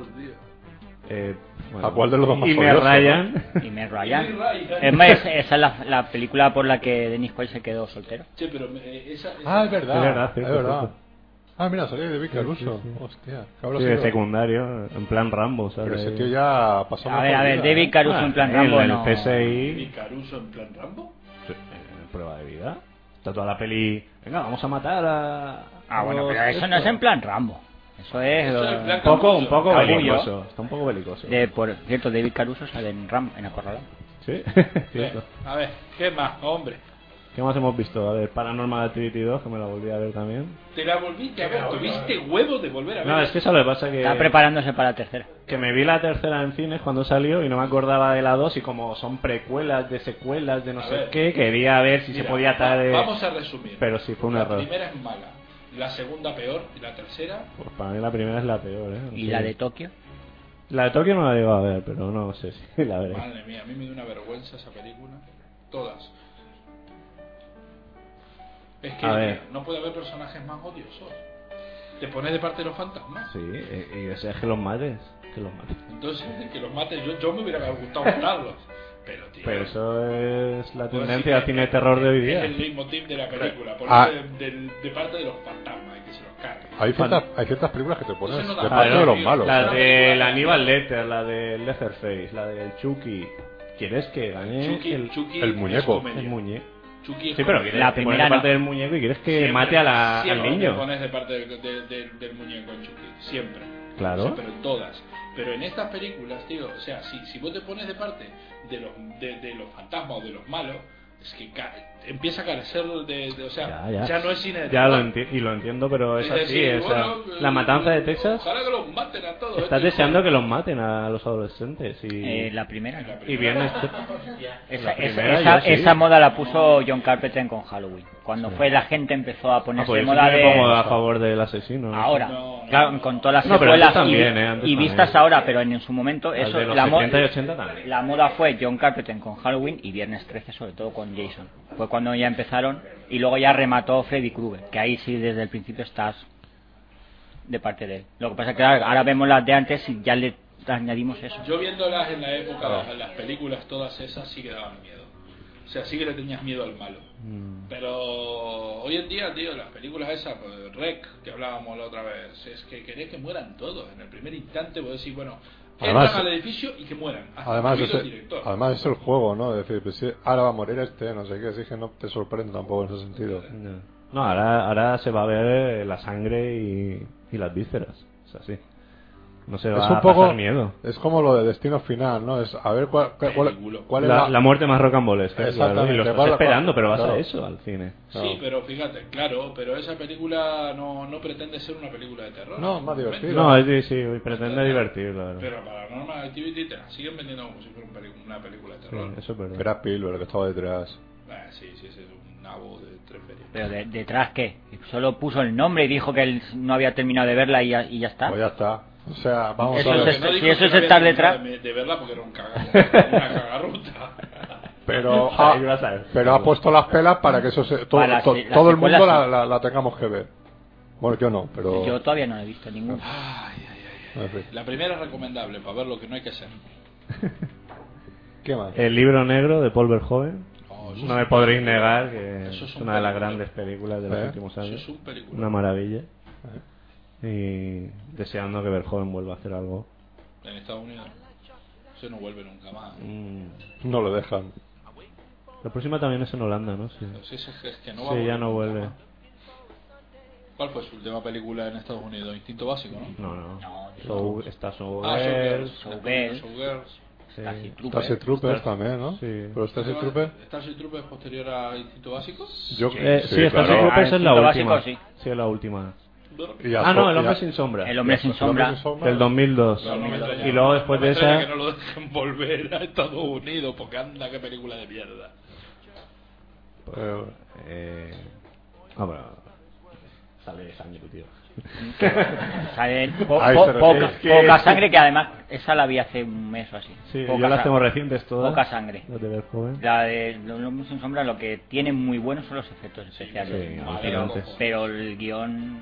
S12: eh,
S2: ¿A cuál de los dos más
S12: Y me
S2: odioso?
S12: rayan.
S6: Y me rayan.
S3: Ryan.
S6: Es más, esa es la, la película por la que Denis Quaid se quedó soltero.
S3: Che, pero eh, esa, esa-
S2: Ah, es verdad.
S12: Es verdad, sí,
S2: es
S12: por
S2: verdad.
S12: cierto.
S2: Ah, mira, salió David Caruso.
S12: sí, sí.
S2: Hostia, qué habrá
S12: Sí, de
S2: sido?
S12: secundario, en plan Rambo, ¿sabes?
S2: Pero ese tío ya pasó ¿eh?
S6: A ver, a ver, David Caruso en plan
S12: el-
S6: Rambo
S12: Ah, el
S6: no.
S12: PSI.
S3: ¿Y Caruso en plan Rambo?
S12: Sí, eh, prueba de vida. Está toda la peli. Venga, vamos a matar a.
S6: Ah, bueno,
S12: a los-
S6: pero eso no es en plan Rambo. Eso es...
S12: Eso es
S6: eh,
S12: plan Un poco- un poco Capullo. belicoso, está un poco belicoso.
S6: Eh, por cierto, David Caruso sale en Ram, en Acorralado. *laughs*
S12: Sí, cierto.
S3: A ver, ¿qué más, hombre?
S12: ¿Qué más hemos visto? A ver, Paranormal Activity 2, que me la volví a ver también.
S3: Te la volviste a ver, tuviste huevos de volver a ver.
S12: No, es que eso lo que pasa que.
S6: Está preparándose para la tercera.
S12: Que me vi la tercera en cines cuando salió y no me acordaba de la 2 y como son precuelas de secuelas de no
S3: A
S12: sé
S3: ver.
S12: qué, quería ver si se
S3: Mira,
S12: podía atar de-
S3: Vamos a resumir.
S12: Pero sí, fue un
S3: la
S12: error.
S3: primera es mala, la segunda peor y la tercera
S12: Pues para mí la primera es la peor, ¿eh?
S6: ¿Y la de Tokio?
S12: La de Tokio no la llego a ver, pero no sé *laughs* si la veré.
S3: Madre mía, a mí me dio una vergüenza esa película. Todas. Es que
S12: A ver.
S3: no puede haber personajes más odiosos. Te pones de parte de los fantasmas.
S12: Sí, eh, y o sea, es que los mates, que los mates.
S3: Entonces, *laughs* que los mates, yo, yo me hubiera gustado matarlos. Pero, tío.
S12: Pero eso es la
S3: Pues sí
S12: tendencia
S3: que
S12: al cine de terror de hoy
S3: Es
S12: día.
S3: el leitmotiv de la película. Ponerse
S2: Ah.
S3: de, del- de parte de los fantasmas y que se los carguen.
S2: Hay ciertas, hay ciertas películas que te pones
S3: Eso no
S2: de
S3: da
S2: parte
S3: miedo,
S2: de los
S3: tío.
S2: malos.
S12: La
S2: ¿eh?
S12: del Aníbal Letter, la del Leatherface, la del Chucky. ¿Quieres que gane
S3: Chucky-
S12: el,
S3: Chucky
S2: el muñeco.
S3: es comedia.
S12: El muñeco.
S3: Chucky es
S12: Sí, pero
S3: comedia.
S12: quieres la primera parte del muñeco y quieres que
S3: Siempre,
S12: mate a la, al
S3: siempre
S12: niño.
S3: te pones de parte del, del- del- del muñeco en Chucky, siempre.
S12: Claro.
S3: O sea, pero en todas. Pero en estas películas, tío, o sea, si, si vos te pones de parte de los, de, de los fantasmas o de los malos, es que ca- empieza a carecer de, de- O sea, ya, no es cine de
S12: Ah, Ya lo
S3: terror.
S12: enti- y lo entiendo, pero es
S3: Es
S12: así.
S3: decir,
S12: o sea,
S3: bueno, eh,
S12: la matanza de Texas.
S3: Ojalá que los maten a todos.
S12: Estás
S3: este
S12: deseando que los maten a los adolescentes. Y,
S6: Eh, la primera. ¿no?
S12: y viernes.
S6: Esa,
S12: La
S6: esa-
S12: primera,
S6: esa-
S12: yo sí.
S6: esa moda la puso John Carpenter con Halloween. Cuando fue la gente empezó a
S12: Ah,
S6: ponerse
S12: pues yo
S6: moda
S12: siempre
S6: de...
S12: me pongo a favor del asesino. ¿no?
S6: Ahora, claro, con todas las
S12: No, pero
S6: secuelas
S12: antes también,
S6: y,
S12: eh, antes
S6: y
S12: también.
S6: vistas ahora, pero en su momento
S12: Las
S6: eso
S12: de los
S6: la, mo-
S12: 70 y 80 también.
S6: la moda fue John Carpenter con Halloween y Viernes 13 sobre todo con Jason. Fue cuando ya empezaron y luego ya remató Freddy Krueger, que ahí sí desde el principio estás de parte de él. Lo que pasa es que ahora ahora vemos las de antes y ya le añadimos eso.
S3: Yo viéndolas en la época,
S12: Ah.
S3: las, las películas todas esas sí que daban miedo. O sea, sí que le tenías miedo al malo.
S13: Mm.
S3: Pero hoy en día, tío, las películas esas, pues, Rec, que hablábamos la otra vez, es que querés que mueran todos. En el primer instante vos decís, bueno,
S2: Además-
S3: entran al edificio y que mueran. Hasta
S2: Además, ah,
S3: incluido
S2: es
S3: el
S2: el,
S3: director.
S2: además es el juego, ¿no? Es decir, pues sí, ahora va a morir este, no sé qué, así que no te sorprende tampoco en ese sentido.
S12: No, ahora, ahora se va a ver eh, la sangre y, y las vísceras. Es así. No se va
S2: es un
S12: a
S2: poco
S12: pasar miedo.
S2: es como lo de destino final no es a ver cuál, cuál, cuál- cuál es
S12: la, la muerte más rocambolesca. claro,
S2: Exactamente,
S12: y lo
S2: ¿cuál-
S12: estás
S2: cuál-
S12: esperando, pero vas a
S2: claro.
S12: eso, al cine.
S3: Sí, pero fíjate, claro, pero esa película no, no pretende ser una película de terror.
S2: No, más divertido.
S12: No, es, sí, sí, pretende divertir, la verdad.
S3: Pero Paranormal Activity te la siguen vendiendo como si fuera un peli- una película de terror.
S12: Sí, eso es verdad. *laughs*
S2: Era Spielberg que estaba detrás.
S3: Ah, sí, sí, sí, es una nabo de tres ferias.
S6: Pero de- detrás, ¿qué? Solo puso el nombre y dijo que él no había terminado de verla y ya, y ya está.
S2: Pues ya está. O sea, vamos
S6: Eso
S2: a ver.
S6: es- este,
S3: No
S6: si
S3: dijo
S6: eso
S3: que
S6: es
S3: no había
S6: estar
S3: terminado
S6: detrás-
S3: De, de verla porque era un caga-
S2: *laughs*
S3: una cagarruta. *laughs*
S2: Pero ah, ha, pero ha puesto las pelas para que eso se, todo,
S6: Para las-
S2: to-
S6: las
S2: todo el
S6: secuelas,
S2: mundo la,
S6: sí.
S2: la- la tengamos que ver. Bueno, yo no, pero.
S6: Yo todavía no he visto ninguno.
S12: Ah,
S2: en fin.
S3: La primera es recomendable para ver lo que no hay que hacer.
S2: ¿Qué más?
S12: El libro negro de Paul Verhoeven.
S3: Oh, eso
S12: no
S3: es
S12: me
S3: un
S12: podréis
S3: película.
S12: negar que
S3: Eso es
S12: es
S3: un
S12: una de las
S3: película.
S12: grandes películas de los
S3: ¿Eh?
S12: últimos
S3: Eso
S12: años.
S3: es un película.
S12: Una maravilla. Y deseando que Verhoeven vuelva a hacer algo.
S3: En Estados Unidos. Eso no vuelve nunca más.
S12: Mm.
S2: Mm. No lo dejan.
S12: La próxima también es en Holanda, ¿no? Sí,
S3: Sí, eso es que- es que no va a
S12: sí
S3: volver
S12: ya no
S3: nunca
S12: vuelve.
S3: ¿Cuál fue su última película en Estados Unidos? Instinto Básico, ¿no?
S12: No, no. Soul- está Soul
S3: Ah, Showgirls.
S12: Girls.
S3: Showgirls. Showgirls.
S12: Sí.
S2: Starship Troopers
S12: Star-
S2: también, ¿no?
S12: Sí.
S2: Pero Starship Troopers.
S3: ¿Starship Troopers es posterior a Instinto Básico?
S2: Yo-
S12: Eh, sí, Starship
S2: claro.
S12: Troopers es la
S6: Instinto
S12: última.
S6: Básico,
S12: Sí, es la última.
S2: Y ya
S12: ah,
S2: so-
S12: no, El
S2: y
S12: Hombre
S2: ya-
S12: sin Sombra.
S6: El Hombre sin Sombra.
S12: Del 2002.
S3: No, no me extraña.
S12: y luego después
S3: No me
S12: de
S3: extraña
S12: esa...
S3: que no lo dejen *laughs* volver a Estados Unidos, porque anda, qué película de mierda.
S12: Eh, ah, bueno. Sale sangre, tío.
S6: Sale po-
S12: Ahí
S6: po-
S12: se refiere.
S6: poca,
S12: Es que-
S6: poca sangre que además esa la vi hace un mes o así.
S12: Sí,
S6: Poca
S12: yo las
S6: sa-
S12: tengo recientes todas.
S6: Poca sangre.
S12: Las de Verhoeven.
S6: La de Los Hombres sin Sombra lo que tiene muy bueno son los efectos especiales.
S12: sí,
S6: pero,
S12: alucinantes.
S6: pero el guión...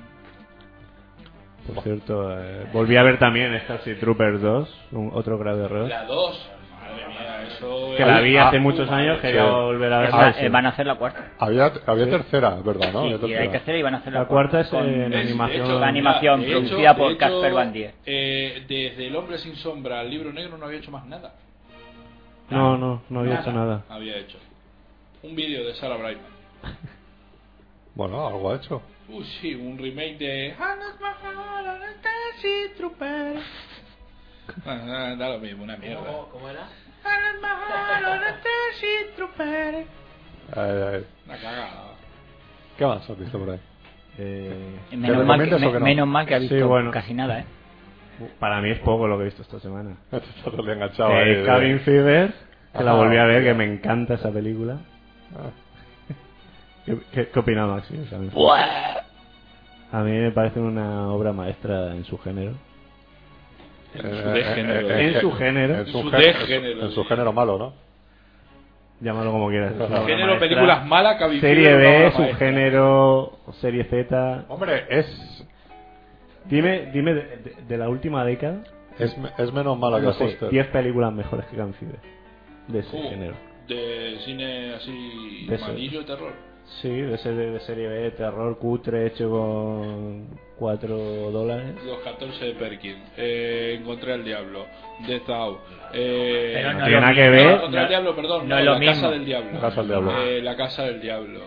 S12: Por cierto, eh, volví a ver también Starship Troopers 2, un- otro grave error.
S3: La 2, madre mía, eso.
S12: Pues, Que la
S3: es-
S12: vi hace muchos años,
S2: Ah. sí. Ah,
S12: quería volver a
S6: Es
S12: verla.
S6: la- eh, van a hacer la cuarta.
S2: Había, había tercera, es ¿verdad? ¿no?
S6: Sí,
S2: Había
S6: y hay tercera y van a hacer la,
S12: La cuarta es
S6: con-
S12: en animación.
S6: la animación
S3: de hecho-
S6: producida
S3: de
S6: por
S3: hecho,
S6: Casper Van Dier.
S3: eh, desde El Hombre Sin Sombra al Libro Negro no había hecho más nada.
S12: No, no, no había hecho nada.
S3: Había hecho. Un vídeo de Sarah Brightman.
S2: Bueno, algo ha hecho.
S3: Uy, sí, un remake de. *laughs* Ah, ah, da lo mismo, una mierda.
S14: ¿Cómo, cómo era?
S2: Ay, ay.
S3: Una cagada.
S2: ¿Qué más has visto *laughs* por ahí?
S12: Eh,
S2: ¿Te
S6: Menos mal, que,
S2: recomiendas
S6: me-
S2: o que no?
S6: menos mal que ha
S12: Sí,
S6: visto
S12: bueno.
S6: casi nada, ¿eh?
S12: para mí es poco lo que he visto esta semana.
S2: Está todo enganchado
S12: Eh,
S2: ahí de-
S12: Cabin Fever, que la
S2: Ajá.
S12: volví a ver, que me encanta esa película.
S2: Ah.
S12: ¿Qué, qué, qué opina Maxi de Cabin Fever? A mí me parece una obra maestra en su género.
S2: Eh,
S3: su dégénero.
S2: eh, eh,
S12: En su género.
S2: En su,
S3: En su
S2: gé-
S3: dégénero.
S2: en su género malo, ¿no?
S12: Llámalo como quieras. es una obra
S3: Género,
S12: maestra.
S3: películas malas, Cabin
S12: Serie
S3: Fever, una
S12: B,
S3: obra maestra.
S12: subgénero, serie Z.
S2: Hombre, es
S12: Dime, dime de, de- de la última década,
S2: es, me- es menos mala que
S12: no sé,
S2: Foster.
S12: 10 películas mejores que Cabin Fever. De ese
S3: Uh,
S12: género.
S3: De cine así.
S12: De eso.
S3: amarillo, terror.
S12: Sí, de, ese- de serie B, terror cutre hecho con 4 dólares.
S3: Los 14 de Perkin. Eh, encontré al diablo. de Thou. Eh,
S6: Pero
S12: no tiene nada que ver.
S3: Contra el diablo, perdón.
S6: no
S3: no,
S6: es lo
S3: la
S6: mismo.
S3: casa del diablo.
S2: La Casa del Diablo.
S3: Eh, la casa del diablo.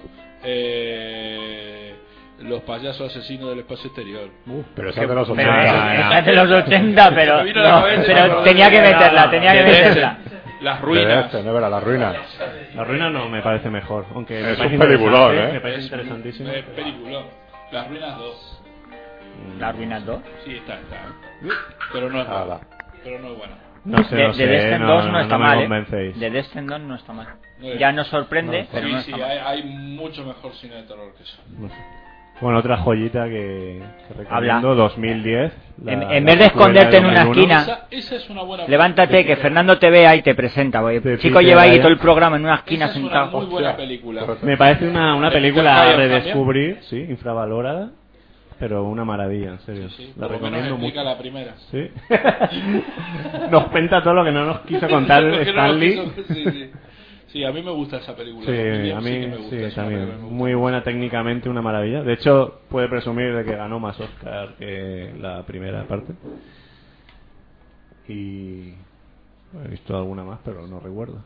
S3: Eh, los payasos asesinos del espacio exterior.
S2: Uh, pero esa es de los
S6: Pero
S2: 80.
S6: es-
S12: Ah.
S6: esa *laughs* es de los
S3: *laughs*
S6: 80, pero,
S3: Me vino a la
S6: no,
S3: cabeza eh, ah, y me *laughs*
S6: pero
S3: acordé
S6: tenía
S3: de-
S6: que meterla,
S3: no,
S6: tenía que
S3: de
S6: meterla.
S3: Dresden, Las
S2: De
S3: ruinas.
S2: este, no verá, las ruinas.
S12: La ruina no me parece mejor, aunque me
S2: Es
S12: parece
S2: un peliculón,
S12: interesante,
S2: ¿eh?
S12: Me parece
S3: Es
S12: interesantísimo.
S3: un- Es película. eh, Las ruinas 2.
S6: La Ruinas 2.
S3: Sí, está, está. Pero no es
S2: Nada.
S3: Pero no es buena.
S12: No sé,
S6: de,
S12: no
S6: de
S12: sé,
S6: Descent
S12: no,
S6: 2 no,
S12: no
S6: está
S12: me
S6: mal, ¿eh?
S12: convencéis.
S6: De Descent 2 no está mal.
S3: No es-
S6: Ya nos sorprende, pero
S3: sí,
S6: no
S3: sí,
S6: está mal.
S3: hay, hay mucho mejor cine de terror que eso.
S12: No sé. Bueno, otra joyita que, que
S6: Habla.
S12: recomiendo, 2010. la-
S6: En- en
S12: la
S6: vez de
S12: secuela
S6: esconderte en una
S12: 2001.
S6: esquina,
S3: Esa, esa es una buena
S6: Levántate, que Fernando te vea y te presenta. porque
S12: De
S6: El chico
S12: Peter
S6: lleva ahí
S12: Ryan.
S6: todo el programa en una
S3: Esa
S6: esquina
S3: es una
S6: sentado.
S3: muy buena película.
S12: Me parece una, una
S3: De
S12: película a
S3: Peter Jackson
S12: redescubrir, sí, infravalorada, pero una maravilla, en serio.
S3: Sí,
S12: la
S3: por lo menos
S12: recomiendo
S3: explica
S12: mucho.
S3: la primera. *laughs*
S12: Sí. nos cuenta todo lo que no nos quiso contar
S3: Porque no *laughs* lo
S12: Stanley.
S3: quiso- sí, sí. Sí, a mí me gusta esa película.
S12: Sí,
S3: Bien,
S12: a
S3: que
S12: mí
S3: me gusta, es
S12: sí,
S3: una película que
S12: también.
S3: me gusta.
S12: Muy buena técnicamente, una maravilla. De hecho, puede presumir de que ganó más Oscar que eh, la primera parte. Y he visto alguna más, pero no recuerdo.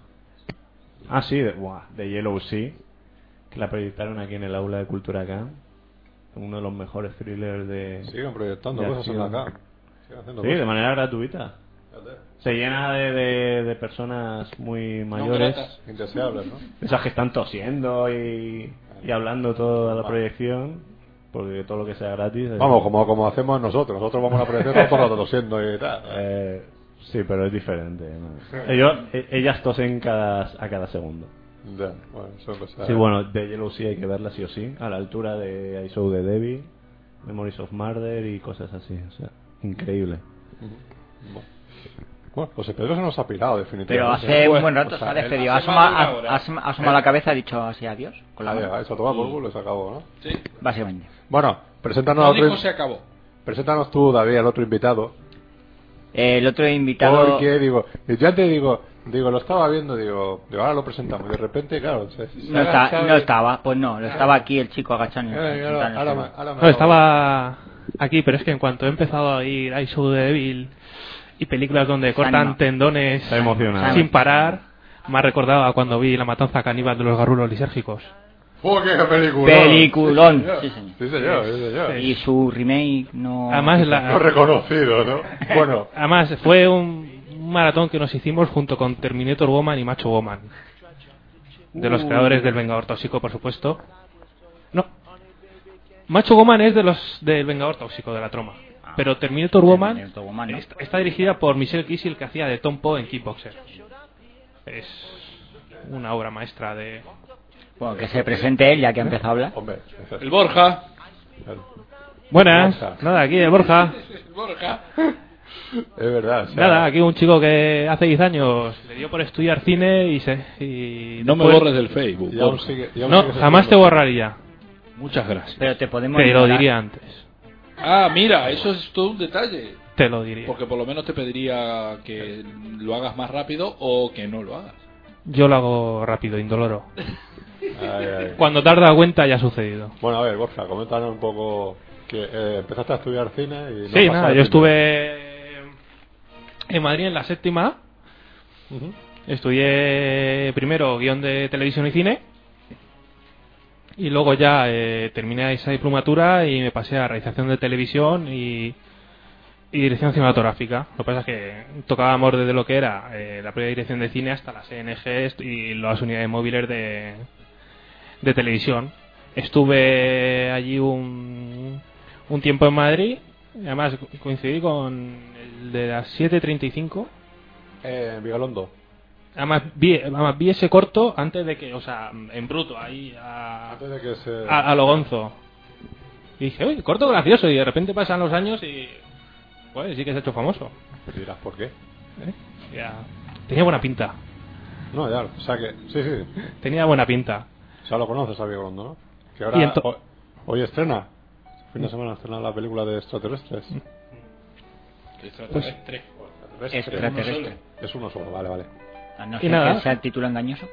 S12: Ah, sí, de, buah, de Yellow Sea, que la proyectaron aquí en el aula de Cultura K. Uno de los mejores thrillers de... Sí,
S2: Siguen proyectando
S12: Ya,
S2: cosas en
S12: sí.
S2: la K. Siguen haciendo
S12: de
S2: cosas.
S12: manera gratuita. Se llena de, de- de personas muy mayores.
S3: gratas.
S2: Indeseables, ¿no?
S12: Esas que están tosiendo y, y hablando toda la
S2: Vale.
S12: proyección, porque todo lo que sea gratis. eh. es-
S2: Vamos, como, como hacemos nosotros. Nosotros vamos a aparecer todo el rato tosiendo y tal.
S12: Eh, sí, pero es diferente. ¿no? Ellos, e- ellas tosen cada, a cada segundo.
S2: Ya, bueno, son cosas-
S12: Sí, bueno, de Yellow Sea hay que verla sí o sí, a la altura de I Saw the Devil, Memories of Murder y cosas así, o sea, increíble.
S2: Bueno, pues José Pedro se nos ha pirado
S6: Pero
S2: definitivamente.
S6: hace un
S2: Bueno, pues,
S12: pues,
S6: buen
S2: o
S6: rato se
S2: sea,
S6: ha
S2: él
S6: despedido.
S2: hace más de una
S6: Asoma,
S2: hora.
S6: asoma, asoma la cabeza, ha dicho así adiós. Con la
S2: Adiós,
S6: mano.
S2: eso toma por culo, se acabó, ¿no?
S3: Sí.
S6: Básicamente.
S2: Bueno, preséntanos,
S6: Lo
S2: a otro
S6: dijo,
S2: in-
S6: se acabó.
S2: preséntanos tú, David, al otro invitado.
S6: El otro invitado.
S2: Porque, digo, ya te digo, digo, lo estaba viendo, digo, digo, ahora lo presentamos. Y de repente, claro, se- se
S6: No,
S2: agacha
S6: está-
S2: y-
S6: no estaba, pues no, no estaba aquí el chico agachado. en el-
S2: Ahora-
S6: sentado en el
S2: ahora
S6: suelo.
S2: me- ahora me
S13: No, estaba aquí, pero es que en cuanto he empezado a ir a I Show the Devil y películas donde cortan
S12: animado.
S13: tendones
S12: Está emocionado.
S13: sin parar, me ha recordado a cuando vi La matanza caníbal de los garrulos lisérgicos.
S2: ¡Oh, qué peliculón!
S6: Peliculón.
S2: Sí, señor. Sí, señor, sí, señor.
S6: Y su remake no.
S13: Además, la-
S2: No reconocido,
S6: *laughs*
S2: ¿no? Bueno,
S13: *laughs* Además, fue un un maratón que nos hicimos junto con Terminator Woman y Macho Woman. De los
S12: Uh.
S13: creadores del Vengador Tóxico, por supuesto. No. Macho Woman es de los del Vengador Tóxico, de la troma. Pero Terminator Woman,
S6: Ah. Terminator Woman, ¿no?
S13: está, está dirigida por Michelle Kissel, que hacía de Tom Poe en Kickboxer. Es una obra maestra de...
S6: Bueno, que se presente él ya que ha empezado a hablar.
S3: El Borja.
S13: Buenas.
S3: Borja.
S13: Nada, aquí de Borja.
S3: El *laughs* Borja.
S2: es verdad. o
S13: *laughs*
S2: sea,
S13: Nada, aquí un chico que hace 10 años le dio por estudiar cine y se... Y
S3: No me
S13: después-
S3: borres del Facebook.
S13: Y aún
S3: Borja.
S13: sigue- y aún No, sigue jamás te borraría.
S3: Muchas gracias.
S6: Pero te podemos.
S13: Te lo
S6: ignorar.
S13: diría antes.
S3: Ah, mira, eso es todo un detalle.
S13: Te lo diría.
S3: Porque por lo menos te pediría que lo hagas más rápido o que no lo hagas.
S13: Yo lo hago rápido, indoloro.
S2: ay, ay.
S3: *laughs*
S13: Cuando tarda cuenta ya ha sucedido.
S2: Bueno, a ver, Borja, coméntanos un poco que eh, empezaste a estudiar cine y...
S13: sí,
S2: no pasaste
S13: nada,
S2: de
S13: yo
S2: primer-
S13: estuve en Madrid en la séptima. A.
S2: Ujú.
S13: Estudié primero guión de televisión y cine. Y luego ya eh, terminé esa diplomatura y me pasé a realización de televisión y, y dirección cinematográfica. Lo que pasa es que tocábamos desde lo que era eh, la propia dirección de cine hasta las CNGs y las unidades móviles de, de televisión. Estuve allí un, un tiempo en Madrid. y Además co- coincidí con el de las 7.35.
S2: Eh, en Vigalondo.
S13: Además vi, además vi ese corto antes de que, o
S3: Ah,
S13: sea, en bruto, ahí a,
S2: Antes de que se...
S13: a, a lo Gonzo. Y dije, uy, corto gracioso. Y de repente pasan los años y. Pues sí que se ha hecho famoso.
S2: Dirás, ¿por qué?
S13: ¿Eh? Ya. Tenía buena pinta.
S2: No, ya, o sea que... Sí, sí.
S13: Tenía buena pinta.
S2: O sea, lo conoces a Vigalondo, ¿no?
S13: Y
S2: Que ahora...
S13: ento- Mm.
S2: ho- Hoy estrena. Fin de semana estrena la película de extraterrestres.
S3: Extraterrestre.
S13: pues,
S2: Extraterrestre.
S6: Extraterrestre.
S2: Es
S13: *laughs*
S2: uno solo, vale, vale.
S6: A no
S13: Y
S6: ser
S13: nada.
S6: que sea el título engañoso.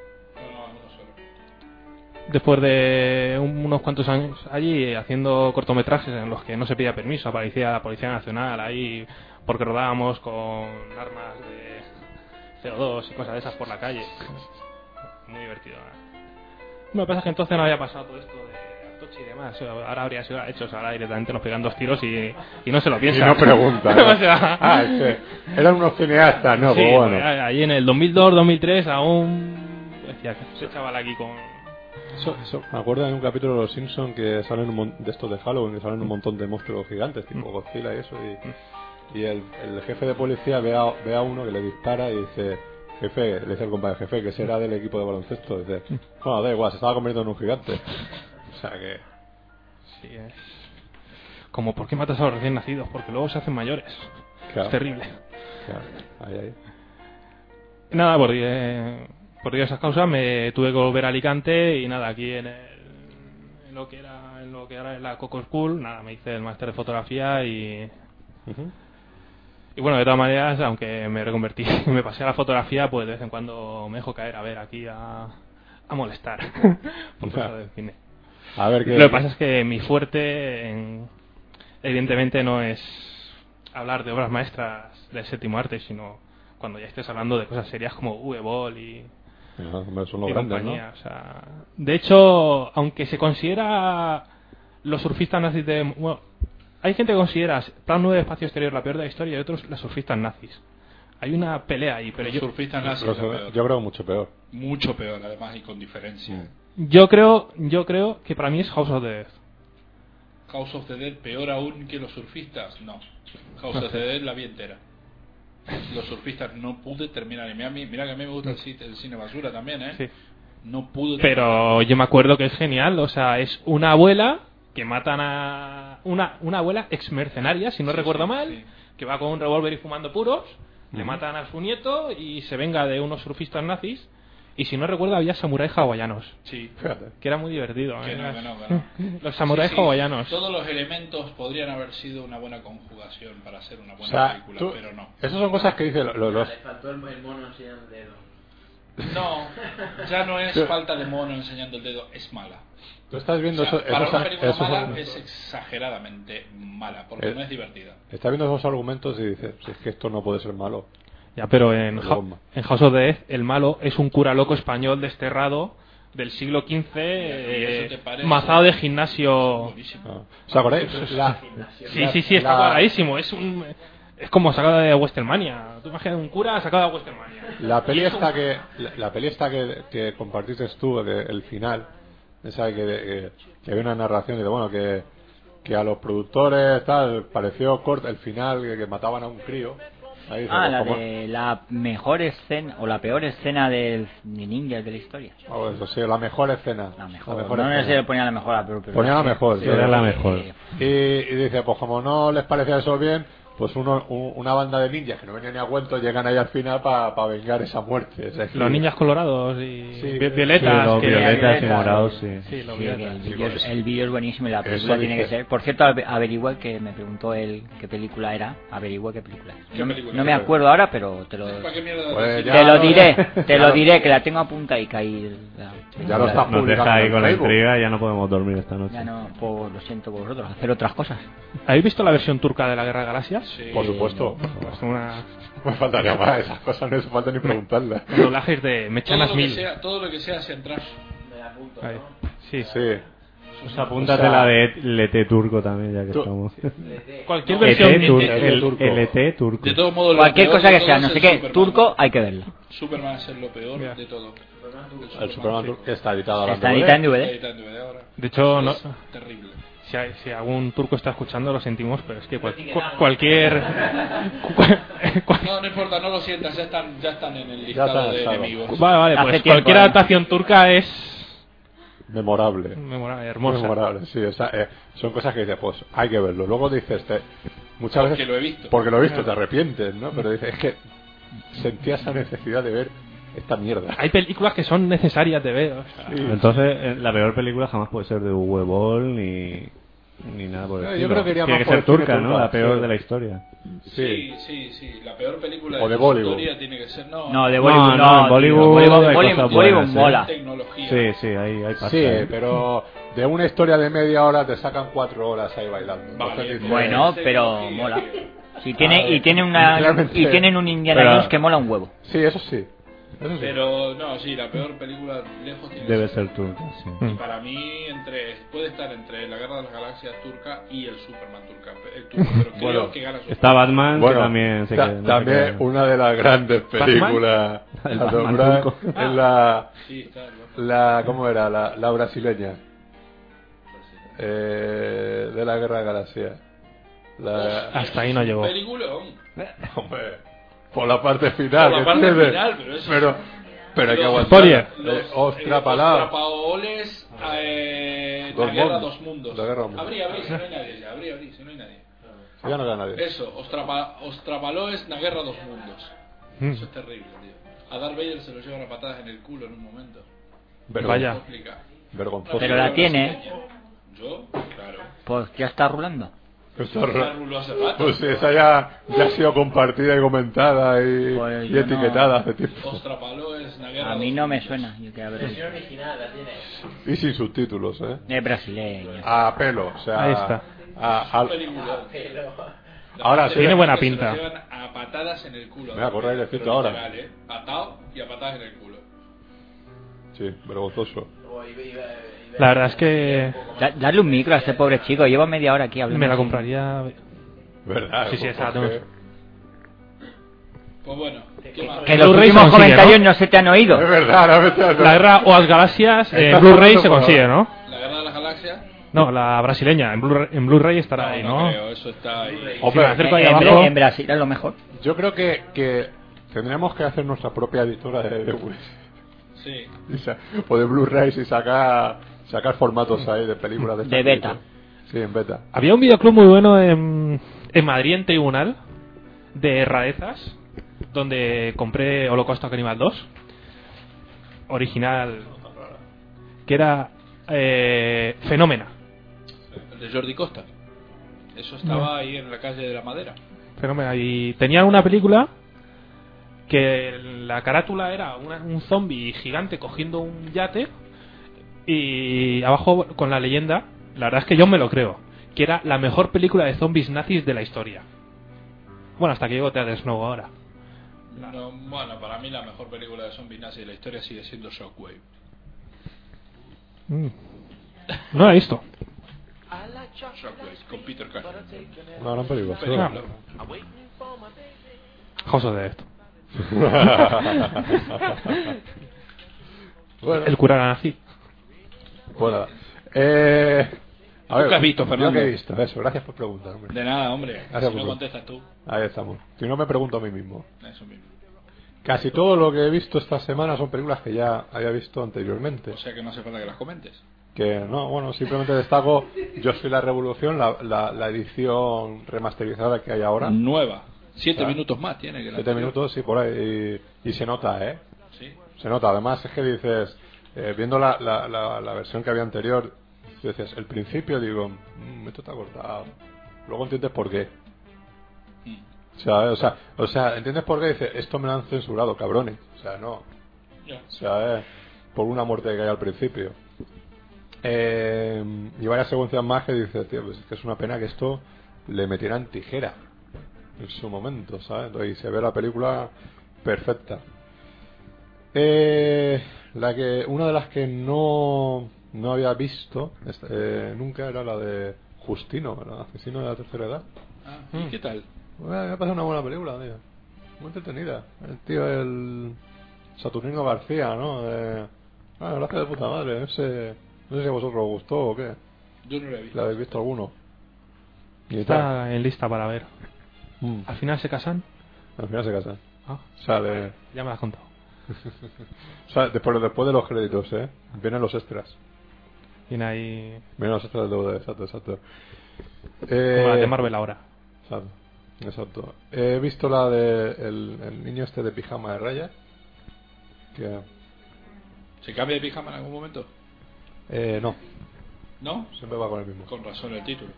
S13: Después de un- unos cuantos años allí haciendo cortometrajes en los que no se pedía permiso, aparecía la Policía Nacional ahí porque rodábamos con armas de CO2 y cosas de esas por la calle. Muy divertido. ¿eh? Lo que pasa es que entonces no había pasado todo esto de Atochi y demás. Ahora habría sido hechos, ahora directamente nos pegan dos tiros y, y no se lo
S2: Y
S13: piensan.
S2: no pregunta. ¿no?
S13: O sea,
S2: Ah, es que eran unos cineastas, ¿no?
S13: Sí,
S2: Pues bueno.
S13: porque a- allí en el 2002-2003 aún... Decía que ese chaval aquí con...
S2: Eso, eso, me acuerdo de un capítulo de Los Simpsons que salen un mon- de estos de Halloween, que salen un montón de monstruos gigantes,
S3: Mm.
S2: tipo Godzilla y eso, y, y el, el jefe de policía ve a, ve a uno que le dispara y dice, jefe, le dice al compañero, jefe, que será del equipo de baloncesto, dice,
S3: Mm.
S2: bueno, da igual, se estaba convirtiendo en un gigante. O sea que...
S13: Sí,
S3: eh.
S13: es. Como, ¿por qué matas a los recién nacidos? Porque luego se hacen mayores.
S2: Claro.
S13: Es terrible.
S2: Claro, ahí, ahí.
S13: Nada, por, eh, por esas causas me tuve que volver a Alicante y nada, aquí en, el- en lo que era en lo que ahora es la Coco School, nada, me hice el máster de fotografía y y bueno, de todas maneras, aunque me reconvertí *laughs* y me pasé a la fotografía, pues de vez en cuando me dejo caer a ver aquí a, a molestar.
S2: *laughs*
S13: Por cosas de cine.
S2: A ver qué...
S13: Lo que pasa es que mi fuerte, en- evidentemente, no es hablar de obras maestras del séptimo arte, sino cuando ya estés hablando de cosas serias como V-Ball y,
S2: No, hombre, son los
S13: y
S2: grandes, ¿no?
S13: compañía. o sea, de hecho, aunque se considera los surfistas nazis de... Bueno, hay gente que considera Plan 9 de Espacio Exterior la peor de la historia y otros los surfistas nazis. Hay una pelea ahí, pero
S3: Los
S13: yo...
S3: surfistas nazis
S2: Pero
S3: lo
S2: se-
S3: peor.
S2: yo creo mucho peor.
S3: Mucho peor, además, y con diferencia.
S13: Yo creo, yo creo que para mí es House of the Dead.
S3: House of the Dead, peor aún que los surfistas. No.
S13: *laughs*
S3: House of the Dead la vi entera. Los surfistas no pude terminar. Y mira, a mí- mira que a mí me gusta el, cine, el cine basura también, ¿eh? No pudo.
S13: Pero yo me acuerdo que es genial, o sea, es una abuela que matan a una, una abuela ex mercenaria, si no
S3: Sí,
S13: recuerdo
S3: sí,
S13: mal, que va con un revólver y fumando puros, le
S3: Ujú.
S13: matan a su nieto y se venga de unos surfistas nazis. Y si no recuerdo, había samuráis hawaianos.
S3: Sí.
S13: Que era muy divertido.
S3: Que
S13: ¿eh?
S3: no, que no, que no.
S13: Los samuráis
S3: Sí, sí,
S13: hawaianos.
S3: Todos los elementos podrían haber sido una buena conjugación para hacer una
S2: O
S3: buena
S2: sea,
S3: película,
S2: tú-
S3: pero no.
S2: esas son cosas que dicen lo- lo- los,
S8: Le faltó el, el mono enseñando el dedo.
S3: No, ya no es
S2: Pero-
S3: falta de mono enseñando el dedo, es mala.
S2: Tú estás viendo
S3: O sea,
S2: eso-
S3: para
S2: esos-
S3: una película
S2: esos
S3: mala
S2: argumentos.
S3: es exageradamente mala, porque
S2: Eh,
S3: no es divertida.
S2: Estás viendo esos argumentos y dices, "Si es que esto no puede ser malo.
S13: Ya, pero en,
S2: Pero
S13: Ho-
S2: bomba.
S13: en House of Death, el malo es un cura loco español desterrado del siglo XV, eh,
S3: eso te parece-
S13: mazado de gimnasio.
S2: Ah. ¿Os acordáis? La-
S13: sí, sí, sí, está
S2: la-
S13: cuadradísimo. Es, un, es como sacado de Westermania. Tú imaginas un cura sacado de Westermania.
S2: La peli
S13: Y es un-
S2: esta que la, la peli esta que, que compartiste tú, de- el final, esa que, que, que había una narración de bueno que, que a los productores tal pareció corto el final que, que mataban a un crío. Ahí dice,
S6: Ah,
S2: pues,
S6: la
S2: como-
S6: de la mejor escena o la peor escena del de ninja de la historia.
S2: Ah, bueno, eso sí, la mejor escena. La mejor,
S6: no, no sé
S2: escena.
S6: si le ponía la mejor, a la peor, pero
S2: Ponía la mejor.
S6: Sí,
S2: sí. Y, y dice, pues como no les parecía eso bien, pues uno, u- una banda de ninjas que no venían ni a cuento llegan ahí al final para vengar esa muerte. Es decir,
S13: Los ninjas colorados y
S2: Sí.
S13: vi- violetas.
S12: Sí, los
S13: que-
S12: violetas y morados, sí.
S13: Sí, los
S6: Sí, que
S13: violetas.
S6: el vídeo es- el vídeo es buenísimo y la
S13: Eso
S6: película tiene que
S13: dice.
S6: ser. Por cierto, ave- averigua que me preguntó él qué película era. Averigua qué película es.
S3: ¿Qué
S6: No, me-
S3: película
S6: no me
S3: era?
S6: acuerdo ahora, pero te lo,
S3: ¿Para qué mierda
S2: Pues
S6: te
S2: decir? *laughs* ya
S6: lo
S2: no-
S6: diré. Te
S2: Claro.
S6: lo diré, que la tengo apuntada y caí. la-
S2: Ya lo está
S12: Nos deja ahí
S2: en
S12: con la
S2: Facebook.
S12: intriga y ya no podemos dormir esta noche.
S6: Ya no, por- lo siento por vosotros, hacer otras cosas.
S13: ¿Habéis visto la versión turca de la Guerra de Galaxias?
S2: Por supuesto.
S13: Es una-
S2: *laughs* Me faltaría más, esas cosas no hace falta ni preguntarlas.
S13: Los doblajes de
S3: Todo
S13: Mechanas
S3: lo, que
S13: 1000.
S3: sea, todo lo que sea centrar.
S13: Ahí. Sí.
S12: Pues apúntate la de LT turco también, ya que
S13: Tú-
S12: estamos.
S13: Cualquier
S12: ET
S13: versión
S12: tur-
S13: ET
S12: el,
S13: turco.
S12: LT turco.
S3: De todos modos, lo
S6: Cualquier
S3: peor
S6: cosa
S3: de
S6: que
S3: todo
S6: sea,
S3: es
S6: no
S3: el
S6: sé qué,
S3: Superman.
S6: turco, hay que verlo.
S3: Superman es lo peor de todo.
S2: El Superman Turk que está editado ahora.
S6: Está editada en DVD.
S3: Está editada en DVD ahora.
S13: De hecho, no-
S3: Terrible.
S13: Si, hay- si algún turco está escuchando, lo sentimos, pero es que cual-
S3: Pero sí
S13: cu-
S3: quedamos. *laughs*
S2: *laughs*
S13: cualquier.
S3: No, no importa, no lo sientas, ya están, ya están en el
S2: Ya está,
S3: listado de
S2: está.
S13: *laughs*
S3: enemigos.
S13: Vale, vale,
S3: Hace
S13: pues
S3: tiempo,
S13: cualquier
S3: ¿eh?
S13: adaptación turca es.
S2: Memorable.
S13: Memorable, hermosa.
S2: Memorable, sí. o sea, eh, son cosas que dices, pues hay que verlo. Luego dices, te- muchas
S3: Porque
S2: veces.
S3: lo he visto.
S2: Porque lo he visto, te arrepientes, ¿no? Pero dices, es que sentía esa necesidad de ver esta mierda.
S13: Hay películas que son necesarias de ver. o sea.
S2: Mm.
S12: Entonces, eh, la peor película jamás puede ser de Huevol ni, ni nada por el
S2: No, yo
S12: estilo.
S2: creo que iría
S12: Tiene
S2: más por
S12: que ser
S2: el cine
S12: turca, ¿no?
S2: turco,
S12: La peor
S2: sí.
S12: de la historia.
S3: Sí, sí, sí. La peor película
S12: O
S3: de
S12: de
S3: la
S12: Bollywood.
S3: historia tiene que ser. No,
S12: No, de Bollywood No, no, no, en Bollywood tío, Bollywood- hay Bollywood- cosas Bollywood buenas, ¿eh? mola.
S3: Tecnología.
S12: Sí, sí, ahí hay pasta,
S2: Sí,
S12: ¿eh?
S2: pero de una historia de media hora te sacan cuatro horas ahí bailando.
S3: pues
S2: Entonces dices,
S6: Bueno, pero mola. Si tiene, y, tiene una,
S2: Realmente.
S6: y tienen un Indiana
S2: Pero-
S6: Jones que mola un huevo.
S2: Sí, eso sí.
S3: Pero no, sí, la peor película lejos tiene
S12: Debe
S3: que
S12: ser turca, sí. Mm.
S3: Y para mí entre, puede estar entre la Guerra de las Galaxias turca y el Superman turca. El turco,
S12: *laughs*
S3: pero creo
S2: Bueno,
S3: que gana Superman.
S12: Está Batman, que también se
S2: ta-
S12: queda- no se
S2: también
S12: queda.
S2: una de las grandes
S12: ¿Batman?
S2: películas
S12: *laughs* El
S2: a
S12: Batman
S2: nombrar
S12: turco.
S2: es la,
S3: Sí, está el Batman.
S2: la cómo era la, la brasileña Eh, de la guerra de galaxia La-
S13: Hasta ahí no llegó.
S3: Peliculón.
S2: *laughs* Hombre, por la parte final
S3: Por la
S2: ¿me
S3: parte
S2: entiendes?
S3: final, pero eso-
S2: pero, pero hay que
S3: Los-
S2: aguantar
S13: Spoiler.
S2: Eh,
S3: Los-
S2: ostra
S3: eh,
S2: palabra
S3: Ostrapaoles, eh,
S2: Dos
S3: la guerra
S2: mundos.
S3: dos mundos.
S2: La guerra dos mundos.
S3: Abrí, abrí, si no hay nadie. ya, Abrí, abrí, si no hay nadie.
S2: ya no queda nadie
S3: Eso, Ostrapa, Ostrapaloes, la guerra dos mundos.
S2: Mm.
S3: Eso es terrible, tío. A Darth Vader se lo llevan a patadas en el culo en un momento.
S2: Vergon-
S6: Vaya.
S2: vergonzoso
S6: Pero la tiene.
S3: Yo, claro.
S6: Pues ya está rulando.
S2: Esto-
S3: Ya ruló hace rato.
S2: pues esa ya, ya ha sido compartida y comentada y,
S12: Pues
S2: y
S6: yo no-
S2: etiquetada hace tiempo.
S3: Ostrapaloes, la guerra
S6: A mí no me suena. Yo que habré
S8: Versión original la tiene.
S2: Y sin subtítulos, ¿eh?
S6: Es brasileño.
S2: A pelo, o sea.
S13: Ahí está.
S2: a- a-
S3: Película.
S2: Ah, ahora sí.
S13: Tiene buena
S3: Que se
S13: pinta.
S3: lo llevan a patadas en el culo.
S2: Me acordáis del
S3: Pero
S2: escrito ahora.
S3: literal, ¿eh? Patado y a patadas en el culo.
S2: Sí, vergonzoso.
S13: La verdad es que.
S6: Da- darle un micro a este pobre chico. Llevo media hora aquí hablando.
S13: Me la compraría.
S2: ¿Verdad?
S13: Sí, sí,
S2: Pues,
S13: esa la
S2: ¿por
S13: tengo.
S2: qué?
S3: Pues bueno, ¿qué más?
S6: Que los últimos
S13: no sigue,
S6: comentarios
S13: ¿no?
S6: no se te han oído.
S2: Es verdad, ahora me te-
S13: La guerra o las galaxias en
S2: Estás
S13: Blu-ray
S2: hablando
S13: se
S2: por-
S13: consigue, ¿no?
S3: La guerra de las galaxias.
S13: No, la brasileña. En Blu-ray en Blu-ray estará ahí, ¿no?
S3: creo, eso está ahí.
S13: Si me acerco ahí
S6: en,
S13: abajo-
S6: Bra- en Brasil es lo mejor.
S2: Yo creo que, que tendríamos que hacer nuestra propia editora de, de-
S3: Sí.
S2: Y sa- *laughs* o de Blu-rays y sacar, sacar formatos ahí de películas de,
S13: De beta.
S2: Sí, en beta.
S13: Había un videoclub muy bueno en, en Madrid, en Tribunal, de rarezas, donde compré Holocausto Animal 2, original, que era eh, Fenómena.
S3: El de Jordi Costa. Eso estaba ahí en la calle de la Madera.
S13: Fenómena. Y tenía una película que la carátula era una- un zombie gigante cogiendo un yate y abajo con la leyenda, la verdad es que yo me lo creo, que era la mejor película de zombies nazis de la historia. Bueno, hasta que llegó Ted Snow ahora.
S3: No, bueno, para mí la mejor película de zombies nazi de la historia sigue siendo Shockwave.
S13: No la he visto.
S3: Shockwave con Peter Cushing.
S2: Una gran película. sí.
S13: Película.
S2: Ah.
S3: *laughs*
S13: House of the
S2: *laughs*
S13: Dead.
S2: Bueno.
S13: El cura era nazi.
S2: Bueno, eh, a
S3: ¿Tú
S2: ver,
S3: qué has visto,
S2: yo
S3: Fernando?
S2: qué he visto, eso, gracias por preguntar. hombre.
S3: De nada, hombre. Si
S2: Gracias por
S3: no
S2: preguntar.
S3: contestas tú.
S2: Ahí estamos. Si no me pregunto a mí mismo.
S3: Eso mismo.
S2: Casi todo lo que he visto esta semana son películas que ya había visto anteriormente.
S3: O sea que no hace falta que las comentes.
S2: Que no, bueno, simplemente destaco Yo soy la revolución, la, la, la edición remasterizada que hay ahora.
S3: Nueva. Siete
S2: O sea,
S3: minutos más tiene que la
S2: Siete minutos, sí, por ahí. Y, y se nota, ¿eh?
S3: Sí.
S2: Se nota. Además, es que dices, eh, viendo la, la, la, la versión que había anterior, tú decías, el principio, digo, "Mm, esto está cortado. Luego entiendes por qué. O sea, eh, o sea, o sea, entiendes por qué dices, esto me lo han censurado, cabrones. O sea, no. O sea, eh, por una muerte que hay al principio. Eh, y varias secuencias más que dices, tío, pues es que es una pena que esto le metieran tijera en su momento, ¿sabes? Entonces, y se ve la película perfecta. Eh, la que una de las que no no había visto este, eh, nunca era la de Justino, el asesino de la tercera edad.
S3: Ah, ¿Y qué tal?
S2: Bueno, me ha pasado una buena película, tío. Muy entretenida. El tío, el Saturnino García, ¿no? De... Ah, gracias de puta madre. Ese... No sé si a vosotros os gustó o qué.
S3: Yo no la he visto.
S2: ¿La habéis visto alguno? ¿Y tal?
S13: Está en lista para ver. Al final se casan.
S2: Al final se casan.
S13: Ah.
S2: Sale...
S13: Ya me la has
S2: *laughs*
S13: contado.
S2: O sea, después, después de los créditos, ¿eh? Vienen los extras.
S13: Viene ahí.
S2: Vienen los extras de DVD, exacto, exacto.
S13: Como la
S2: Eh,
S13: de Marvel ahora.
S2: Exacto. Exacto. He visto la de el, el niño este de pijama de raya. Que,
S3: ¿Se cambia de pijama en algún momento?
S2: eh, no,
S3: ¿No?
S2: siempre va con el mismo.
S3: Con razón el título.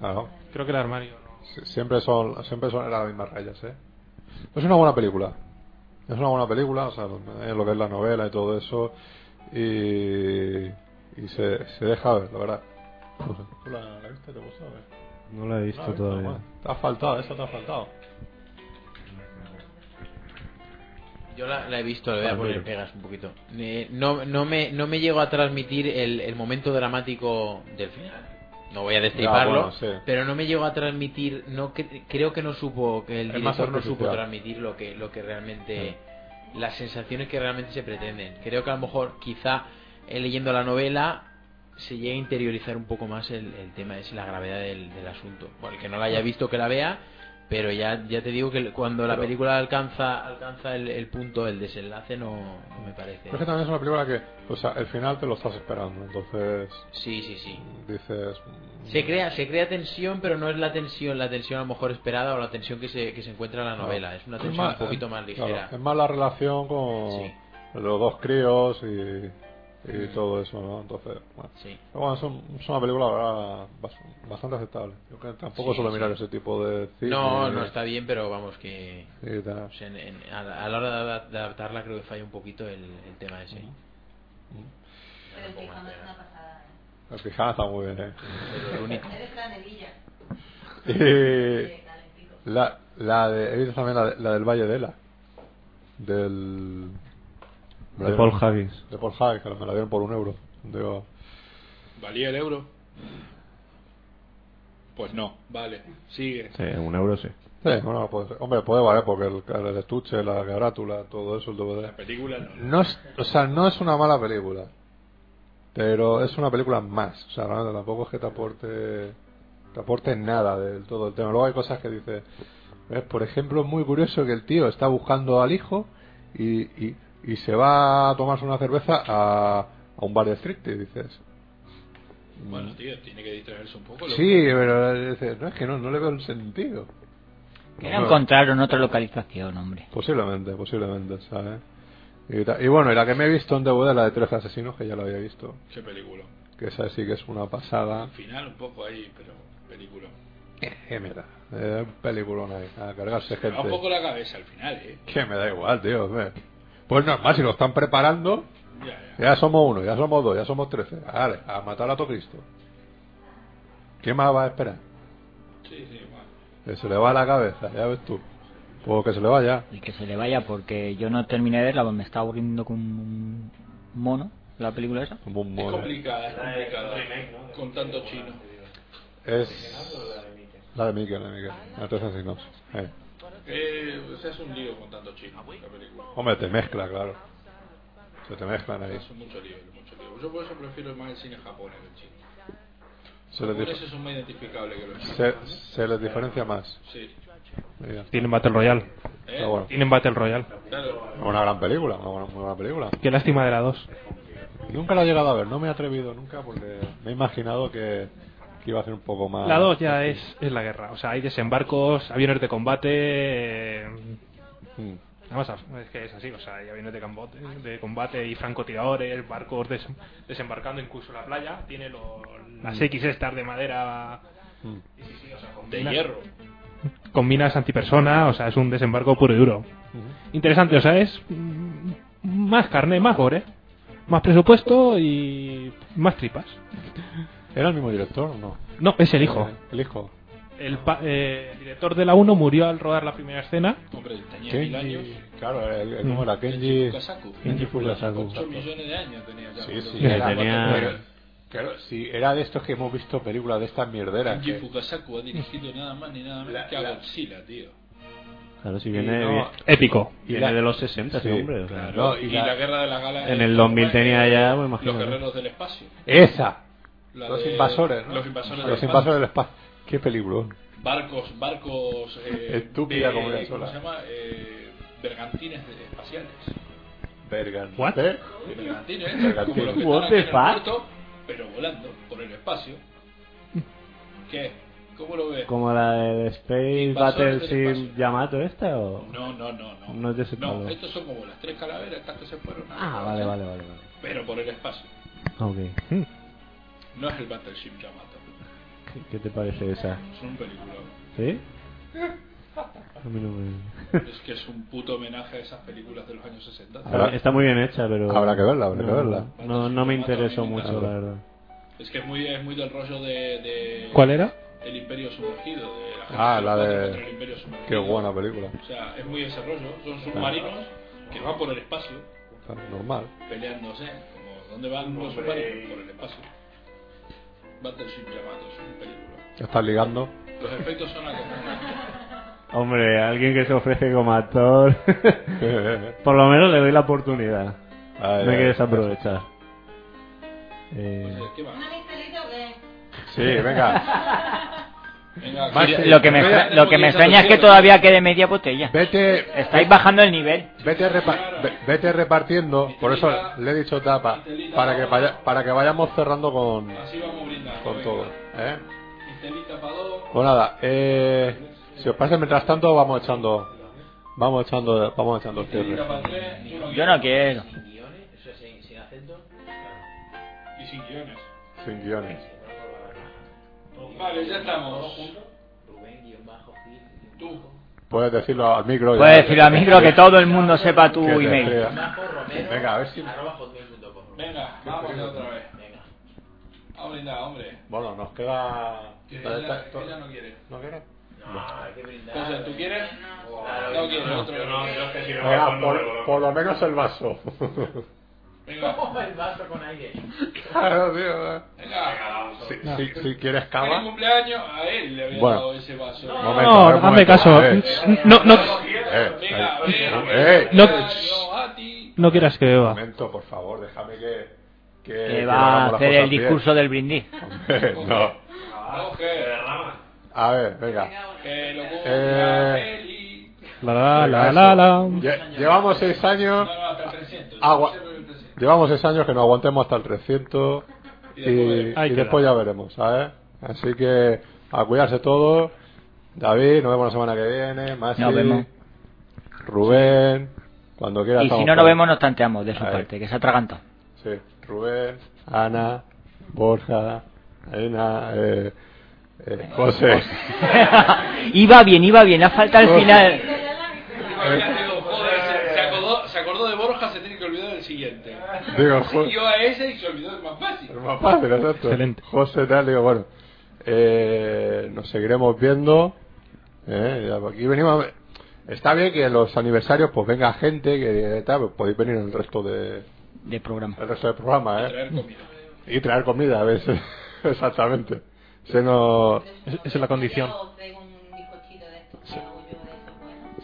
S2: Ah, no.
S13: Creo que el armario.
S2: Sie- Siempre son, siempre son las mismas rayas, ¿eh? Es una buena película. Es una buena película, o sea, eh, lo que es la novela y todo eso. Y, y se, se deja ver, la verdad. No sé. ¿Tú la, la viste? ¿Te gustó? eh.
S12: No la he visto
S2: No, no,
S12: todavía.
S2: bueno. Te ha faltado, eso te ha faltado.
S8: Yo la, la he visto, le voy a
S2: Vale,
S8: poner
S2: mira.
S8: pegas un poquito. Eh, no, no, me, no me llego a transmitir el, el momento dramático del final. No voy a destriparlo,
S2: Ah, bueno, sí.
S8: pero no me llego a transmitir. no cre- Creo que no supo, que el
S2: Es más
S8: director no supo
S2: artificial.
S8: transmitir lo que, lo que realmente. las sensaciones que realmente se pretenden. Creo que a lo mejor, quizá eh, leyendo la novela, se llegue a interiorizar un poco más el, el tema, es la gravedad del, del asunto. Bueno, el que no la haya visto, que la vea, pero ya, ya te digo que el- cuando la
S2: Pero-
S8: película alcanza alcanza el, el punto, el desenlace, no, no me parece.
S2: Pero es que también es una película que, o sea, el final te lo estás esperando, entonces
S8: Sí, sí, sí.
S2: dices...
S8: Se crea, se crea tensión, pero no es la tensión, la tensión a lo mejor esperada o la tensión que se, que se encuentra en la novela. Es una tensión un
S2: más-
S8: poquito más ligera.
S2: claro, es más la relación con
S8: Sí.
S2: los dos críos y, y todo eso, ¿no? Entonces, bueno.
S8: Sí.
S2: Pero bueno, son- es una película la verdad, bas- bastante aceptable. Yo que tampoco
S8: Sí,
S2: suelo
S8: sí.
S2: mirar ese tipo de cine.
S8: No,
S2: eh.
S8: no está bien, pero vamos que...
S2: y tal.
S8: O sea, en- en- a, la, a la hora de, ada- de adaptarla creo que falla un poquito el, el tema ese.
S9: Pero el pijama es una pasada.
S2: El Pijama está muy bien, ¿eh?
S8: Pero el único.
S9: Eres canelilla.
S2: Eh, la, la de, he visto también la, de- la del Valle de Ela. Del.
S12: De Paul Haggis.
S2: De Paul Haggis, que me la dieron por un euro. Digo,
S3: ¿Valía el euro? Pues no, vale. Sigue.
S12: Sí, un euro sí.
S2: sí, bueno, pues, hombre, puede valer porque el, el estuche, la carátula, todo eso, el DVD.
S3: La película no.
S2: No es, o sea, no es una mala película. Pero es una película más. O sea, realmente tampoco es que te aporte, te aporte nada del todo el tema. Luego hay cosas que dice. ¿ves? Por ejemplo, es muy curioso que el tío está buscando al hijo y, y, y se va a tomarse una cerveza a, a un bar de striptease, dices.
S3: Bueno, tío, tiene que distraerse un poco. loco.
S2: Sí, pero eh, dices, no, es que no, no le veo el sentido.
S6: Que no encontraron otra localización, hombre.
S2: Pues Posiblemente, posiblemente, ¿sabes? Y, ta- y bueno, y la que me he visto en DVD, la de Tres Asesinos, que ya la había visto.
S3: Qué película.
S2: Que esa sí que es una pasada.
S3: Al final un poco ahí, pero película.
S2: Eh, mira, eh, un peliculón ahí, a cargarse
S3: Me da un poco
S2: gente.
S3: la cabeza al final, ¿eh?
S2: Que me da igual, tío. me- Pues normal, si lo están preparando,
S3: Ya,
S2: ya somos uno, ya somos dos, ya somos trece. Vale, a matar a todo Cristo. ¿Qué más va a esperar?
S3: Sí, sí, bueno.
S2: Que se le va la cabeza, ya ves tú. Pues que se le vaya.
S6: Y que se le vaya porque yo no terminé de verla, pues me está aburriendo como un mono la película esa.
S2: Como un
S3: Es complicada, es complicada. Con tanto chino.
S2: Es la de Mickey, la de Mickey. La de Tres Asesinos. Eh.
S3: Eh, o sea, es un lío con tanto chino, la película.
S2: Hombre, te mezcla, claro. Se te mezclan ahí.
S3: Es mucho lío, mucho lío. Yo por eso prefiero más el cine japonés que el chino.
S2: Se
S3: Los
S2: les, dif-
S3: japoneses son más identificables que los chinos.
S2: se, se les diferencia más.
S3: Sí.
S2: Mira.
S13: Tienen Battle Royale.
S2: Pero ¿Eh? Ah, bueno.
S13: Tienen Battle Royale.
S2: Una gran película, una buena, muy buena película.
S13: Qué lástima de la 2.
S2: Nunca la he llegado a ver, no me he atrevido nunca porque me he imaginado que, que iba a ser un poco más...
S13: La 2 ya es, es la guerra. O sea, hay desembarcos, aviones de combate. eh,
S2: Mm.
S13: Además, es que es así. O sea, hay aviones de, combate- de combate y francotiradores, barcos des- desembarcando incluso en la playa. Tiene lo- las
S12: Mm.
S13: X estas de madera.
S2: Mm.
S13: Y sí, sí, o sea,
S3: De
S13: combina-
S3: hierro.
S13: Con minas antipersona. O sea, es un desembarco puro y duro. Interesante, o sea, es mm, más carne, más gore. Más presupuesto y más tripas.
S2: ¿Era el mismo director o no?
S13: No, es el hijo.
S2: Eh, El hijo.
S13: El, pa- eh, el director de la 1 murió al rodar la primera escena.
S3: Hombre, tenía mil años.
S2: Kenji, claro, el, el- ¿cómo era? Kenji...
S3: Fukasaku.
S2: Kenji Fukasaku.
S3: 8 millones de años tenía ya.
S2: Sí,
S3: cuando-
S2: sí,
S3: cuando
S2: era,
S3: tenía-
S2: pero- claro, sí, era de estos que hemos visto películas de estas mierderas.
S3: Kenji
S2: que-
S3: Fukasaku ha dirigido nada más ni nada menos que a Godzilla, tío.
S12: Claro, si
S2: Y
S12: viene.
S2: no-
S12: vi-
S13: Épico.
S12: Viene
S2: Oh, Y la-
S12: de los 60, sí,
S2: sí,
S12: hombre. o sea,
S2: claro.
S12: no,
S2: No,
S3: Y la guerra de las galas.
S12: En el 2000 tenía ya, me imagino.
S3: Los guerreros del espacio.
S2: ¡Esa!
S3: La
S2: los
S3: de-
S2: invasores, ¿no?
S3: Los invasores
S2: Los
S3: del
S2: invasores del espacio. Qué peligro.
S3: Barcos, barcos. eh,
S2: Estúpida
S3: de-
S2: como era
S3: ¿Cómo
S2: sola.
S3: se llama? Eh, bergantines de- espaciales.
S2: Bergan.
S13: What?
S3: Bergantines.
S2: Bergantines.
S3: ¿eh? Como los que
S12: What
S3: están aquí en
S12: the
S3: el
S12: fuck?
S3: puerto, pero volando por el espacio. ¿Qué? ¿Cómo lo ves?
S12: Como la del Space
S3: Invasores del
S12: Battlefield
S3: espacio.
S12: Yamato, esta o.
S3: No, no, no, no.
S12: No es de ese palo.
S3: estos son como las tres calaveras, estas que se fueron. a-
S12: Ah, vale, vale, vale. vale.
S3: Pero por el espacio.
S12: Ok.
S2: Hmm.
S3: No es el Battleship Yamato.
S12: ¿Qué, qué te parece esa?
S3: Es un película.
S12: *laughs* ¿Sí? A mí no me-
S3: Es que es un puto homenaje a esas películas de los años 60.
S2: Habrá-
S12: Está muy bien hecha, pero.
S2: habrá que verla, habrá
S12: no,
S2: que verla.
S12: No, no me interesó mucho,
S2: Claro.
S12: la verdad.
S3: Es que es muy, es muy del rollo de, de-
S13: ¿Cuál era?
S3: El Imperio Sumergido. de la
S2: Ah,
S3: gente
S2: la
S3: que contra el
S2: de...
S3: Imperio Sumergido.
S2: Qué buena película. Ah.
S3: O sea, es muy ese rollo. Son submarinos que van por el espacio
S2: Claro, Ah, Normal.
S3: peleándose. Como, ¿Dónde van los submarinos? Por el espacio. Battleship Yamato es un película.
S2: Ya estás ligando.
S3: Los efectos son acojonantes.
S12: Hombre, alguien que se ofrece como actor.
S2: *laughs*
S12: Por lo menos le doy la oportunidad.
S2: Ay,
S12: no hay que
S2: ay,
S12: desaprovechar. Eh,
S3: Entonces, ¿qué más?
S9: ¿Una mixelita o qué?
S2: Sí, venga.
S3: *laughs* Venga,
S2: Más-
S3: Kira,
S6: Lo que me,
S2: Mira,
S6: extra- lo que me extraña es que todavía quede media botella.
S2: Vete,
S6: Estáis bajando el nivel.
S2: vete, repa- ve- vete repartiendo. Por eso le he dicho tapa. Para que, vaya- para que vayamos cerrando con,
S3: Así vamos brindando.
S2: con
S3: venga.
S2: todo. ¿eh?
S3: Estelita pa' dos.
S2: Pues nada, eh, si os parece, mientras tanto vamos echando, vamos echando, vamos echando el
S3: Estelita
S2: cierre.
S3: pa' tres. Yo no
S6: Yo
S3: quiero.
S6: no quiero.
S10: Sin guiones, o sea, sin, sin acento.
S3: Y sin guiones.
S2: Sin guiones.
S3: Vale, ya estamos.
S10: Rubén, guión bajo, Gil,
S3: Tú.
S10: guión
S2: Puedes decirlo al micro. ya.
S6: Puedes decirlo a micro que todo el mundo sepa tu
S2: Que te
S6: email.
S2: fría.
S10: bajo, Romero,
S2: Venga, a ver si-
S10: arroba hotmail.com.
S3: Venga, Ah, vamos otra vez. A brindar, hombre.
S2: Bueno, nos queda.
S3: Que ella, ella no quiere.
S2: ¿No quieres?
S10: No, hay que brindar.
S3: Entonces, ¿tú quieres?
S10: Claro,
S3: No quiere,
S10: no,
S3: otro
S10: yo
S3: no
S10: no,
S3: quiere.
S10: yo es que si no-
S2: Venga, por, por lo menos el vaso. *laughs*
S3: Venga,
S10: *laughs* el vaso con aire.
S2: claro, tío. eh.
S3: venga.
S2: Si, si, si quieres
S3: Feliz
S2: cava.
S3: cumpleaños a él le había
S2: Bueno.
S3: dado ese vaso.
S2: No,
S3: Venga,
S2: Momento,
S13: no,
S2: a ver,
S13: hazme
S2: momento,
S13: caso.
S2: eh.
S13: No, no,
S2: Eh,
S3: venga,
S2: eh,
S3: venga,
S2: eh,
S13: No-
S3: venga, yo a ti.
S13: No quieras que
S2: Un
S13: beba.
S2: momento, por favor, déjame que. Que,
S6: Que
S2: Eh, que
S6: va a
S2: hagamos las
S6: hacer el
S2: cosas bien.
S6: discurso del brindis.
S2: Hombre, *laughs* no.
S3: Ah, Coge,
S2: A ver, Eh, venga.
S3: que lo cumpla
S2: Eh.
S3: feliz.
S13: La la la la la.
S2: Lle- Llevamos seis años.
S3: No, no, hasta 300.
S2: agua- Llevamos seis años que nos aguantemos hasta el 300 *laughs* y,
S3: Y después veremos.
S2: y
S3: Ahí
S2: después
S3: queda.
S2: ya veremos, ¿sabes? Así que a cuidarse todos. David, nos vemos la semana que viene. Masi,
S6: Nos vemos.
S2: Rubén, cuando
S6: Y
S2: quieras.
S6: si
S2: estamos
S6: no nos
S2: por-
S6: vemos, nos tanteamos de su
S2: Ahí.
S6: parte, que se atraganta.
S2: Sí, Rubén, Ana, Borja, Elena, eh, eh, José.
S6: *laughs* iba bien, iba bien, la falta al final.
S2: Eh,
S3: Joder, se, se acordó, se acordó de Borja, se tiene que olvidar del siguiente.
S2: Digo, jo-
S3: Siguió a ese y se olvidó del más fácil. El
S2: más fácil, exacto. José tal, digo, bueno, eh, nos seguiremos viendo. eh, ya, aquí venimos. a- Está bien que en los aniversarios pues venga gente que eh, tal, pues, podéis venir el resto de,
S6: de programa.
S2: El resto de programa, ¿eh?
S3: traer comida.
S2: Y traer comida, a veces. *laughs* Exactamente. Se nos, Esa es la condición.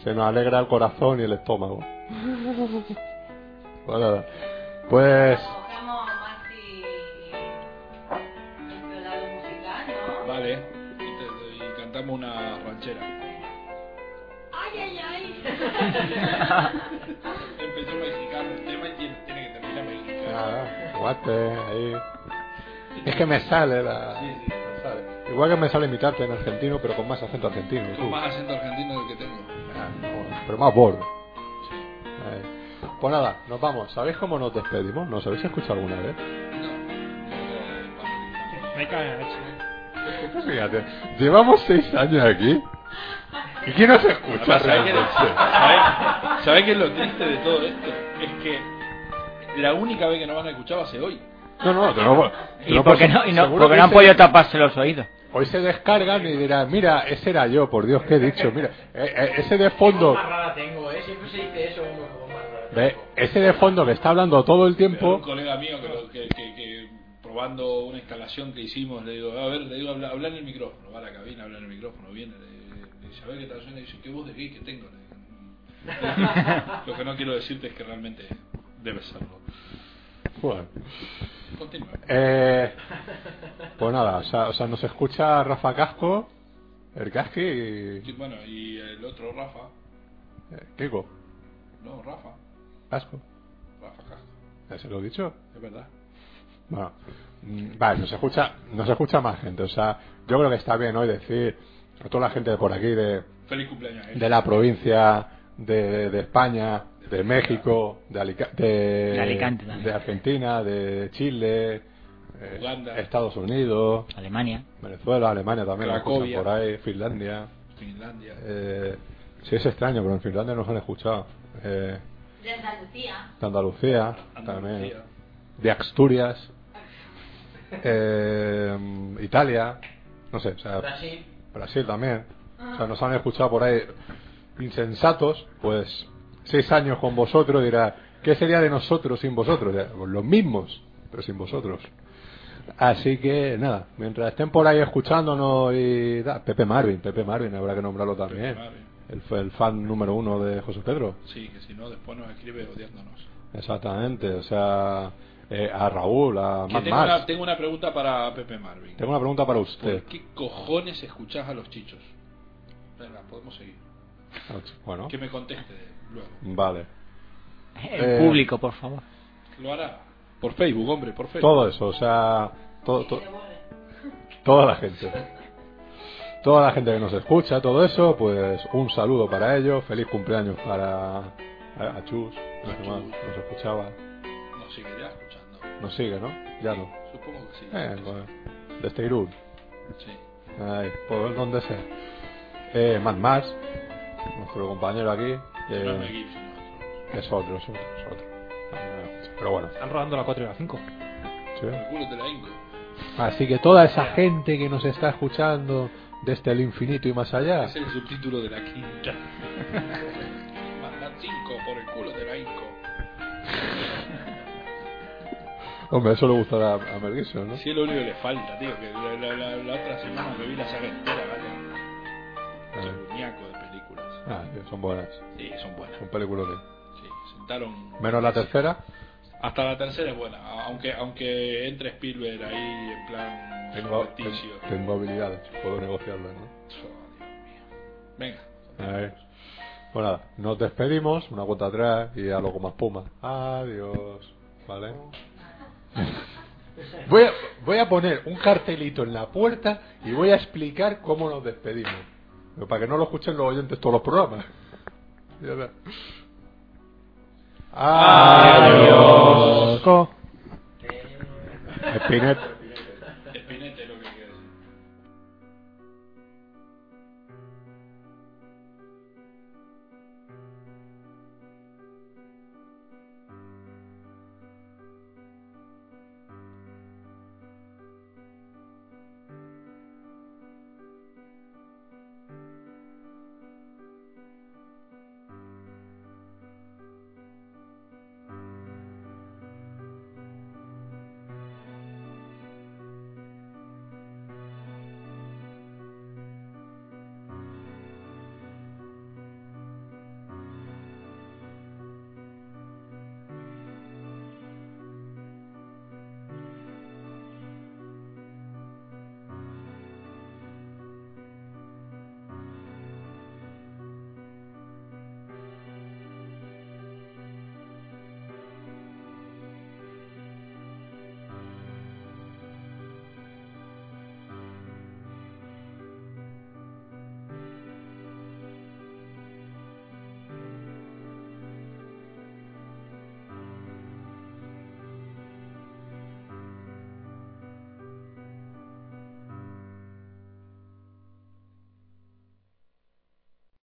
S2: Se nos alegra el corazón y el estómago. Pues nada. Pues
S3: Vale, y, te- y cantamos una ranchera. Empezó mexicano, el tema y tiene, tiene que terminar mexicano.
S2: Nada, Ah, guate, ahí. Es que me sale la. me sale. Igual que me sale imitarte en argentino, pero con más acento argentino. tú.
S3: Con más acento argentino del que tengo.
S2: uh. Ah, Pero más borde. Ahí. Pues nada, nos vamos. ¿Sabéis cómo nos despedimos? ¿Nos habéis escuchado alguna vez?
S13: *laughs* Me cae eh. en la leche.
S2: Fíjate, llevamos seis años aquí. ¿Y quién nos escucha?
S3: Además, ¿sabes qué- ¿sabes- ¿Sabes qué es lo triste de todo esto? Es que la única vez que nos van a escuchar va a ser hoy.
S2: No, no, te lo- te
S6: Y
S2: lo
S6: porque
S2: paso.
S6: no, y no-
S2: Seguro
S6: porque
S2: que
S6: no han
S2: se-
S6: podido taparse los oídos.
S2: Hoy se descargan y dirán, mira, ese era yo, por Dios, qué he dicho, mira, eh, eh, ese de fondo,
S8: Más rara tengo, ¿eh? Siempre se dice eso.
S2: ve, ese de fondo que está hablando todo el
S3: Pero
S2: tiempo,
S3: un colega mío que, lo- que- que- que probando una instalación que hicimos, le digo, a ver, le digo, habla, habla en el micrófono, va a la cabina, habla en el micrófono, viene, le, le dice, a ver qué tal suena, y dice, qué voz de gay que tengo. Le digo, *laughs* "Mm". lo que no quiero decirte es que realmente debes serlo.
S2: Bueno.
S3: Continúa.
S2: Eh, pues nada, o sea, o sea, nos escucha Rafa Casco, el Casqui y
S3: Y bueno, y el otro Rafa,
S2: eh, Kiko,
S3: no, Rafa,
S2: Casco,
S3: Rafa Casco,
S2: ¿ya se lo he dicho?
S3: es verdad.
S2: Bueno, mm, vale, nos escucha, nos escucha más gente, o sea, yo creo que está bien hoy decir, a toda la gente de por aquí, de,
S3: Feliz cumpleaños. ¿eh?
S2: de la provincia de, de- de España, de México, de, Alica- de,
S6: De Alicante también.
S2: de Argentina, de Chile, eh,
S3: Uganda.
S2: Estados Unidos,
S6: Alemania,
S2: Venezuela, Alemania también, nos escuchan
S3: Cracovia.
S2: por ahí, Finlandia.
S3: Finlandia.
S2: Eh, sí, es extraño, pero en Finlandia nos han escuchado. Eh,
S9: De Andalucía.
S2: de Andalucía, también, de Asturias, eh, Italia, no sé, o sea,
S8: Brasil.
S2: Brasil también. O sea, nos han escuchado por ahí insensatos, pues seis años con vosotros dirá, ¿qué sería de nosotros sin vosotros? Ya, pues, los mismos, pero sin vosotros. Así que nada, mientras estén por ahí escuchándonos y da, Pepe Marvin, Pepe Marvin habrá que nombrarlo también. Él fue el fan número uno de José Pedro.
S3: Sí, que si no, después nos escribe odiándonos.
S2: Exactamente, o sea, eh, a Raúl, a
S3: Que
S2: Matt
S3: tengo,
S2: Mars.
S3: una, tengo una pregunta para Pepe Marvin.
S2: Tengo una pregunta para usted.
S3: ¿Por qué cojones escuchás a los chichos? Venga, podemos seguir.
S2: Bueno,
S3: Que me conteste luego.
S2: vale.
S6: el
S2: Eh,
S6: público, por favor.
S3: Lo hará. Por Facebook, hombre, por Facebook.
S2: Todo eso, o sea, todo, to- toda la gente. Toda la gente que nos escucha, todo eso, pues un saludo para ellos, feliz cumpleaños para a, a Chus, que más nos escuchaba,
S3: No seguirá escuchando.
S2: nos sigue, ¿no? Ya no.
S3: Supongo que sí.
S2: Eh, bueno, desde Irún.
S3: Sí.
S2: Ay, por donde sea. Eh, más más, nuestro compañero aquí.
S3: No es
S2: eh,
S3: Mel Gibson,
S2: es otro, es otro, es otro. También me escucha, Pero bueno.
S13: Están rodando la 4 y la 5.
S2: sí.
S3: El culo te la hinco.
S2: Así que toda esa gente que nos está escuchando desde el infinito y más allá,
S3: Es el subtítulo de la *laughs* quinta. Mandan cinco por el culo de la hinco.
S2: hombre, eso le gustará a, a Mel Gibson, ¿no?
S3: Sí, es lo único que le falta, tío. Que la, la- la- la otra semana me vi la saga entera, vaya.
S2: Eh,
S3: Muñaco de películas.
S2: ah, sí, son buenas.
S3: Sí, son buenas.
S2: Son peliculones.
S3: Sí, sentaron
S2: Menos la tercera,
S3: Hasta la tercera es buena, a- aunque aunque entre Spielberg ahí en plan
S2: tengo,
S3: ficticio.
S2: ten- tengo habilidades, puedo negociarlas, ¿no?
S3: Venga,
S2: A ver. Bueno, nada, nos despedimos, una cuota atrás y a luego más puma. Adiós. ¿Vale? Voy a, voy a poner un cartelito en la puerta y voy a explicar cómo nos despedimos. Pero para que no lo escuchen los oyentes todos los programas. Ya está. Adiós.
S3: Eh.
S10: Adiós. Espinet.